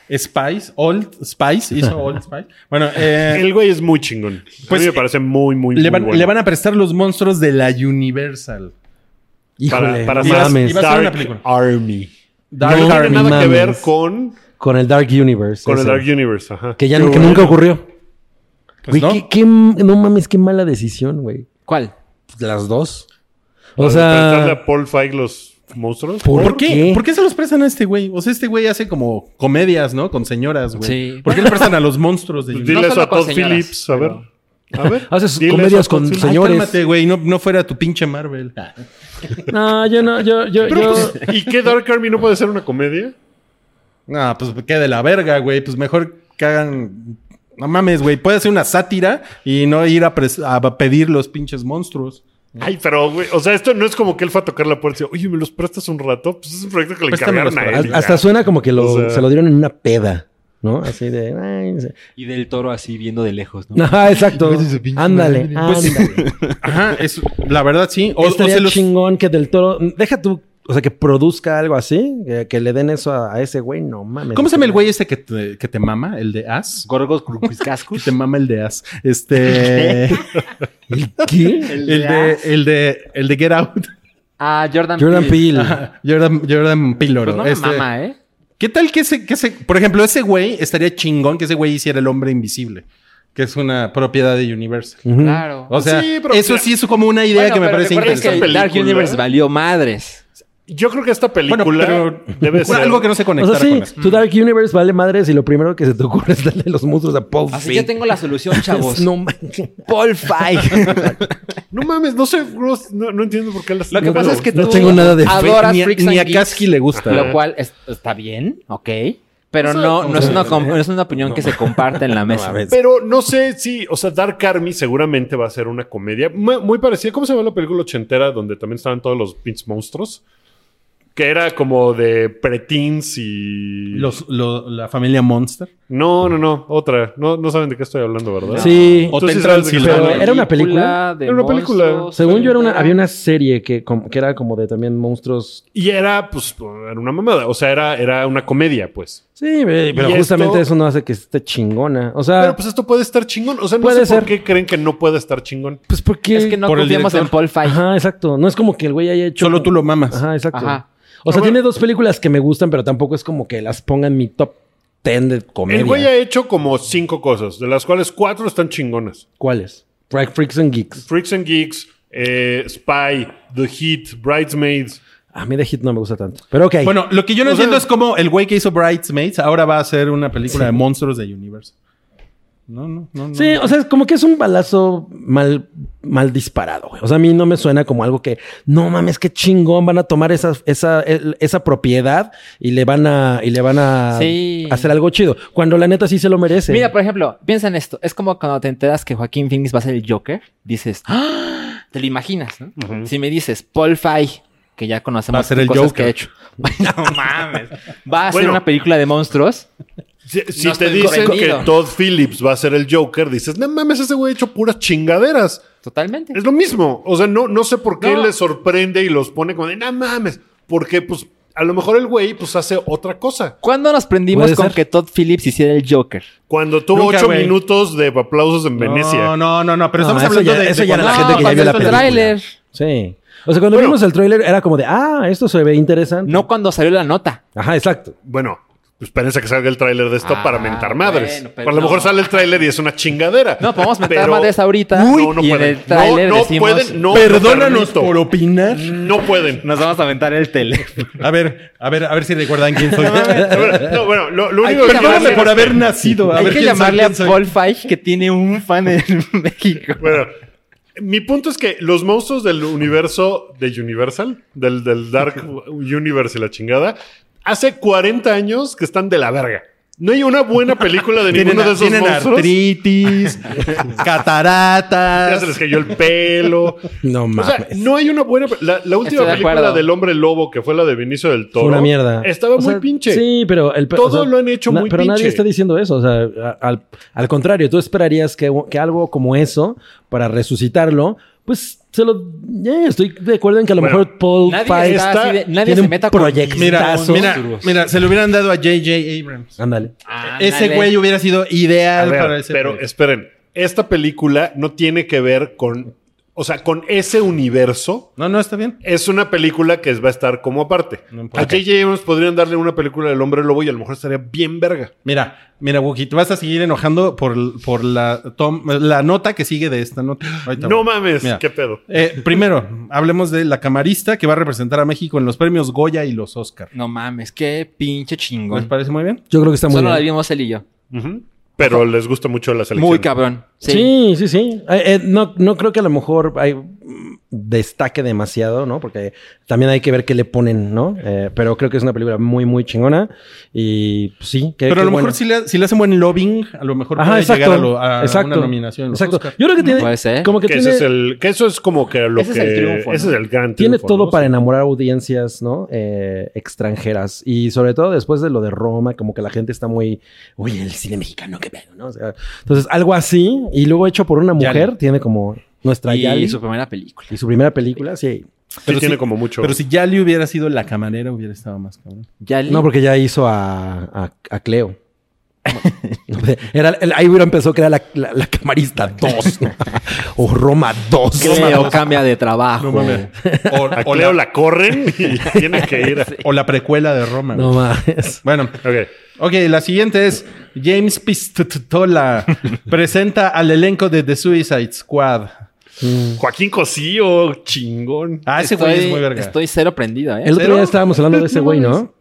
Speaker 5: Spice, Old Spice, hizo Old Spice. Bueno, eh,
Speaker 2: El güey es muy chingón. a
Speaker 5: Pues,
Speaker 2: mí me parece muy, muy,
Speaker 5: le,
Speaker 2: muy
Speaker 5: van,
Speaker 2: bueno.
Speaker 5: le van a prestar los monstruos de la Universal.
Speaker 6: Híjole,
Speaker 2: para para
Speaker 6: no
Speaker 5: hacer-
Speaker 6: mames.
Speaker 5: iba a ser una película.
Speaker 2: Dark Army.
Speaker 6: Dark
Speaker 2: no
Speaker 6: Army,
Speaker 2: tiene nada que ver
Speaker 6: mames.
Speaker 2: con,
Speaker 6: Con el Dark Universe.
Speaker 2: con el
Speaker 6: ese.
Speaker 2: Dark Universe. Ajá.
Speaker 6: Que ya
Speaker 2: Qué
Speaker 6: nu- que
Speaker 2: bueno.
Speaker 6: nunca ocurrió.
Speaker 5: Pues
Speaker 6: Güey,
Speaker 5: no.
Speaker 6: qué- qué- no mames, qué mala decisión, güey.
Speaker 4: ¿Cuál?
Speaker 6: Las dos. O
Speaker 2: Para prestarle
Speaker 6: sea,
Speaker 2: a Paul Feig los monstruos.
Speaker 6: ¿Por
Speaker 5: ¿Por qué?
Speaker 6: qué?
Speaker 5: ¿Por qué se los prestan a este güey? O sea, este güey hace como comedias, ¿no? Con señoras, güey.
Speaker 4: Sí.
Speaker 5: ¿Por qué le prestan a los monstruos de
Speaker 2: Pues
Speaker 5: Universal?
Speaker 2: dile eso
Speaker 4: solo
Speaker 2: a
Speaker 4: con
Speaker 2: Todd
Speaker 4: señoras,
Speaker 2: Phillips. A ver.
Speaker 4: pero-
Speaker 2: A ver.
Speaker 6: hace sus
Speaker 2: Dile eso
Speaker 6: comedias
Speaker 2: a Todd
Speaker 6: con
Speaker 2: Phillips.
Speaker 5: Ay,
Speaker 6: señores.
Speaker 5: cálmate, güey. No, no fuera tu pinche Marvel.
Speaker 6: No, yo no, yo, yo,
Speaker 2: Pero,
Speaker 6: yo-
Speaker 2: pues, ¿Y qué Dark Army no puede ser una comedia?
Speaker 5: No, pues qué de la verga, güey. Pues mejor que hagan... No mames, güey. Puede hacer una sátira y no ir a, pres- a pedir los pinches monstruos.
Speaker 2: Ay, pero, güey, o sea, esto no es como que él fue a tocar la puerta y dice, oye, ¿me los prestas un rato? Pues es un proyecto que le
Speaker 5: Préstamelos
Speaker 2: encargaron a
Speaker 5: para-
Speaker 2: él. y
Speaker 6: hasta
Speaker 2: ya.
Speaker 6: suena como que lo,
Speaker 2: O sea-
Speaker 6: se lo dieron en una peda, ¿no? Así de. ay, no sé.
Speaker 4: Y del toro así viendo de lejos, ¿no?
Speaker 6: Ajá, exacto. Ándale,
Speaker 5: Pues-
Speaker 6: ándale.
Speaker 5: Ajá, es, la verdad sí. O, o
Speaker 6: Estaría
Speaker 5: se los,
Speaker 6: chingón que del toro. mm, Deja tú o sea, que produzca algo así, que, que le den eso a, a ese güey, no mames.
Speaker 5: ¿Cómo se llama el güey este que te, que te mama? ¿El de As?
Speaker 4: Gorgos
Speaker 5: Que
Speaker 4: Krupiscascus.
Speaker 5: te mama el de As. Este.
Speaker 6: ¿Qué?
Speaker 5: El de, el de, el de Get Out.
Speaker 4: Ah, Jordan,
Speaker 6: Jordan
Speaker 4: Peele.
Speaker 6: Peele.
Speaker 5: Ajá, Jordan, Jordan Píloro.
Speaker 4: Pues no me
Speaker 5: Este,
Speaker 4: mama, ¿eh?
Speaker 5: ¿Qué tal que ese, que ese- por ejemplo, ese güey estaría chingón que ese güey hiciera el hombre invisible, que es una propiedad de Universal?
Speaker 6: Ujú.
Speaker 4: Claro.
Speaker 5: O sea,
Speaker 2: Sí, pero-
Speaker 5: eso sí es como una idea
Speaker 4: Bueno,
Speaker 5: que me
Speaker 4: pero
Speaker 5: parece
Speaker 4: recuerdes
Speaker 5: interesante.
Speaker 4: que Dark
Speaker 2: película-
Speaker 4: Universe valió madres.
Speaker 2: Yo creo que esta película
Speaker 5: Bueno, pero
Speaker 2: debe ser.
Speaker 5: algo que no se
Speaker 6: O
Speaker 5: conectara
Speaker 6: sea, sí,
Speaker 5: con eso.
Speaker 6: tu Dark Universe vale madres y lo primero que se te ocurre es darle los monstruos a Paul
Speaker 4: Así que
Speaker 6: Feig.
Speaker 4: tengo la solución, chavos.
Speaker 6: No manches.
Speaker 4: Paul Feig.
Speaker 2: No mames, no sé, bro, no, no entiendo por qué las.
Speaker 4: Lo que
Speaker 2: no,
Speaker 4: pasa
Speaker 2: no.
Speaker 4: es que
Speaker 6: no
Speaker 4: tú
Speaker 6: tengo nada de
Speaker 4: adoras
Speaker 5: Ni a-
Speaker 4: Freaks
Speaker 5: Ni
Speaker 4: and
Speaker 5: a
Speaker 4: Geeks,
Speaker 5: Kasky le gusta.
Speaker 4: Lo cual es- está bien, ok. Pero no, no, es una, com- no es una opinión que se comparte en la mesa.
Speaker 2: Pero no sé si, o sea, Dark Army seguramente va a ser una comedia mu- muy parecida. ¿Cómo se llama la película ochentera donde también estaban todos los pinches monstruos? Que era como de preteens y.
Speaker 5: Los- lo- la familia Monster.
Speaker 2: No, no, no, otra. No, no saben de qué estoy hablando, ¿verdad?
Speaker 6: Sí,
Speaker 5: Hotel
Speaker 2: sí sabes de qué estoy
Speaker 5: Transilvania.
Speaker 2: hablando.
Speaker 6: ¿Era una película?
Speaker 4: de
Speaker 2: Era una película.
Speaker 4: monstruos,
Speaker 6: según yo era una,
Speaker 4: etcétera.
Speaker 6: había una serie que, como- que era como de también monstruos.
Speaker 2: Y era, pues, era una mamada. O sea, era, era una comedia, pues.
Speaker 6: Sí, güey, pero
Speaker 2: ¿Y esto?
Speaker 6: justamente eso no hace que esté chingona. O sea,
Speaker 2: Pero pues esto puede estar chingón. O sea, no
Speaker 6: Ah. Puede
Speaker 2: sé
Speaker 6: ser.
Speaker 2: por qué creen que no puede estar chingón.
Speaker 6: pues porque...
Speaker 4: Es que no
Speaker 5: Por el
Speaker 4: confiamos en
Speaker 5: director.
Speaker 4: Paul Feig.
Speaker 6: Ajá, exacto. No es como que el güey haya hecho...
Speaker 5: Solo tú lo mamas.
Speaker 6: Ajá, exacto.
Speaker 4: Ajá. Ah,
Speaker 6: O sea,
Speaker 2: Pero
Speaker 6: tiene dos películas que me gustan, pero tampoco es como que las ponga en mi top 10 de comedia.
Speaker 2: El güey ha hecho como cinco cosas, de las cuales cuatro están chingonas.
Speaker 6: ¿Cuáles? Freak- Freaks and Geeks.
Speaker 2: Freaks and Geeks, eh, Spy, The Heat, Bridesmaids.
Speaker 6: A mí de Hit no me gusta tanto. Pero ok.
Speaker 5: Bueno, lo que yo
Speaker 2: O
Speaker 5: no
Speaker 2: sea-
Speaker 5: entiendo es cómo el güey que hizo Bridesmaids ahora va a hacer una película de monstruos de Universal. No, no, no. no.
Speaker 6: Sí, o sea, es como que es un balazo mal, mal disparado, güey. O sea, a mí no me suena como algo que, no mames, qué chingón, van a tomar esa, esa, el- esa propiedad y le van a, y le van a
Speaker 4: Sí.
Speaker 6: hacer algo chido. Cuando la neta sí se lo merece.
Speaker 4: Mira, por ejemplo, piensa en esto. Es como cuando te enteras que Joaquín Phoenix va a ser el Joker. Dices, ¡Ah! te lo imaginas, ¿no? Si me dices Paul Feig, que ya conocemos
Speaker 5: Va a ser
Speaker 4: sus
Speaker 5: el
Speaker 4: cosas
Speaker 5: Joker.
Speaker 4: que ha hecho. no mames. Va a ser
Speaker 2: Bueno.
Speaker 4: una película de monstruos.
Speaker 2: Si, si
Speaker 4: No
Speaker 2: te
Speaker 4: estoy
Speaker 2: dicen
Speaker 4: convencido.
Speaker 2: que Todd Phillips va a ser el Joker, dices, no mames, ese güey ha hecho puras chingaderas.
Speaker 4: Totalmente.
Speaker 2: Es lo mismo. O sea, no, no sé por qué
Speaker 4: No.
Speaker 2: les sorprende y los pone como de, no mames. Porque, pues, a lo mejor el güey, pues, hace otra cosa.
Speaker 4: ¿Cuándo nos prendimos
Speaker 6: Puede
Speaker 4: con
Speaker 6: ser.
Speaker 4: que Todd Phillips hiciera el Joker?
Speaker 2: Cuando tuvo
Speaker 5: Nunca,
Speaker 2: ocho
Speaker 5: güey.
Speaker 2: minutos de aplausos en
Speaker 5: No,
Speaker 2: Venecia.
Speaker 5: no, no, no, pero
Speaker 6: No,
Speaker 5: estamos
Speaker 6: eso
Speaker 5: hablando
Speaker 6: ya-
Speaker 5: de,
Speaker 6: eso
Speaker 5: de
Speaker 6: ya era la
Speaker 5: cuando-
Speaker 6: gente que ya
Speaker 4: cuando
Speaker 6: vio
Speaker 4: hizo
Speaker 6: la
Speaker 4: el
Speaker 6: película.
Speaker 4: tráiler.
Speaker 6: Sí. O sea, cuando
Speaker 2: Bueno.
Speaker 6: vimos el tráiler era como de, ah, esto se ve interesante.
Speaker 4: No cuando salió la nota.
Speaker 6: Ajá, exacto.
Speaker 2: Bueno, espérense que salga el tráiler de esto
Speaker 4: Ah,
Speaker 2: para mentar madres.
Speaker 4: bueno, pero
Speaker 2: a lo mejor
Speaker 4: no.
Speaker 2: sale el tráiler y es una chingadera.
Speaker 4: No, podemos meter
Speaker 2: Pero-
Speaker 4: madres ahorita.
Speaker 2: No, no
Speaker 4: y en
Speaker 2: pueden.
Speaker 4: el tráiler
Speaker 2: No, no
Speaker 4: decimos,
Speaker 2: pueden, no, no
Speaker 5: Perdónanos por
Speaker 2: permito.
Speaker 5: opinar.
Speaker 2: No pueden.
Speaker 4: Nos vamos a aventar el teléfono.
Speaker 5: A ver, a ver, a ver si recuerdan quién soy.
Speaker 2: A ver, no, bueno, lo, lo
Speaker 5: Ay,
Speaker 2: único que
Speaker 5: Perdóname
Speaker 2: quiero
Speaker 5: por
Speaker 2: hacer-
Speaker 5: haber nacido. A
Speaker 4: Hay
Speaker 5: ver
Speaker 4: que
Speaker 5: quién soy,
Speaker 4: llamarle a
Speaker 5: quién soy.
Speaker 4: Paul Feig que tiene un fan en México.
Speaker 2: Bueno, mi punto es que los monstruos del universo de Universal, del, del Dark Universe y la chingada, hace 40 años que están de la verga. No hay una buena película de
Speaker 5: Tienen,
Speaker 2: ninguno de esos
Speaker 5: tienen
Speaker 2: monstruos.
Speaker 5: artritis,
Speaker 2: Ya se les
Speaker 5: cataratas.
Speaker 2: cayó el pelo.
Speaker 6: No
Speaker 2: O
Speaker 6: mames.
Speaker 2: sea, no hay una buena. La, la última
Speaker 4: Estoy de
Speaker 2: película
Speaker 4: acuerdo.
Speaker 2: del hombre lobo, que fue la de Benicio del Toro,
Speaker 6: Fue una mierda.
Speaker 2: estaba
Speaker 6: O
Speaker 2: muy
Speaker 6: sea,
Speaker 2: pinche.
Speaker 6: Sí, pero el pe-
Speaker 2: Todo lo han hecho muy
Speaker 6: Pero nadie
Speaker 2: pinche.
Speaker 6: está diciendo eso. O sea, a- al, al contrario, tú esperarías que, que algo como eso, para resucitarlo, pues se lo. yeah, estoy de acuerdo en que a lo
Speaker 2: Bueno,
Speaker 6: mejor Paul
Speaker 4: Nadie
Speaker 6: Feig
Speaker 4: está así de- nadie
Speaker 6: tiene
Speaker 4: se
Speaker 6: un
Speaker 4: meta con
Speaker 6: proyectazo.
Speaker 5: Mira, mira, mira, se lo hubieran dado a J.J. Abrams.
Speaker 6: Ándale.
Speaker 5: Ese güey hubiera sido
Speaker 2: A
Speaker 5: ideal
Speaker 2: ver,
Speaker 5: para ese.
Speaker 2: pero
Speaker 5: güey.
Speaker 2: esperen, esta película no tiene que ver con. O sea, con ese universo.
Speaker 5: No, no, está bien.
Speaker 2: Es una película que va a estar como aparte.
Speaker 5: No
Speaker 2: a
Speaker 5: importa.
Speaker 2: J.J. Abrams podrían darle una película del hombre lobo y a lo mejor estaría bien verga.
Speaker 5: Mira, mira, Wookie, te vas a seguir enojando por, por la, tom- la nota que sigue de esta nota. Ahorita
Speaker 2: No
Speaker 5: voy.
Speaker 2: mames,
Speaker 5: Mira.
Speaker 2: qué pedo.
Speaker 5: Eh, primero, hablemos de la camarista que va a representar a México en los premios Goya y los Oscar.
Speaker 4: No mames, qué pinche
Speaker 5: ¿Les
Speaker 4: chingón.
Speaker 5: parece Pues muy bien?
Speaker 6: Yo creo que está muy
Speaker 4: Solo la
Speaker 6: bien.
Speaker 4: vimos él y yo.
Speaker 2: Ujú. Pero les gusta mucho la selección.
Speaker 4: Muy cabrón. Sí.
Speaker 6: Sí, sí, sí. Eh, eh, no, no creo que a lo mejor hay, mm, destaque demasiado, ¿no? Porque también hay que ver qué le ponen, ¿no? Eh, pero creo que es una película muy, muy chingona. Y pues, sí, que
Speaker 5: Pero a
Speaker 6: qué
Speaker 5: lo
Speaker 6: bueno.
Speaker 5: mejor si le, si le hacen buen lobbying, a lo mejor puede llegar a, lo- a una nominación. en los
Speaker 6: Exacto.
Speaker 5: Oscar.
Speaker 6: Yo creo que tiene.
Speaker 4: Puede ser.
Speaker 6: Como que,
Speaker 2: Que, ese
Speaker 6: tiene,
Speaker 2: es el, que eso es como que lo
Speaker 4: Ese es
Speaker 2: que.
Speaker 4: el triunfo,
Speaker 2: ese
Speaker 4: ¿no?
Speaker 2: es el gran
Speaker 6: tiene
Speaker 2: triunfo,
Speaker 6: todo
Speaker 2: ¿no?
Speaker 6: para enamorar audiencias, ¿no? Eh, extranjeras. Y sobre todo después de lo de Roma, como que la gente está muy. Oye, el cine mexicano, qué pedo, ¿no? O sea, entonces, algo así. Y luego hecho por una mujer,
Speaker 5: Yali.
Speaker 6: tiene como nuestra
Speaker 4: Y
Speaker 6: Yali.
Speaker 4: su primera película.
Speaker 6: y su primera película, sí.
Speaker 2: Sí, tiene como mucho.
Speaker 5: Pero si Yali hubiera sido la camarera, hubiera estado más cabrón.
Speaker 4: Ya
Speaker 6: No, porque ya hizo a, a, a Cleo. Era, el- ahí hubiera empezó que era la, la- la camarista 2 o Roma 2.
Speaker 4: Creo, cambia de trabajo.
Speaker 5: O,
Speaker 2: a
Speaker 5: o
Speaker 2: Leo
Speaker 5: la,
Speaker 2: la corren y tiene que ir. a-
Speaker 5: o la precuela de Roma.
Speaker 6: No
Speaker 5: güey.
Speaker 6: mames.
Speaker 5: Bueno,
Speaker 2: Ok.
Speaker 5: ok, la siguiente es James Pistola presenta al elenco de The Suicide Squad.
Speaker 2: Joaquín Cosío, chingón.
Speaker 5: Ah, ese
Speaker 4: estoy,
Speaker 5: güey es muy verga.
Speaker 4: estoy cero prendido, ¿eh?
Speaker 6: El otro
Speaker 5: Pero-
Speaker 6: día estábamos hablando de ese güey, ¿no?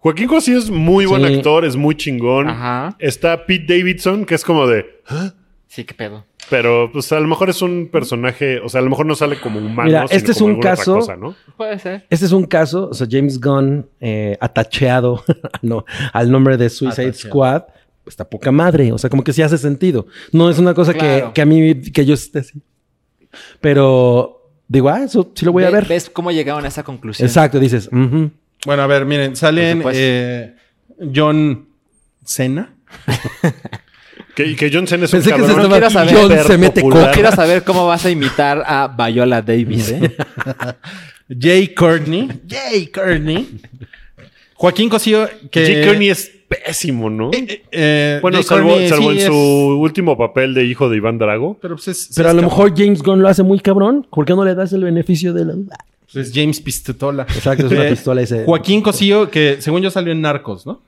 Speaker 2: Joaquín Cosío es muy buen
Speaker 6: Sí.
Speaker 2: actor, es muy chingón.
Speaker 4: Ajá.
Speaker 2: Está Pete Davidson, que es como de.
Speaker 4: Sí, qué pedo.
Speaker 2: Pero, pues a lo mejor es un personaje. O sea, a lo mejor no sale como humano.
Speaker 6: Mira,
Speaker 2: sino
Speaker 6: este es
Speaker 2: como
Speaker 6: un
Speaker 2: alguna otra
Speaker 6: caso-
Speaker 2: cosa, ¿no?
Speaker 4: Puede ser.
Speaker 6: Este es un caso, o sea, James Gunn eh, atacheado no, al nombre de Suicide
Speaker 5: Atacheado.
Speaker 6: Squad. pues, Está poca madre, o sea, como que sí hace sentido. No es una cosa que-
Speaker 4: Claro.
Speaker 6: que, a mí, que yo esté así. Pero digo, ah, eso sí lo voy a
Speaker 4: Ve-
Speaker 6: ver.
Speaker 4: ¿Ves cómo llegaron a esa conclusión?
Speaker 6: Exacto, dices, ujú.
Speaker 5: Bueno, a ver, miren, salen
Speaker 4: Por supuesto.
Speaker 5: eh, John Cena.
Speaker 2: Que, que John Cena es
Speaker 6: Pensé
Speaker 2: un
Speaker 6: que
Speaker 2: cabrón.
Speaker 6: se estaba-
Speaker 2: hiper
Speaker 6: John se mete
Speaker 2: popular.
Speaker 6: coca.
Speaker 4: Quiero saber cómo vas a imitar a Viola Davis, ¿eh?
Speaker 5: Jay Courtney. Jay Courtney. Joaquín Cosío, que...
Speaker 2: Jim Carrey es pésimo, ¿no?
Speaker 5: Eh, eh,
Speaker 2: Bueno,
Speaker 5: Jay
Speaker 2: salvo,
Speaker 5: Courtney,
Speaker 2: salvo
Speaker 5: sí,
Speaker 2: en
Speaker 5: es-
Speaker 2: su último papel de hijo de Iván Drago.
Speaker 5: Pero, pues es,
Speaker 6: Pero a
Speaker 5: es
Speaker 6: lo
Speaker 5: cabrón.
Speaker 6: mejor James Gunn lo hace muy cabrón. ¿Por qué no le das el beneficio de la duda?
Speaker 5: Pues es James Pistola.
Speaker 6: Exacto, es una pistola ese.
Speaker 5: Joaquín Cosío, que según yo salió en Narcos, ¿no?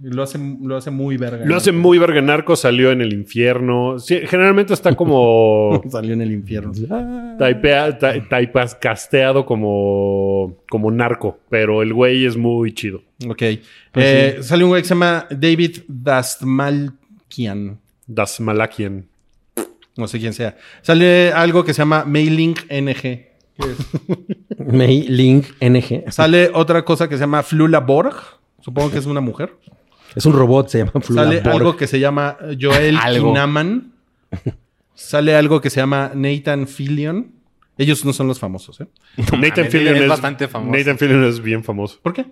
Speaker 5: Y Lo hace, lo hace muy verga.
Speaker 2: Lo hace muy verga en narco, salió en el infierno. Sí, generalmente está como
Speaker 5: Salió en el infierno.
Speaker 4: Mm.
Speaker 2: taipea, ta- taipas- casteado como, como narco, pero el güey es muy chido.
Speaker 5: Ok. Eh, Sale un güey que se llama David Dastmalkian.
Speaker 2: Das Malakian.
Speaker 5: No sé quién sea. Sale algo que se llama Mailink NG.
Speaker 6: May Link NG.
Speaker 5: Sale otra cosa que se llama Flula Borg. Supongo que es una mujer.
Speaker 6: Es un robot, se llama Flula
Speaker 5: Sale
Speaker 6: Borg.
Speaker 5: algo que se llama Joel
Speaker 4: Algo.
Speaker 5: Kinaman. Sale algo que se llama Nathan Fillion. Ellos no son los famosos, ¿eh?
Speaker 2: Nathan
Speaker 4: mames,
Speaker 2: Fillion
Speaker 4: es
Speaker 2: es,
Speaker 4: bastante famoso.
Speaker 2: Nathan Fillion es bien famoso.
Speaker 5: ¿Por qué?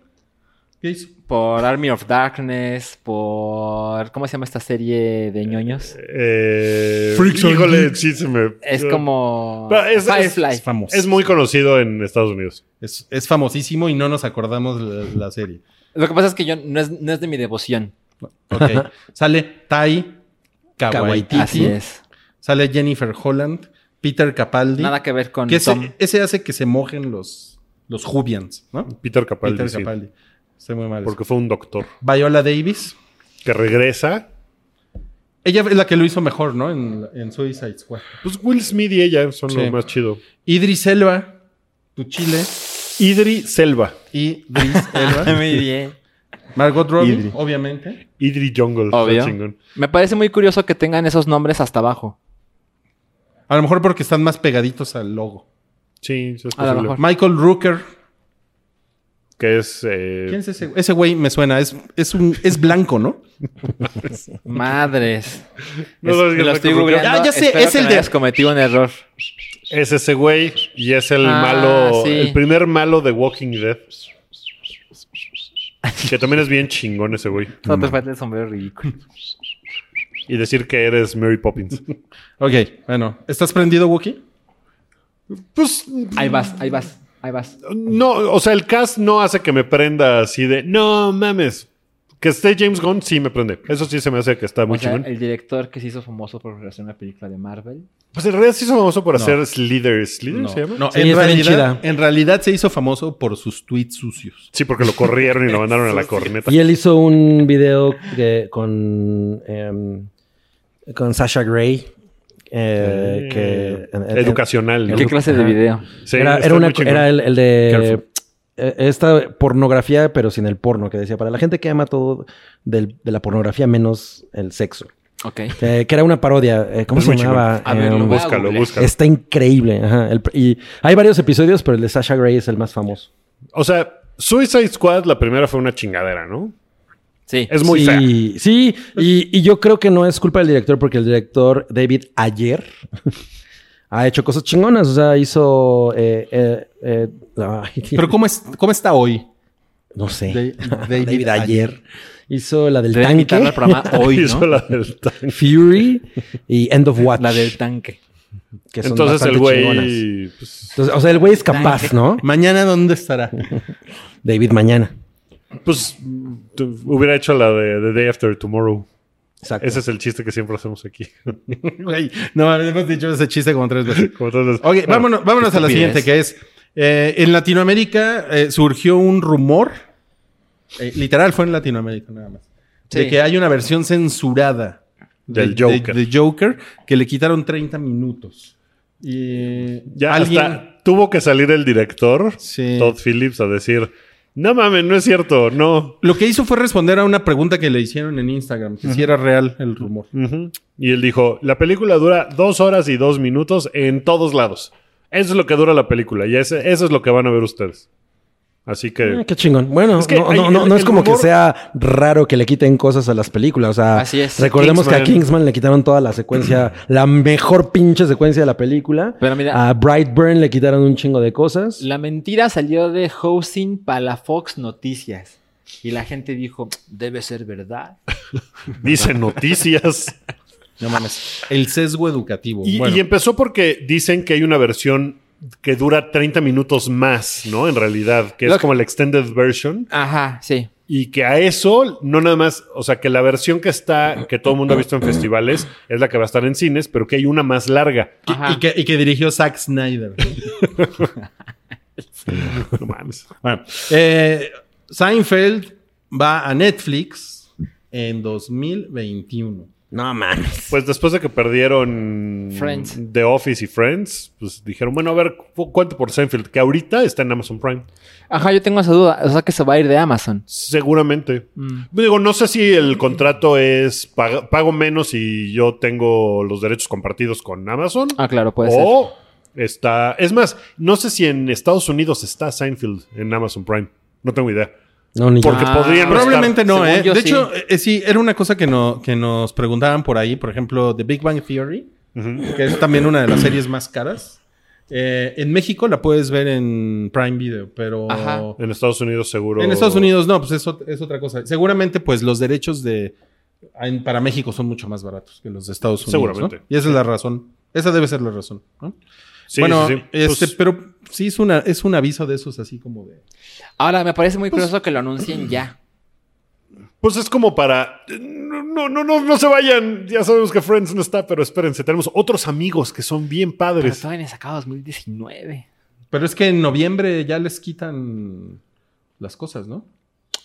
Speaker 5: ¿Qué hizo?
Speaker 4: Por Army of Darkness, por... ¿Cómo se llama esta serie de ñoños?
Speaker 2: Eh,
Speaker 5: Freaks on
Speaker 2: híjole,
Speaker 5: Geeks.
Speaker 2: sí se me-
Speaker 4: Es como...
Speaker 2: Pero es- es-
Speaker 4: Firefly.
Speaker 5: Es famoso.
Speaker 2: Es muy conocido en Estados Unidos.
Speaker 5: Es, es famosísimo y no nos acordamos la, la serie.
Speaker 4: Lo que pasa es que yo no es, no es de mi devoción.
Speaker 5: Ok. Sale Tai Kawaititi.
Speaker 4: Así es.
Speaker 5: Sale Jennifer Holland. Peter Capaldi.
Speaker 4: Nada que ver con
Speaker 5: que
Speaker 4: Tom.
Speaker 5: ese, ese hace que se mojen los, los Jubians, ¿no?
Speaker 2: Peter Capaldi,
Speaker 5: Peter
Speaker 2: sí,
Speaker 5: Capaldi. Estoy muy mal.
Speaker 2: porque fue un doctor
Speaker 5: Viola Davis.
Speaker 2: que regresa.
Speaker 5: Ella es la que lo hizo mejor, ¿no? En, en Suicide Squad.
Speaker 2: Pues Will Smith y ella son
Speaker 5: Sí.
Speaker 2: los más chidos.
Speaker 5: Idris Elba, tu Chile.
Speaker 2: Idri Selva.
Speaker 5: Idris Elba.
Speaker 4: Muy bien.
Speaker 5: Margot Robbie,
Speaker 2: Idris.
Speaker 5: obviamente.
Speaker 2: Idri Jungle. está
Speaker 4: Obvio.
Speaker 2: chingón.
Speaker 4: Me parece muy curioso que tengan esos nombres hasta abajo.
Speaker 5: A lo mejor porque están más pegaditos al logo.
Speaker 2: Sí, eso es
Speaker 4: A lo
Speaker 2: posible.
Speaker 4: mejor.
Speaker 5: Michael Rooker.
Speaker 2: Que es... eh,
Speaker 5: ¿Quién es ese? Ese güey me suena. Es, es, un, es blanco, ¿no?
Speaker 4: Madres.
Speaker 2: No
Speaker 4: Es-
Speaker 2: lo digas,
Speaker 4: me lo estoy
Speaker 2: porque-
Speaker 4: googleando.
Speaker 5: Ah, ya sé,
Speaker 4: Espero
Speaker 5: es
Speaker 4: que
Speaker 5: el
Speaker 4: no
Speaker 5: de-
Speaker 4: hayas cometido un error.
Speaker 2: Es ese güey y es el
Speaker 4: Ah,
Speaker 2: malo,
Speaker 4: sí.
Speaker 2: el primer malo de Walking Dead. Que también es bien chingón ese güey.
Speaker 4: No te falta el sombrero ridículo.
Speaker 2: Y decir que eres Mary Poppins.
Speaker 5: Ok, bueno. ¿Estás prendido, Wookie?
Speaker 2: Pues
Speaker 4: Ahí vas, ahí vas, ahí vas.
Speaker 2: no, o sea, el cast no hace que me prenda así de no mames. Que esté James Gunn, sí me prende. Eso sí se me hace que está muy
Speaker 4: O sea, eh,
Speaker 2: chingón.
Speaker 4: el director que se hizo famoso por hacer una película de Marvel.
Speaker 2: Pues en realidad sí es famoso por hacer Slither. ¿Slither
Speaker 5: No,
Speaker 2: se llama?
Speaker 5: no,
Speaker 6: Sí,
Speaker 5: en,
Speaker 6: está bien
Speaker 5: realidad,
Speaker 6: chida.
Speaker 5: en realidad se hizo famoso por sus tweets sucios.
Speaker 2: Sí, porque lo corrieron y lo mandaron a la corneta.
Speaker 6: Y él hizo un video que- con, em, con Sasha Gray.
Speaker 2: Eh,
Speaker 6: eh, que,
Speaker 2: educacional. ¿no?
Speaker 4: ¿Qué clase de
Speaker 6: Ajá.
Speaker 4: video?
Speaker 2: Sí,
Speaker 6: era,
Speaker 2: está
Speaker 6: era, una-
Speaker 2: muy chingón.
Speaker 6: era el, el de
Speaker 2: Careful.
Speaker 6: eh, esta pornografía, pero sin el porno, que decía, para la gente que ama todo del- de la pornografía menos el sexo.
Speaker 4: Ok.
Speaker 6: Eh, que era una parodia. eh, ¿Cómo
Speaker 2: Es
Speaker 6: se
Speaker 2: muy chingón.
Speaker 6: llamaba?
Speaker 4: A ver, lo
Speaker 6: Em,
Speaker 4: voy a
Speaker 2: Búscalo,
Speaker 4: googlear.
Speaker 2: búscalo.
Speaker 6: Está increíble. ajá. El pr- y hay varios episodios, pero el de Sasha Gray es el más famoso.
Speaker 2: O sea, Suicide Squad, la primera fue una chingadera, ¿no?
Speaker 4: Sí.
Speaker 2: Es muy
Speaker 6: sí,
Speaker 2: fea.
Speaker 6: Sí, y, y yo creo que no es culpa del director, porque el director David ayer ha hecho cosas chingonas. O sea, hizo. eh, eh, eh, ay,
Speaker 5: Pero ¿cómo, es, cómo está hoy?
Speaker 6: no sé.
Speaker 5: De-
Speaker 6: David, ayer. Hizo la del
Speaker 4: Deben quitarlo
Speaker 6: tanque,
Speaker 4: al programa hoy,
Speaker 2: Hizo
Speaker 4: ¿no?
Speaker 2: la del-
Speaker 6: Fury y End of Watch.
Speaker 4: La del tanque.
Speaker 6: que son
Speaker 2: Entonces
Speaker 6: bastante
Speaker 2: el
Speaker 6: chingonas.
Speaker 2: güey. Pues,
Speaker 6: Entonces, o sea, el güey es capaz, ¿no?
Speaker 5: Mañana, ¿dónde estará?
Speaker 6: David mañana.
Speaker 2: pues, tu- hubiera hecho la de The Day After Tomorrow.
Speaker 6: Exacto.
Speaker 2: Ese es el chiste que siempre hacemos aquí.
Speaker 5: Güey, no, hemos dicho ese chiste como tres veces.
Speaker 2: Como todas las-
Speaker 5: Ok, vámonos, vámonos a la
Speaker 4: estupidez.
Speaker 5: siguiente, que es. eh, en Latinoamérica eh, surgió un rumor. eh, literal, fue en Latinoamérica nada más. De
Speaker 4: Sí.
Speaker 5: que hay una versión censurada
Speaker 2: Del
Speaker 5: de-
Speaker 2: Joker.
Speaker 5: de- de Joker que le quitaron 30 minutos. Y
Speaker 2: Ya hasta tuvo que salir el director,
Speaker 5: Sí.
Speaker 2: Todd Phillips, a decir: No mames, no es cierto, no.
Speaker 5: Lo que hizo fue responder a una pregunta que le hicieron en Instagram, que si era real el rumor.
Speaker 2: Ujú. Y él dijo: La película dura dos horas y dos minutos en todos lados. Eso es lo que dura la película y ese- eso es lo que van a ver ustedes. Así que.
Speaker 6: Ah, qué chingón. Bueno,
Speaker 2: Es que
Speaker 6: no,
Speaker 2: hay-
Speaker 6: no, no,
Speaker 2: el-
Speaker 6: no es
Speaker 2: el
Speaker 6: como
Speaker 2: humor-
Speaker 6: que sea raro que le quiten cosas a las películas. O sea,
Speaker 4: Así es.
Speaker 6: recordemos que a
Speaker 2: Kingsman.
Speaker 6: Kingsman le quitaron toda la secuencia, la mejor pinche secuencia de la película.
Speaker 4: Pero mira-
Speaker 6: a Brightburn le quitaron un chingo de cosas.
Speaker 4: La mentira salió de hosting para la Fox Noticias. Y la gente dijo, debe ser verdad.
Speaker 2: Dice noticias.
Speaker 5: No mames. El sesgo educativo.
Speaker 2: Y,
Speaker 5: Pues
Speaker 2: em-
Speaker 5: Bueno.
Speaker 2: y empezó porque dicen que hay una versión que dura 30 minutos más, ¿no? En realidad, que es
Speaker 4: Lo-
Speaker 2: como la extended version.
Speaker 4: Ajá, sí.
Speaker 2: Y que a eso, no nada más, o sea, que la versión que está, que todo el mundo ha visto en festivales, es la que va a estar en cines, pero que hay una más larga.
Speaker 5: Que-
Speaker 4: Ajá.
Speaker 5: y que, y que dirigió Zack Snyder.
Speaker 2: No mames.
Speaker 5: Bueno, eh, Seinfeld va a Netflix en 2021.
Speaker 6: No mames.
Speaker 2: Pues después de que perdieron
Speaker 4: Friends.
Speaker 2: The Office y Friends, pues dijeron, bueno, a ver, cu- ¿cuánto por Seinfeld? Que ahorita está en Amazon Prime.
Speaker 4: Ajá, yo tengo esa duda. O sea que se va a ir de Amazon.
Speaker 2: Seguramente.
Speaker 4: Mm.
Speaker 2: Digo, no sé si el contrato es pag- pago menos y yo tengo los derechos compartidos con Amazon.
Speaker 4: Ah, claro, puede ser.
Speaker 2: o está. Es más, no sé si en Estados Unidos está Seinfeld en Amazon Prime. No tengo idea.
Speaker 6: No, ni yo.
Speaker 2: Porque
Speaker 4: Ah.
Speaker 2: podrían no
Speaker 5: Probablemente
Speaker 2: estar-
Speaker 5: no,
Speaker 4: Según
Speaker 5: ¿eh?
Speaker 4: yo,
Speaker 5: De
Speaker 4: sí.
Speaker 5: hecho, eh, sí, era una cosa que, no, que nos preguntaban por ahí. Por ejemplo, The Big Bang Theory,
Speaker 2: Ujú.
Speaker 5: que es también una de las series más caras. Eh, en México la puedes ver en Prime Video, pero...
Speaker 4: Ajá.
Speaker 2: En Estados Unidos seguro.
Speaker 5: En Estados Unidos no, pues es, ot- es otra cosa. Seguramente, pues los derechos de en- para México son mucho más baratos que los de Estados Unidos.
Speaker 2: Seguramente.
Speaker 5: ¿no? Y esa es la razón. Esa debe ser la razón. ¿no?
Speaker 2: Sí,
Speaker 5: bueno,
Speaker 2: sí, sí.
Speaker 5: este,
Speaker 2: Pues,
Speaker 5: pero sí es una, es un aviso de esos así como de.
Speaker 4: Ahora, me parece muy curioso que lo anuncien ya.
Speaker 2: pues es como para. No, no, no, no, no se vayan. Ya sabemos que Friends no está, pero espérense. Tenemos otros amigos que son bien
Speaker 4: Pero
Speaker 2: padres.
Speaker 4: todavía ni sacado 2019.
Speaker 5: Pero es que en noviembre ya les quitan las cosas, ¿no?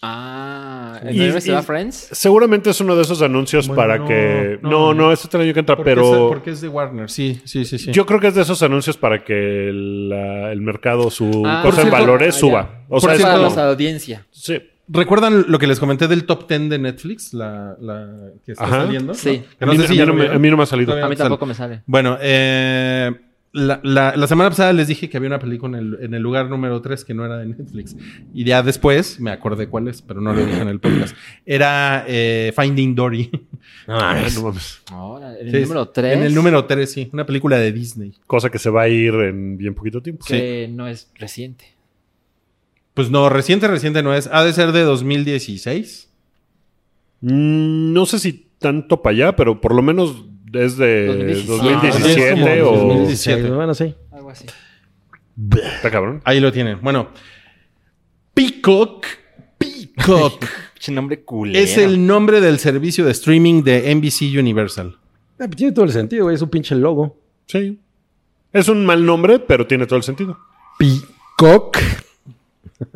Speaker 4: Ah,
Speaker 2: Y-
Speaker 4: ¿en noviembre se
Speaker 2: y-
Speaker 4: va Friends?
Speaker 2: Seguramente es uno de esos anuncios
Speaker 5: Bueno,
Speaker 2: para
Speaker 5: no,
Speaker 2: que.
Speaker 5: no,
Speaker 2: No, no,
Speaker 5: no.
Speaker 2: es otro año que entra,
Speaker 5: Porque
Speaker 2: pero.
Speaker 5: es, porque es de Warner, sí, sí, sí, sí.
Speaker 2: Yo creo que es de esos anuncios para que el, la- el mercado, su cosa
Speaker 4: Ah,
Speaker 5: por
Speaker 2: en
Speaker 5: cierto-
Speaker 2: valores
Speaker 4: ah,
Speaker 2: suba.
Speaker 4: ya.
Speaker 2: O sea,
Speaker 4: Por
Speaker 2: es
Speaker 4: para
Speaker 2: como-
Speaker 4: la audiencia.
Speaker 2: sí.
Speaker 5: ¿Recuerdan lo que les comenté del top 10 de Netflix? La, la que está
Speaker 2: Ajá.
Speaker 5: saliendo.
Speaker 4: Sí.
Speaker 5: Que
Speaker 2: A mí-
Speaker 5: sé
Speaker 2: a
Speaker 5: si
Speaker 2: mí
Speaker 5: ya
Speaker 2: no
Speaker 5: lo
Speaker 2: me-
Speaker 5: vieron.
Speaker 2: a mí no me ha salido.
Speaker 5: Todavía
Speaker 4: A
Speaker 5: no
Speaker 4: mí
Speaker 5: sale.
Speaker 4: tampoco me sale.
Speaker 5: Bueno, eh, la, la- la semana pasada les dije que había una película en el, en el lugar número 3 que no era de Netflix. Y ya después me acordé cuál es, pero no lo dije en el podcast. Era eh, Finding Dory.
Speaker 6: No mames.
Speaker 2: Ah, No mames.
Speaker 4: Ahora, en
Speaker 5: Sí,
Speaker 4: el número 3.
Speaker 5: En el número 3, sí. Una película de Disney.
Speaker 2: Cosa que se va a ir en bien poquito tiempo.
Speaker 4: Que no es reciente.
Speaker 5: Pues no, reciente, reciente no es. Ha de ser de 2016.
Speaker 2: Mm, No sé si tanto para allá, pero por lo menos es de
Speaker 4: 2017.
Speaker 2: 2017
Speaker 5: Ah,
Speaker 2: o...
Speaker 5: es como
Speaker 6: 2016,
Speaker 5: 2017.
Speaker 6: Bueno, sí. Eh,
Speaker 4: Algo así.
Speaker 2: Está cabrón.
Speaker 5: Ahí lo tienen. Bueno, Peacock. Peacock
Speaker 4: Che, nombre culero.
Speaker 5: es el nombre del servicio de streaming de NBC Universal.
Speaker 6: Ah, pues Tiene todo el sentido, güey. Es un pinche logo.
Speaker 2: Sí. Es un mal nombre, pero tiene todo el sentido.
Speaker 6: Peacock.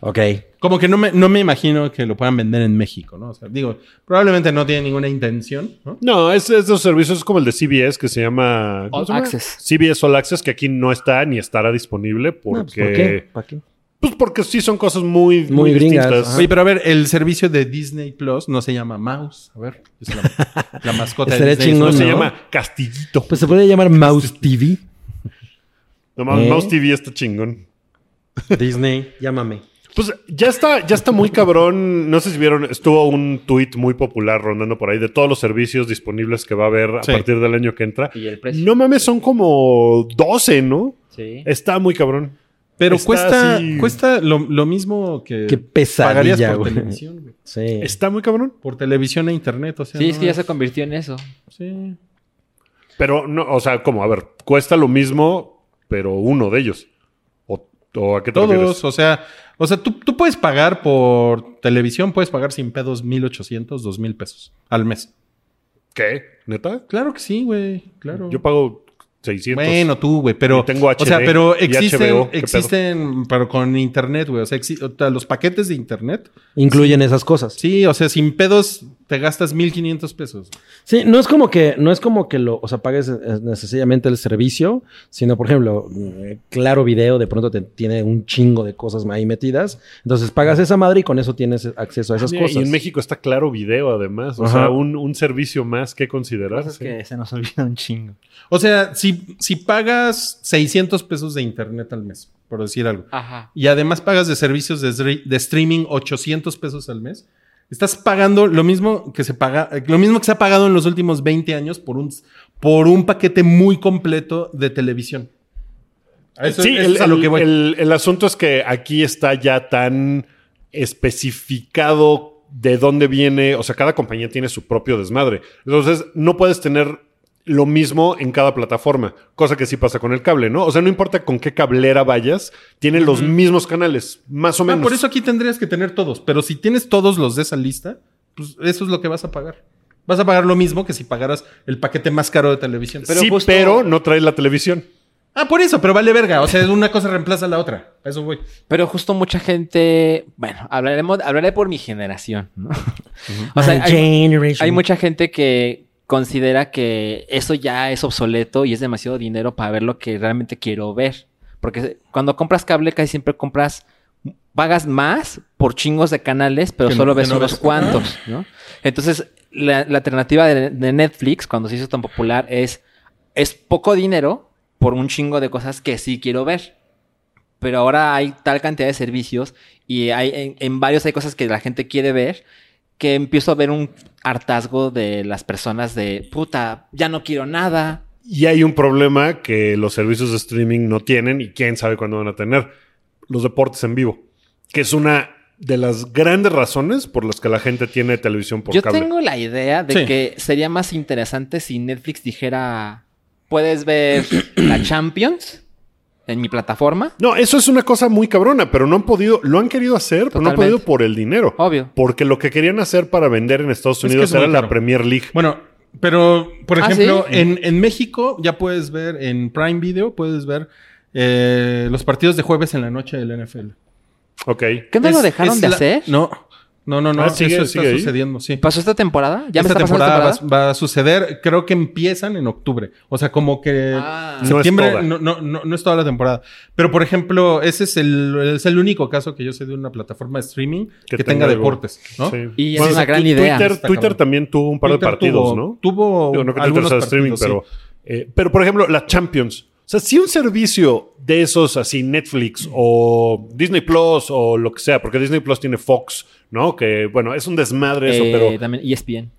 Speaker 6: ok.
Speaker 5: Como que no me, no me imagino que lo puedan vender en México, ¿no? O sea, digo, probablemente no tiene ninguna intención, ¿no?
Speaker 2: No, es, es de los servicios como el de CBS que se llama... ¿cómo
Speaker 4: All
Speaker 2: se llama?
Speaker 4: Access.
Speaker 2: CBS All Access, que aquí no está ni estará disponible porque...
Speaker 6: No, pues, ¿Por qué? ¿Para qué?
Speaker 2: Pues porque sí son cosas muy, muy,
Speaker 6: Muy gringas,
Speaker 2: distintas.
Speaker 6: ajá.
Speaker 5: Oye, pero a ver, el servicio de Disney Plus no se llama Mouse. A ver, es la, la mascota de
Speaker 6: Estaría
Speaker 5: Disney.
Speaker 6: chingón,
Speaker 2: No, se
Speaker 6: ¿no?
Speaker 2: llama Castillito.
Speaker 6: Pues se podría llamar Mouse TV.
Speaker 2: No mames,
Speaker 6: ¿Eh?
Speaker 2: Mouse TV está chingón.
Speaker 6: Disney, llámame.
Speaker 2: Pues ya está, ya está muy cabrón. No sé si vieron, estuvo un tuit muy popular rondando por ahí de todos los servicios disponibles que va a haber a
Speaker 5: Sí.
Speaker 2: partir del año que entra.
Speaker 4: Y el precio.
Speaker 2: No mames, son como 12, ¿no?
Speaker 4: Sí.
Speaker 2: Está muy cabrón.
Speaker 5: Pero
Speaker 2: Está
Speaker 5: cuesta,
Speaker 2: así.
Speaker 5: cuesta lo, lo mismo que
Speaker 6: Qué
Speaker 5: pagarías
Speaker 6: pesadilla,
Speaker 5: por
Speaker 6: güey.
Speaker 5: televisión, güey.
Speaker 6: Sí.
Speaker 2: Está muy cabrón.
Speaker 5: Por televisión e internet, o sea.
Speaker 4: Sí,
Speaker 5: no
Speaker 4: es que ya se convirtió en eso.
Speaker 5: Sí.
Speaker 2: Pero, no, o sea, como, a ver, cuesta lo mismo, pero uno de ellos. ¿O, o a qué te refieres?
Speaker 5: Todos, o sea, o sea, tú, tú puedes pagar por televisión, puedes pagar sin pedos 1800, 2000 pesos al mes.
Speaker 2: ¿Qué? ¿Neta?
Speaker 5: Claro que sí, güey, claro.
Speaker 2: Yo pago 600.
Speaker 5: bueno, tú, güey, pero
Speaker 2: Y tengo
Speaker 5: o sea,
Speaker 2: HD
Speaker 5: pero
Speaker 2: y
Speaker 5: existen
Speaker 2: HBO, ¿qué pedo?
Speaker 5: existen pero con internet, güey, o sea, exi- o sea, los paquetes de internet.
Speaker 6: Incluyen esas cosas.
Speaker 5: Sí, o sea, sin pedos te gastas 1500 pesos.
Speaker 6: Sí, no es como que, no es como que lo, o sea, pagues eh, necesariamente el servicio, sino, por ejemplo, mm, claro video de pronto te tiene un chingo de cosas ahí metidas. Entonces pagas esa madre y con eso tienes acceso a esas
Speaker 2: Ah, Y-
Speaker 6: cosas.
Speaker 2: Y en México está claro video, además. O
Speaker 6: Ajá.
Speaker 2: sea, un, un servicio más que
Speaker 4: Lo que
Speaker 2: considerar.
Speaker 4: pasa es
Speaker 2: sí.
Speaker 4: que se nos olvida un chingo.
Speaker 5: O sea, si si pagas 600 pesos de internet al mes, por decir algo.
Speaker 4: Ajá.
Speaker 5: y además pagas de servicios de, stre- de streaming 800 pesos al mes, estás pagando lo mismo que se paga, eh, lo mismo que se ha pagado en los últimos 20 años por un, por un paquete muy completo de televisión. A eso-
Speaker 2: sí,
Speaker 5: eso
Speaker 2: el,
Speaker 5: es a lo que voy.
Speaker 2: el- el asunto es que aquí está ya tan especificado de dónde viene, o sea, cada compañía tiene su propio desmadre. Entonces, no puedes tener lo mismo en cada plataforma, cosa que sí pasa con el cable, ¿no? O sea, no importa con qué cablera vayas, tienen los mismos canales, más o
Speaker 5: Ah,
Speaker 2: menos.
Speaker 5: por eso aquí tendrías que tener todos, pero si tienes todos los de esa lista, pues eso es lo que vas a pagar. Vas a pagar lo mismo que si pagaras el paquete más caro de televisión.
Speaker 7: Pero
Speaker 2: sí,
Speaker 7: justo-
Speaker 2: pero no traes la televisión.
Speaker 5: ah, por eso, pero vale verga. O sea, una cosa reemplaza a la otra. A Eso voy.
Speaker 4: Pero justo mucha gente, bueno, hablaremos, hablaré por mi generación, ¿no? O
Speaker 6: My
Speaker 4: sea, hay,
Speaker 6: generation.
Speaker 4: hay mucha gente que considera que eso ya es obsoleto y es demasiado dinero para ver lo que realmente quiero ver. Porque cuando compras cable casi siempre compras, pagas más por chingos de canales, pero
Speaker 5: Que no-
Speaker 4: solo
Speaker 5: que
Speaker 4: ves
Speaker 5: no
Speaker 4: unos
Speaker 5: ves.
Speaker 4: cuantos, ¿no? Entonces, la, la alternativa de, de Netflix, cuando se hizo tan popular, es, es poco dinero por un chingo de cosas que sí quiero ver. Pero ahora hay tal cantidad de servicios y hay, en, en varios hay cosas que la gente quiere ver que empiezo a ver un hartazgo de las personas de puta, ya no quiero nada.
Speaker 2: Y hay un problema que los servicios de streaming no tienen y quién sabe cuándo van a tener. Los deportes en vivo, que es una de las grandes razones por las que la gente tiene televisión por
Speaker 4: Yo
Speaker 2: cable.
Speaker 4: tengo la idea de
Speaker 5: Sí.
Speaker 4: que sería más interesante si Netflix dijera, puedes ver la Champions en mi plataforma.
Speaker 2: No, eso es una cosa muy cabrona, pero no han podido, lo han querido hacer, pero no han
Speaker 4: Totalmente.
Speaker 2: podido por el dinero.
Speaker 4: Obvio.
Speaker 2: Porque lo que querían hacer para vender en Estados
Speaker 5: Oh. Es que
Speaker 2: Unidos
Speaker 5: es muy
Speaker 2: era la
Speaker 5: caro.
Speaker 2: Premier League.
Speaker 5: Bueno, pero por
Speaker 4: Ah,
Speaker 5: ejemplo,
Speaker 4: ¿sí?
Speaker 5: en, en México ya puedes ver en Prime Video, puedes ver eh, los partidos de jueves en la noche del NFL.
Speaker 2: Ok.
Speaker 4: ¿Qué no
Speaker 5: Es-
Speaker 4: lo dejaron
Speaker 5: es
Speaker 4: de
Speaker 5: la-
Speaker 4: hacer?
Speaker 5: No, no, no, no.
Speaker 2: Ah, sigue-
Speaker 5: eso está
Speaker 2: sigue ahí.
Speaker 5: sucediendo, sí.
Speaker 4: ¿Pasó esta temporada? ¿Ya me
Speaker 5: Esta
Speaker 4: está pasando
Speaker 5: temporada,
Speaker 4: temporada?
Speaker 5: Va, va a suceder, creo que empiezan en octubre. O sea, como que
Speaker 4: Ah.
Speaker 2: No es
Speaker 5: septiembre
Speaker 2: toda.
Speaker 5: no, no, no- no es toda la temporada. Pero, por ejemplo, ese es el, es el único caso que yo sé de una plataforma de streaming que, tenga,
Speaker 2: algo.
Speaker 5: deportes, ¿no?
Speaker 2: Sí.
Speaker 4: Y es
Speaker 2: Bueno,
Speaker 4: una
Speaker 2: tu-
Speaker 4: gran idea.
Speaker 2: Twitter,
Speaker 5: Está
Speaker 2: Twitter
Speaker 5: cabrón.
Speaker 2: también tuvo un par de
Speaker 5: Twitter
Speaker 2: partidos,
Speaker 5: tuvo-
Speaker 2: ¿no?
Speaker 5: Tuvo
Speaker 2: Digo, no que te
Speaker 5: algunos
Speaker 2: interesa el streaming,
Speaker 5: partidos, sí.
Speaker 2: pero. eh, pero, por ejemplo, la Champions. O sea, si un servicio de esos así, Netflix o Disney Plus o lo que sea, porque Disney Plus tiene Fox, ¿no? Que bueno, es un desmadre eso,
Speaker 4: Eh,
Speaker 2: pero.
Speaker 4: También ESPN.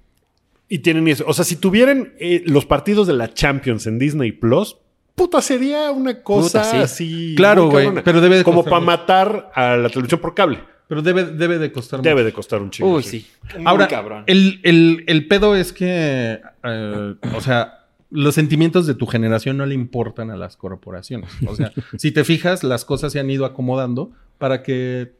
Speaker 2: Y tienen eso. O sea, si tuvieran eh, los partidos de la Champions en Disney Plus, puta, sería una cosa
Speaker 4: Puta, sí.
Speaker 2: así.
Speaker 5: Claro,
Speaker 2: muy
Speaker 5: güey,
Speaker 2: cabrona.
Speaker 5: pero debe de
Speaker 2: Como
Speaker 5: costar
Speaker 2: para
Speaker 5: mucho.
Speaker 2: matar a la televisión por cable.
Speaker 5: Pero debe, debe de costar mucho.
Speaker 2: Debe de costar un chingo.
Speaker 4: Uy, sí.
Speaker 5: Ahora,
Speaker 7: cabrón.
Speaker 5: El, el- el pedo es que, eh, o sea, los sentimientos de tu generación no le importan a las corporaciones. O sea, si te fijas, las cosas se han ido acomodando para que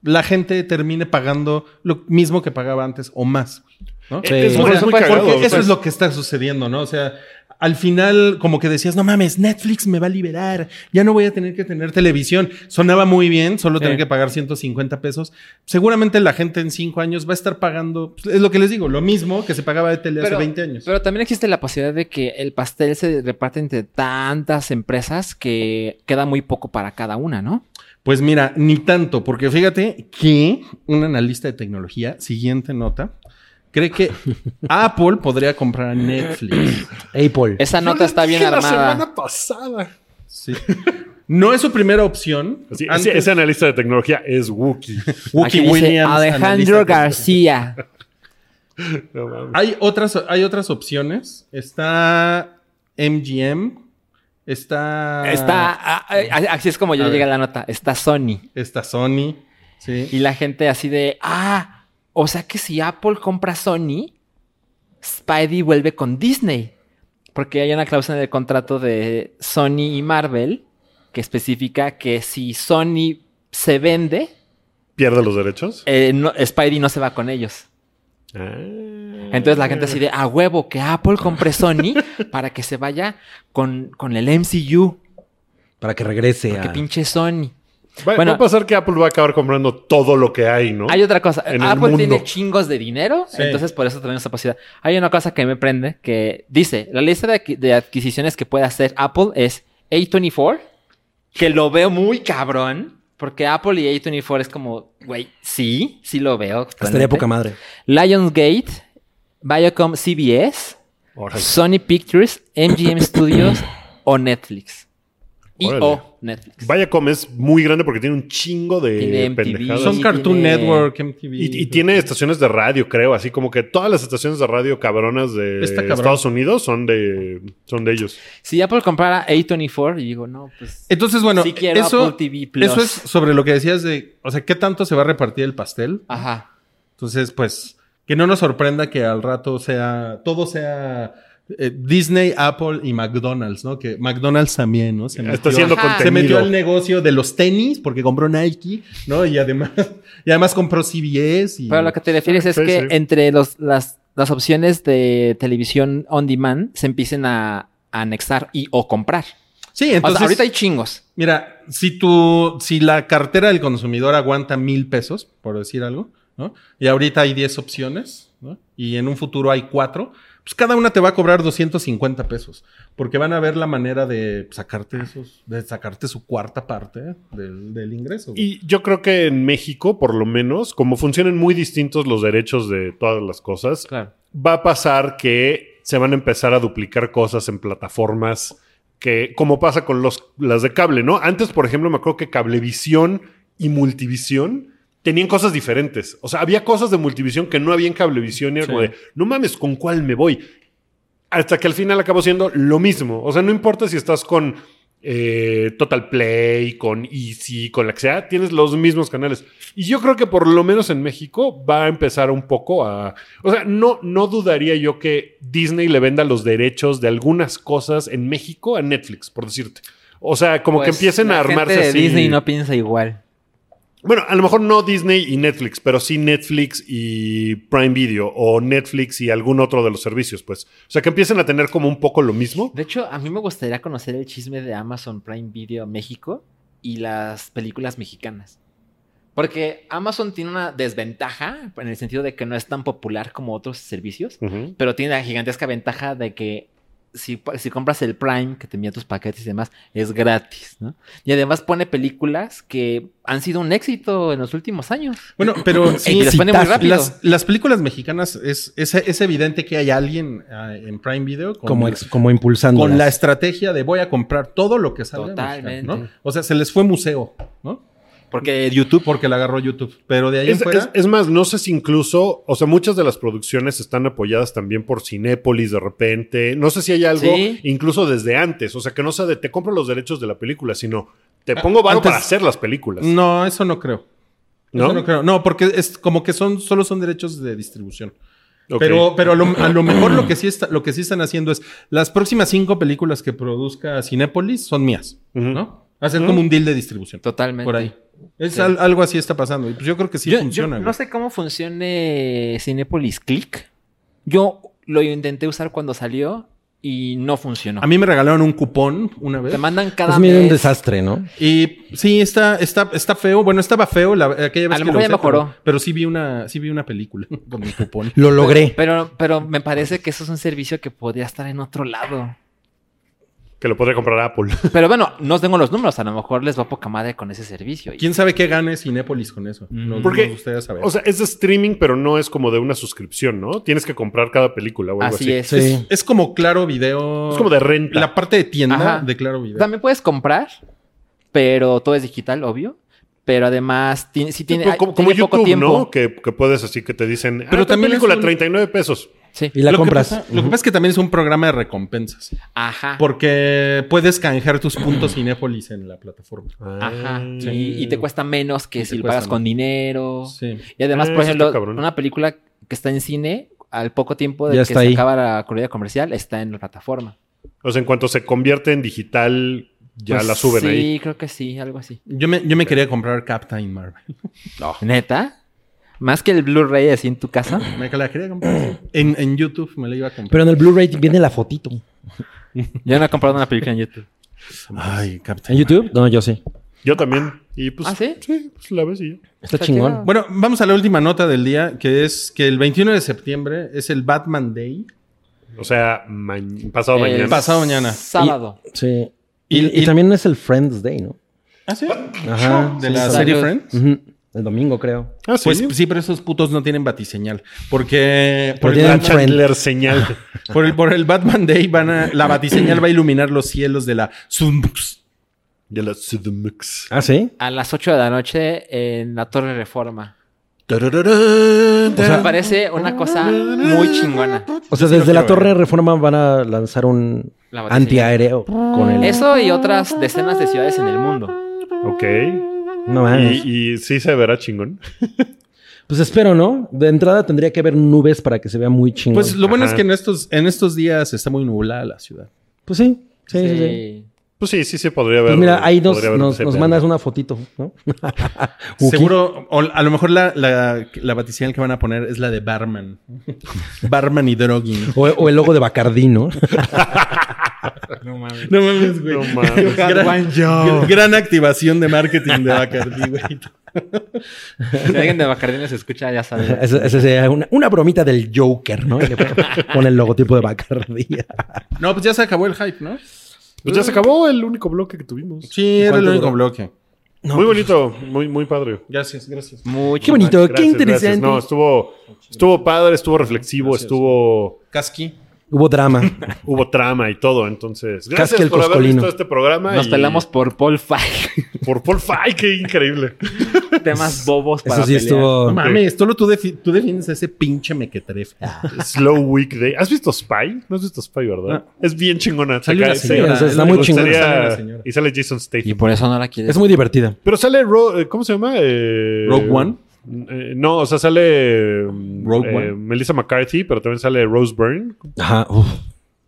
Speaker 5: la gente termine pagando lo mismo que pagaba antes o más. ¿no?
Speaker 2: Eh, Es,
Speaker 6: Sí.
Speaker 2: muy-
Speaker 5: Por
Speaker 2: es muy
Speaker 5: supuesto,
Speaker 2: cagado,
Speaker 5: porque
Speaker 2: o sea,
Speaker 5: eso es lo que está sucediendo, ¿no? O sea, al final, como que decías, no mames, Netflix me va a liberar, ya no voy a tener que tener televisión. Sonaba muy bien, solo tener que pagar 150 pesos. Seguramente la gente en cinco años va a estar pagando, pues, es lo que les digo, lo mismo que se pagaba de tele hace 20 años.
Speaker 4: eh, pero también existe la posibilidad de que el pastel se reparte entre tantas empresas que queda muy poco para cada una, ¿no?
Speaker 5: Pues mira, ni tanto, porque fíjate que un analista de tecnología, siguiente nota, cree que Apple podría comprar a Netflix.
Speaker 6: Apple.
Speaker 4: Esa
Speaker 2: Yo
Speaker 4: nota
Speaker 2: les
Speaker 4: está bien
Speaker 2: dije La
Speaker 4: armada.
Speaker 2: semana pasada.
Speaker 5: Sí. No es su primera opción.
Speaker 2: Sí,
Speaker 5: Antes-
Speaker 2: ese, ese analista de tecnología es Wookiee.
Speaker 5: Wookie
Speaker 4: Aquí dice
Speaker 5: Williams, analista
Speaker 4: Alejandro
Speaker 5: de-
Speaker 4: García.
Speaker 2: No mames.
Speaker 5: Hay otras, hay otras opciones. Está MGM. Está.
Speaker 4: Está, ah, ah, así es como yo
Speaker 5: A
Speaker 4: llegué a
Speaker 5: ver.
Speaker 4: la nota. Está Sony.
Speaker 5: Está Sony. Sí.
Speaker 4: Y la gente así de, ah, o sea que si Apple compra Sony, Spidey vuelve con Disney. Porque hay una cláusula en el contrato de Sony y Marvel que especifica que si Sony se vende,
Speaker 2: ¿Pierde los derechos?
Speaker 4: eh, no- Spidey no se va con ellos. Ah. Entonces la gente así de a huevo que Apple compre Sony para que se vaya con, con el MCU.
Speaker 6: Para que regrese
Speaker 4: Que
Speaker 6: a...
Speaker 4: pinche Sony.
Speaker 2: Va,
Speaker 4: bueno.
Speaker 2: va a pasar que Apple va a acabar comprando todo lo que hay, ¿no?
Speaker 4: Hay otra cosa.
Speaker 2: En el
Speaker 4: Apple tiene
Speaker 2: mundo.
Speaker 4: chingos de dinero,
Speaker 5: Sí.
Speaker 4: entonces por eso tenemos esa posibilidad. Hay una cosa que me prende que dice, la lista de, adqui- de adquisiciones que puede hacer Apple es A24, que lo veo muy cabrón, porque Apple y A24 es como, güey, sí, sí lo veo.
Speaker 6: Estaría
Speaker 4: actualmente.
Speaker 6: poca madre.
Speaker 4: Lionsgate, Viacom CBS, Sony Pictures, MGM Studios o Netflix. Y
Speaker 2: Órale.
Speaker 4: o Netflix.
Speaker 2: Viacom es muy grande porque tiene un chingo de
Speaker 4: Tiene MTV.
Speaker 2: pendejadas.
Speaker 5: Son
Speaker 4: Sí,
Speaker 5: Cartoon
Speaker 4: tiene-
Speaker 5: Network, MTV.
Speaker 2: Y, y tiene estaciones de radio, creo, así como que todas las estaciones de radio cabronas de
Speaker 5: Está cabrón.
Speaker 2: Estados Unidos son de son de ellos.
Speaker 4: Si Apple comprara A24, y digo, no, pues...
Speaker 2: Eh,
Speaker 5: Entonces, bueno,
Speaker 4: Sí quiero
Speaker 5: eso,
Speaker 4: Apple TV Plus.
Speaker 5: eso es sobre lo que decías de, o sea, ¿qué tanto se va a repartir el pastel?
Speaker 4: Ajá.
Speaker 5: Entonces, pues, que no nos sorprenda que al rato sea, todo sea eh, Disney, Apple y McDonald's, ¿no? Que McDonald's también, ¿no? Se
Speaker 2: Está haciendo
Speaker 4: Ajá.
Speaker 5: se metió
Speaker 2: contenido.
Speaker 5: al negocio de los tenis porque compró Nike, ¿no? Y además, y además compró CBS y...
Speaker 4: Pero lo que te refieres es
Speaker 2: Sí,
Speaker 4: que
Speaker 2: sí.
Speaker 4: entre los, las, las opciones de televisión on demand se empiecen a, a anexar y o comprar.
Speaker 5: Sí,
Speaker 4: O sea,
Speaker 5: entonces,
Speaker 4: ahorita hay chingos.
Speaker 5: mira, si tu, si la cartera del consumidor aguanta mil pesos, por decir algo, ¿no? Y ahorita hay 10 opciones, ¿no? Y en un futuro hay cuatro, pues cada una te va a cobrar 250 pesos, porque van a ver la manera de sacarte esos, de sacarte su cuarta parte del, del ingreso. güey.
Speaker 2: Y yo creo que en México, por lo menos, como funcionan muy distintos los derechos de todas las cosas,
Speaker 4: Claro.
Speaker 2: va a pasar que se van a empezar a duplicar cosas en plataformas que, como pasa con los, las de cable, ¿no? Antes, por ejemplo, me acuerdo que Cablevisión y Multivisión tenían cosas diferentes. O sea, había cosas de Multivisión que no había en Cablevisión y era como de, no mames, ¿con cuál me voy? Hasta que al final acabó siendo lo mismo. O sea, no importa si estás con eh, Total Play, con Easy, con la que sea, tienes los mismos canales. Y yo creo que por lo menos en México va a empezar un poco a... O sea, no, no dudaría yo que Disney le venda los derechos de algunas cosas en México a Netflix, por decirte. O sea, como que
Speaker 4: Pues,
Speaker 2: empiecen
Speaker 4: la
Speaker 2: a armarse
Speaker 4: gente de
Speaker 2: así.
Speaker 4: Disney no piensa igual.
Speaker 2: Bueno, a lo mejor no Disney y Netflix, pero sí Netflix y Prime Video o Netflix y algún otro de los servicios, pues. O sea, que empiecen a tener como un poco lo mismo.
Speaker 4: De hecho, a mí me gustaría conocer el chisme de Amazon Prime Video México y las películas mexicanas. Porque Amazon tiene una desventaja en el sentido de que no es tan popular como otros servicios,
Speaker 2: Ujú.
Speaker 4: pero tiene la gigantesca ventaja de que si, si compras el Prime, que te envía tus paquetes y demás, es gratis, ¿no? Y además pone películas que han sido un éxito en los últimos años.
Speaker 5: Bueno, pero
Speaker 4: y
Speaker 5: sí,
Speaker 4: les pone muy
Speaker 5: las-
Speaker 4: rápido.
Speaker 5: Las, las películas mexicanas es, es, es evidente que hay alguien ah, en Prime Video con,
Speaker 6: Como, ex- como impulsando.
Speaker 5: con la estrategia de voy a comprar todo lo que salga.
Speaker 4: Totalmente.
Speaker 5: mexicano, ¿no? O sea, se les fue museo, ¿no?
Speaker 4: Porque YouTube...
Speaker 5: Porque la agarró YouTube. Pero de ahí en
Speaker 2: Es,
Speaker 5: fuera.
Speaker 2: es- es más, no sé si incluso, o sea, muchas de las producciones están apoyadas también por Cinépolis de repente. No sé si hay algo,
Speaker 4: Sí.
Speaker 2: incluso desde antes. O sea, que no sea de te compro los derechos de la película, sino te pongo varo
Speaker 5: Ah, antes-
Speaker 2: para hacer las películas.
Speaker 5: No, eso no creo.
Speaker 2: ¿No?
Speaker 5: Eso no creo. No, porque es como que son, solo son derechos de distribución.
Speaker 2: Ok.
Speaker 5: Pero, pero a, lo, a lo mejor lo que sí está, lo que sí están haciendo es las próximas cinco películas que produzca Cinépolis son mías,
Speaker 2: Ujú.
Speaker 5: ¿no? Hacer como un deal de distribución.
Speaker 4: ¿Mm? Totalmente.
Speaker 5: Por ahí. Es
Speaker 4: Sí.
Speaker 5: al- algo así está pasando. Y pues yo creo que sí
Speaker 4: yo, yo
Speaker 5: funciona.
Speaker 4: no
Speaker 5: güey.
Speaker 4: sé cómo funcione Cinepolis Click. Yo lo intenté usar cuando salió y no funcionó.
Speaker 5: A mí me regalaron un cupón una vez.
Speaker 4: Te mandan cada
Speaker 6: Es medio Pues un
Speaker 4: mes.
Speaker 6: desastre, ¿no?
Speaker 5: Y sí, está, está, está feo. Bueno, estaba feo la, aquella vez
Speaker 4: A lo
Speaker 5: que
Speaker 4: mejor ya
Speaker 5: usé,
Speaker 4: mejoró.
Speaker 5: Pero, pero sí vi una, sí vi una película con mi cupón.
Speaker 6: Lo logré.
Speaker 4: Pero, pero me parece que eso es un servicio que podría estar en otro lado.
Speaker 2: Que lo podría comprar Apple.
Speaker 4: Pero bueno, no tengo los números. A lo mejor les va poca madre con ese servicio. Y-
Speaker 5: ¿Quién sabe qué gane Cinépolis con eso? No,
Speaker 2: Porque,
Speaker 5: no gustaría saber.
Speaker 2: O sea, es de streaming, pero no es como de una suscripción, ¿no? Tienes que comprar cada película o algo
Speaker 4: Así
Speaker 2: así.
Speaker 4: es.
Speaker 6: Sí.
Speaker 5: es como Claro Video.
Speaker 2: Es como de renta.
Speaker 5: La parte de tienda
Speaker 4: Ajá.
Speaker 5: de Claro Video.
Speaker 4: También puedes comprar, pero todo es digital, obvio. Pero además, tiene, si tiene,
Speaker 2: como como
Speaker 4: tiene poco
Speaker 2: YouTube,
Speaker 4: tiempo.
Speaker 2: ¿no? Que, que puedes así que te dicen,
Speaker 5: Pero
Speaker 2: pero también
Speaker 5: también es
Speaker 2: película
Speaker 5: un-
Speaker 2: 39 pesos.
Speaker 4: Sí.
Speaker 6: Y la
Speaker 5: Lo que
Speaker 6: compras.
Speaker 5: pasa- Lo que pasa es que también es un programa de recompensas.
Speaker 2: Ah.
Speaker 4: Ajá.
Speaker 5: Porque puedes canjear tus puntos Cinépolis en la plataforma.
Speaker 2: Ah.
Speaker 4: Ajá.
Speaker 5: Ah, Sí.
Speaker 4: Y, y te cuesta menos que
Speaker 5: Y te
Speaker 4: si lo
Speaker 5: cuesta
Speaker 4: pagas con
Speaker 5: menos.
Speaker 4: dinero.
Speaker 5: Sí.
Speaker 4: Y además,
Speaker 2: Ah,
Speaker 4: por
Speaker 2: eso
Speaker 4: ejemplo,
Speaker 2: está cabrón.
Speaker 4: una película que está en cine, al poco tiempo de
Speaker 6: Ya
Speaker 4: que
Speaker 6: está
Speaker 4: se
Speaker 6: ahí.
Speaker 4: acaba la corrida comercial, está en la plataforma.
Speaker 2: O sea, en cuanto se convierte en digital, ya
Speaker 4: Pues
Speaker 2: la suben
Speaker 4: sí,
Speaker 2: ahí.
Speaker 4: creo que sí, algo así.
Speaker 5: Yo me, yo me quería comprar Captain Marvel.
Speaker 4: ¿Neta? ¿Más que el Blu-ray así en tu casa?
Speaker 5: Me la quería comprar. En, en YouTube me la iba a comprar.
Speaker 6: Pero en el Blu-ray viene la fotito.
Speaker 4: Yo no he comprado una película en YouTube.
Speaker 5: Ay, Captain
Speaker 6: ¿En YouTube? No, yo sí.
Speaker 2: Yo también. Y pues,
Speaker 4: ¿Ah, sí?
Speaker 2: pues la ves y ya.
Speaker 6: Está
Speaker 4: Está
Speaker 6: chingón.
Speaker 4: chido.
Speaker 5: Bueno, vamos a la última nota del día, que es que el 21 de septiembre es el Batman Day.
Speaker 2: O sea, ma- pasado
Speaker 4: El
Speaker 2: mañana.
Speaker 5: Pasado mañana.
Speaker 4: Sábado.
Speaker 6: Sí.
Speaker 5: Y-
Speaker 6: Y, y
Speaker 5: y-
Speaker 6: también es el Friends Day, ¿no?
Speaker 5: ¿Ah, sí?
Speaker 6: Ajá.
Speaker 5: De
Speaker 6: sí,
Speaker 5: la
Speaker 6: sí.
Speaker 5: serie
Speaker 4: Salud.
Speaker 5: Friends.
Speaker 6: Ujú. El domingo, creo.
Speaker 2: Ah, sí.
Speaker 5: Pues sí, pero esos putos no tienen batiseñal. Porque por
Speaker 6: Pero
Speaker 5: el,
Speaker 6: tienen
Speaker 2: la
Speaker 5: Batman,
Speaker 6: friend.
Speaker 2: Chandler señal.
Speaker 5: por el- por el Batman Day van a, la batiseñal va a iluminar los cielos de la Sunbus.
Speaker 2: De la Sudmux.
Speaker 6: Ah, sí.
Speaker 4: A las 8 de la noche en la Torre Reforma.
Speaker 5: Tarararán,
Speaker 4: O sea,
Speaker 5: tarán.
Speaker 4: parece una cosa muy chingona.
Speaker 6: O sea,
Speaker 5: sí lo
Speaker 6: desde la
Speaker 5: quiero
Speaker 6: Torre
Speaker 5: ver.
Speaker 6: Reforma van a lanzar un
Speaker 4: La batiseñal.
Speaker 6: antiaéreo con el.
Speaker 4: Eso y otras decenas de ciudades en el mundo.
Speaker 2: Ok.
Speaker 6: No
Speaker 4: Ah.
Speaker 6: mames.
Speaker 2: Y, y sí se verá chingón.
Speaker 6: Pues espero, ¿no? De entrada tendría que haber nubes para que se vea muy chingón.
Speaker 5: Pues
Speaker 6: Pues,
Speaker 5: lo bueno es
Speaker 2: Ajá.
Speaker 5: que en estos, en estos días está muy nublada la ciudad.
Speaker 6: Pues sí. Sí, sí, sí.
Speaker 2: Pues sí, sí se podría ver.
Speaker 6: Pues mira, ahí nos,
Speaker 2: podría ver
Speaker 6: nos,
Speaker 2: ese
Speaker 6: nos
Speaker 2: plan.
Speaker 6: mandas una fotito, ¿no? Uki.
Speaker 5: Seguro, o a lo mejor la, la, la batiseñal que van a poner es la de Barman. Barman y Droguin.
Speaker 6: O, o el logo de Bacardí, ¿no?
Speaker 5: No mames, güey.
Speaker 2: No mames.
Speaker 5: gran, gran activación de marketing de Bacardi, güey.
Speaker 4: Si alguien de Bacardí nos escucha, ya sabe.
Speaker 6: Esa esa sería una, una bromita del Joker, ¿no? Y le pon- Con el logotipo de Bacardí.
Speaker 5: No, pues ya se acabó el hype, ¿no?
Speaker 2: Pues ya se acabó el único bloque que tuvimos.
Speaker 5: Sí, era el
Speaker 6: ¿Cuánto
Speaker 5: único
Speaker 6: duró?
Speaker 5: bloque.
Speaker 2: muy bonito, muy, muy padre.
Speaker 5: Gracias, gracias.
Speaker 4: Muy
Speaker 6: Qué bonito,
Speaker 2: Gracias,
Speaker 6: qué
Speaker 2: gracias.
Speaker 6: interesante.
Speaker 2: No, estuvo, estuvo padre, estuvo reflexivo, estuvo.
Speaker 5: Casqui.
Speaker 6: Hubo drama.
Speaker 2: Hubo trama y todo. Entonces,
Speaker 6: Casque
Speaker 2: gracias
Speaker 6: el
Speaker 2: por haber
Speaker 6: coscolino.
Speaker 2: visto este programa.
Speaker 4: Nos
Speaker 2: y
Speaker 4: pelamos por Paul Feig.
Speaker 2: Por Paul Fay, qué increíble.
Speaker 4: Temas bobos para
Speaker 6: Eso sí
Speaker 4: pelear.
Speaker 5: No
Speaker 6: estuvo.
Speaker 5: mames, solo tú, defi- tú defines a ese pinche mequetrefe.
Speaker 2: Ah, Slow Weekday. ¿Has visto Spy? No has visto Spy, ¿verdad? Es bien chingona.
Speaker 5: Sale
Speaker 2: Saca-
Speaker 5: una
Speaker 2: sí,
Speaker 5: señora,
Speaker 2: o sea,
Speaker 6: está
Speaker 2: me
Speaker 6: muy
Speaker 2: gustaría-
Speaker 5: chingona. Sale una señora.
Speaker 2: Y sale Jason
Speaker 4: Y
Speaker 2: Statham.
Speaker 4: por eso no la quieres.
Speaker 6: Es muy divertida.
Speaker 2: Pero sale, Ro- eh, ¿cómo se llama? Eh,
Speaker 5: Rogue One.
Speaker 2: eh, no, o sea, sale mm,
Speaker 5: Rogue
Speaker 2: eh,
Speaker 5: One.
Speaker 2: Melissa McCarthy, pero también sale Rose Byrne.
Speaker 6: Ajá. uf.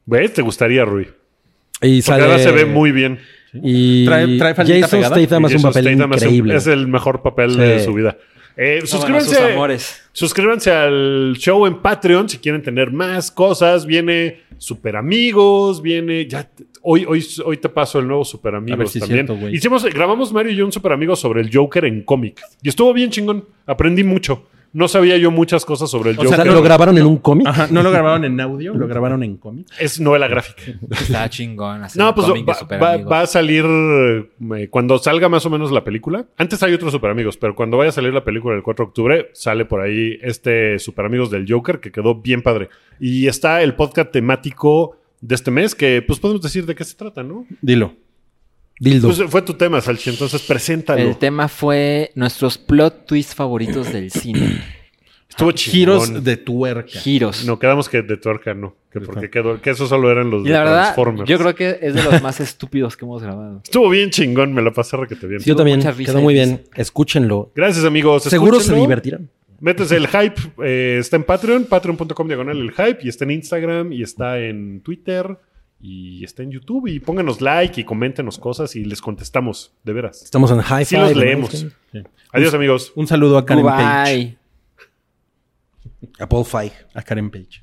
Speaker 2: ¿Ves? Te gustaría, Rui. Porque
Speaker 6: Y sale.
Speaker 2: ahora se ve muy bien.
Speaker 6: Y
Speaker 5: Trae- trae faldita
Speaker 6: Jason
Speaker 5: pegada.
Speaker 6: Statham hace un
Speaker 2: Jason
Speaker 6: papel
Speaker 2: Statham hace un-
Speaker 6: increíble.
Speaker 2: Es el mejor papel de
Speaker 6: Sí.
Speaker 2: su vida. Eh,
Speaker 4: No, bueno,
Speaker 2: suscríbanse.
Speaker 4: sus amores.
Speaker 2: Suscríbanse al show en Patreon si quieren tener más cosas. Viene Super Amigos, viene. Ya, te- hoy, hoy, hoy te paso el nuevo Super
Speaker 5: A ver
Speaker 2: Amigos
Speaker 5: si es
Speaker 2: también.
Speaker 5: cierto, güey.
Speaker 2: Hicimos, grabamos Mario y yo un Super Amigos sobre el Joker en cómic. Y estuvo bien chingón. Aprendí mucho. No sabía yo muchas cosas sobre el Pues,
Speaker 5: O
Speaker 6: O
Speaker 2: Joker.
Speaker 6: sea, lo grabaron en un cómic.
Speaker 5: Ajá, no lo grabaron en audio, lo grabaron en cómic.
Speaker 2: es novela gráfica.
Speaker 4: Está chingón. hacer
Speaker 2: No,
Speaker 4: un
Speaker 2: pues
Speaker 4: cómic de
Speaker 2: va, va-
Speaker 4: superamigos.
Speaker 2: va a salir eh, cuando salga más o menos la película. Antes hay otros Super Amigos, pero cuando vaya a salir la película el 4 de octubre, sale por ahí este Super Amigos del Joker que quedó bien padre. Y está el podcast temático de este mes que pues podemos decir de qué se trata, ¿no?
Speaker 5: Dilo.
Speaker 6: Dildo.
Speaker 2: Pues, fue tu tema, Salchi, entonces preséntalo.
Speaker 4: El tema fue nuestros plot twists favoritos del cine.
Speaker 2: Estuvo
Speaker 5: Giros
Speaker 2: chingón.
Speaker 5: de tuerca.
Speaker 4: Giros.
Speaker 2: No, quedamos que de tuerca no, que porque quedó, que eso solo eran los
Speaker 4: y
Speaker 2: de
Speaker 4: la verdad,
Speaker 2: Transformers.
Speaker 4: yo creo que es de los más estúpidos que hemos grabado.
Speaker 2: Estuvo bien chingón, me la pasé requete bien.
Speaker 6: Yo también.
Speaker 4: mucha risa
Speaker 6: Quedó muy
Speaker 4: y
Speaker 6: bien. Escúchenlo.
Speaker 2: Gracias, amigos.
Speaker 6: Seguro se
Speaker 2: Pues Escúchenlo.
Speaker 6: divertirán.
Speaker 2: Métese el hype, eh, está en Patreon, patreon.com diagonal el hype, y está en Instagram, y está en Twitter, y está en YouTube, y pónganos like y coméntenos cosas y les contestamos, de veras.
Speaker 6: Estamos en High
Speaker 2: Sí
Speaker 6: Five,
Speaker 2: los
Speaker 6: ¿no?
Speaker 2: leemos. Adiós amigos.
Speaker 5: Un saludo a Karen Page.
Speaker 4: Bye.
Speaker 6: A Paul Feig.
Speaker 5: A Karen Page.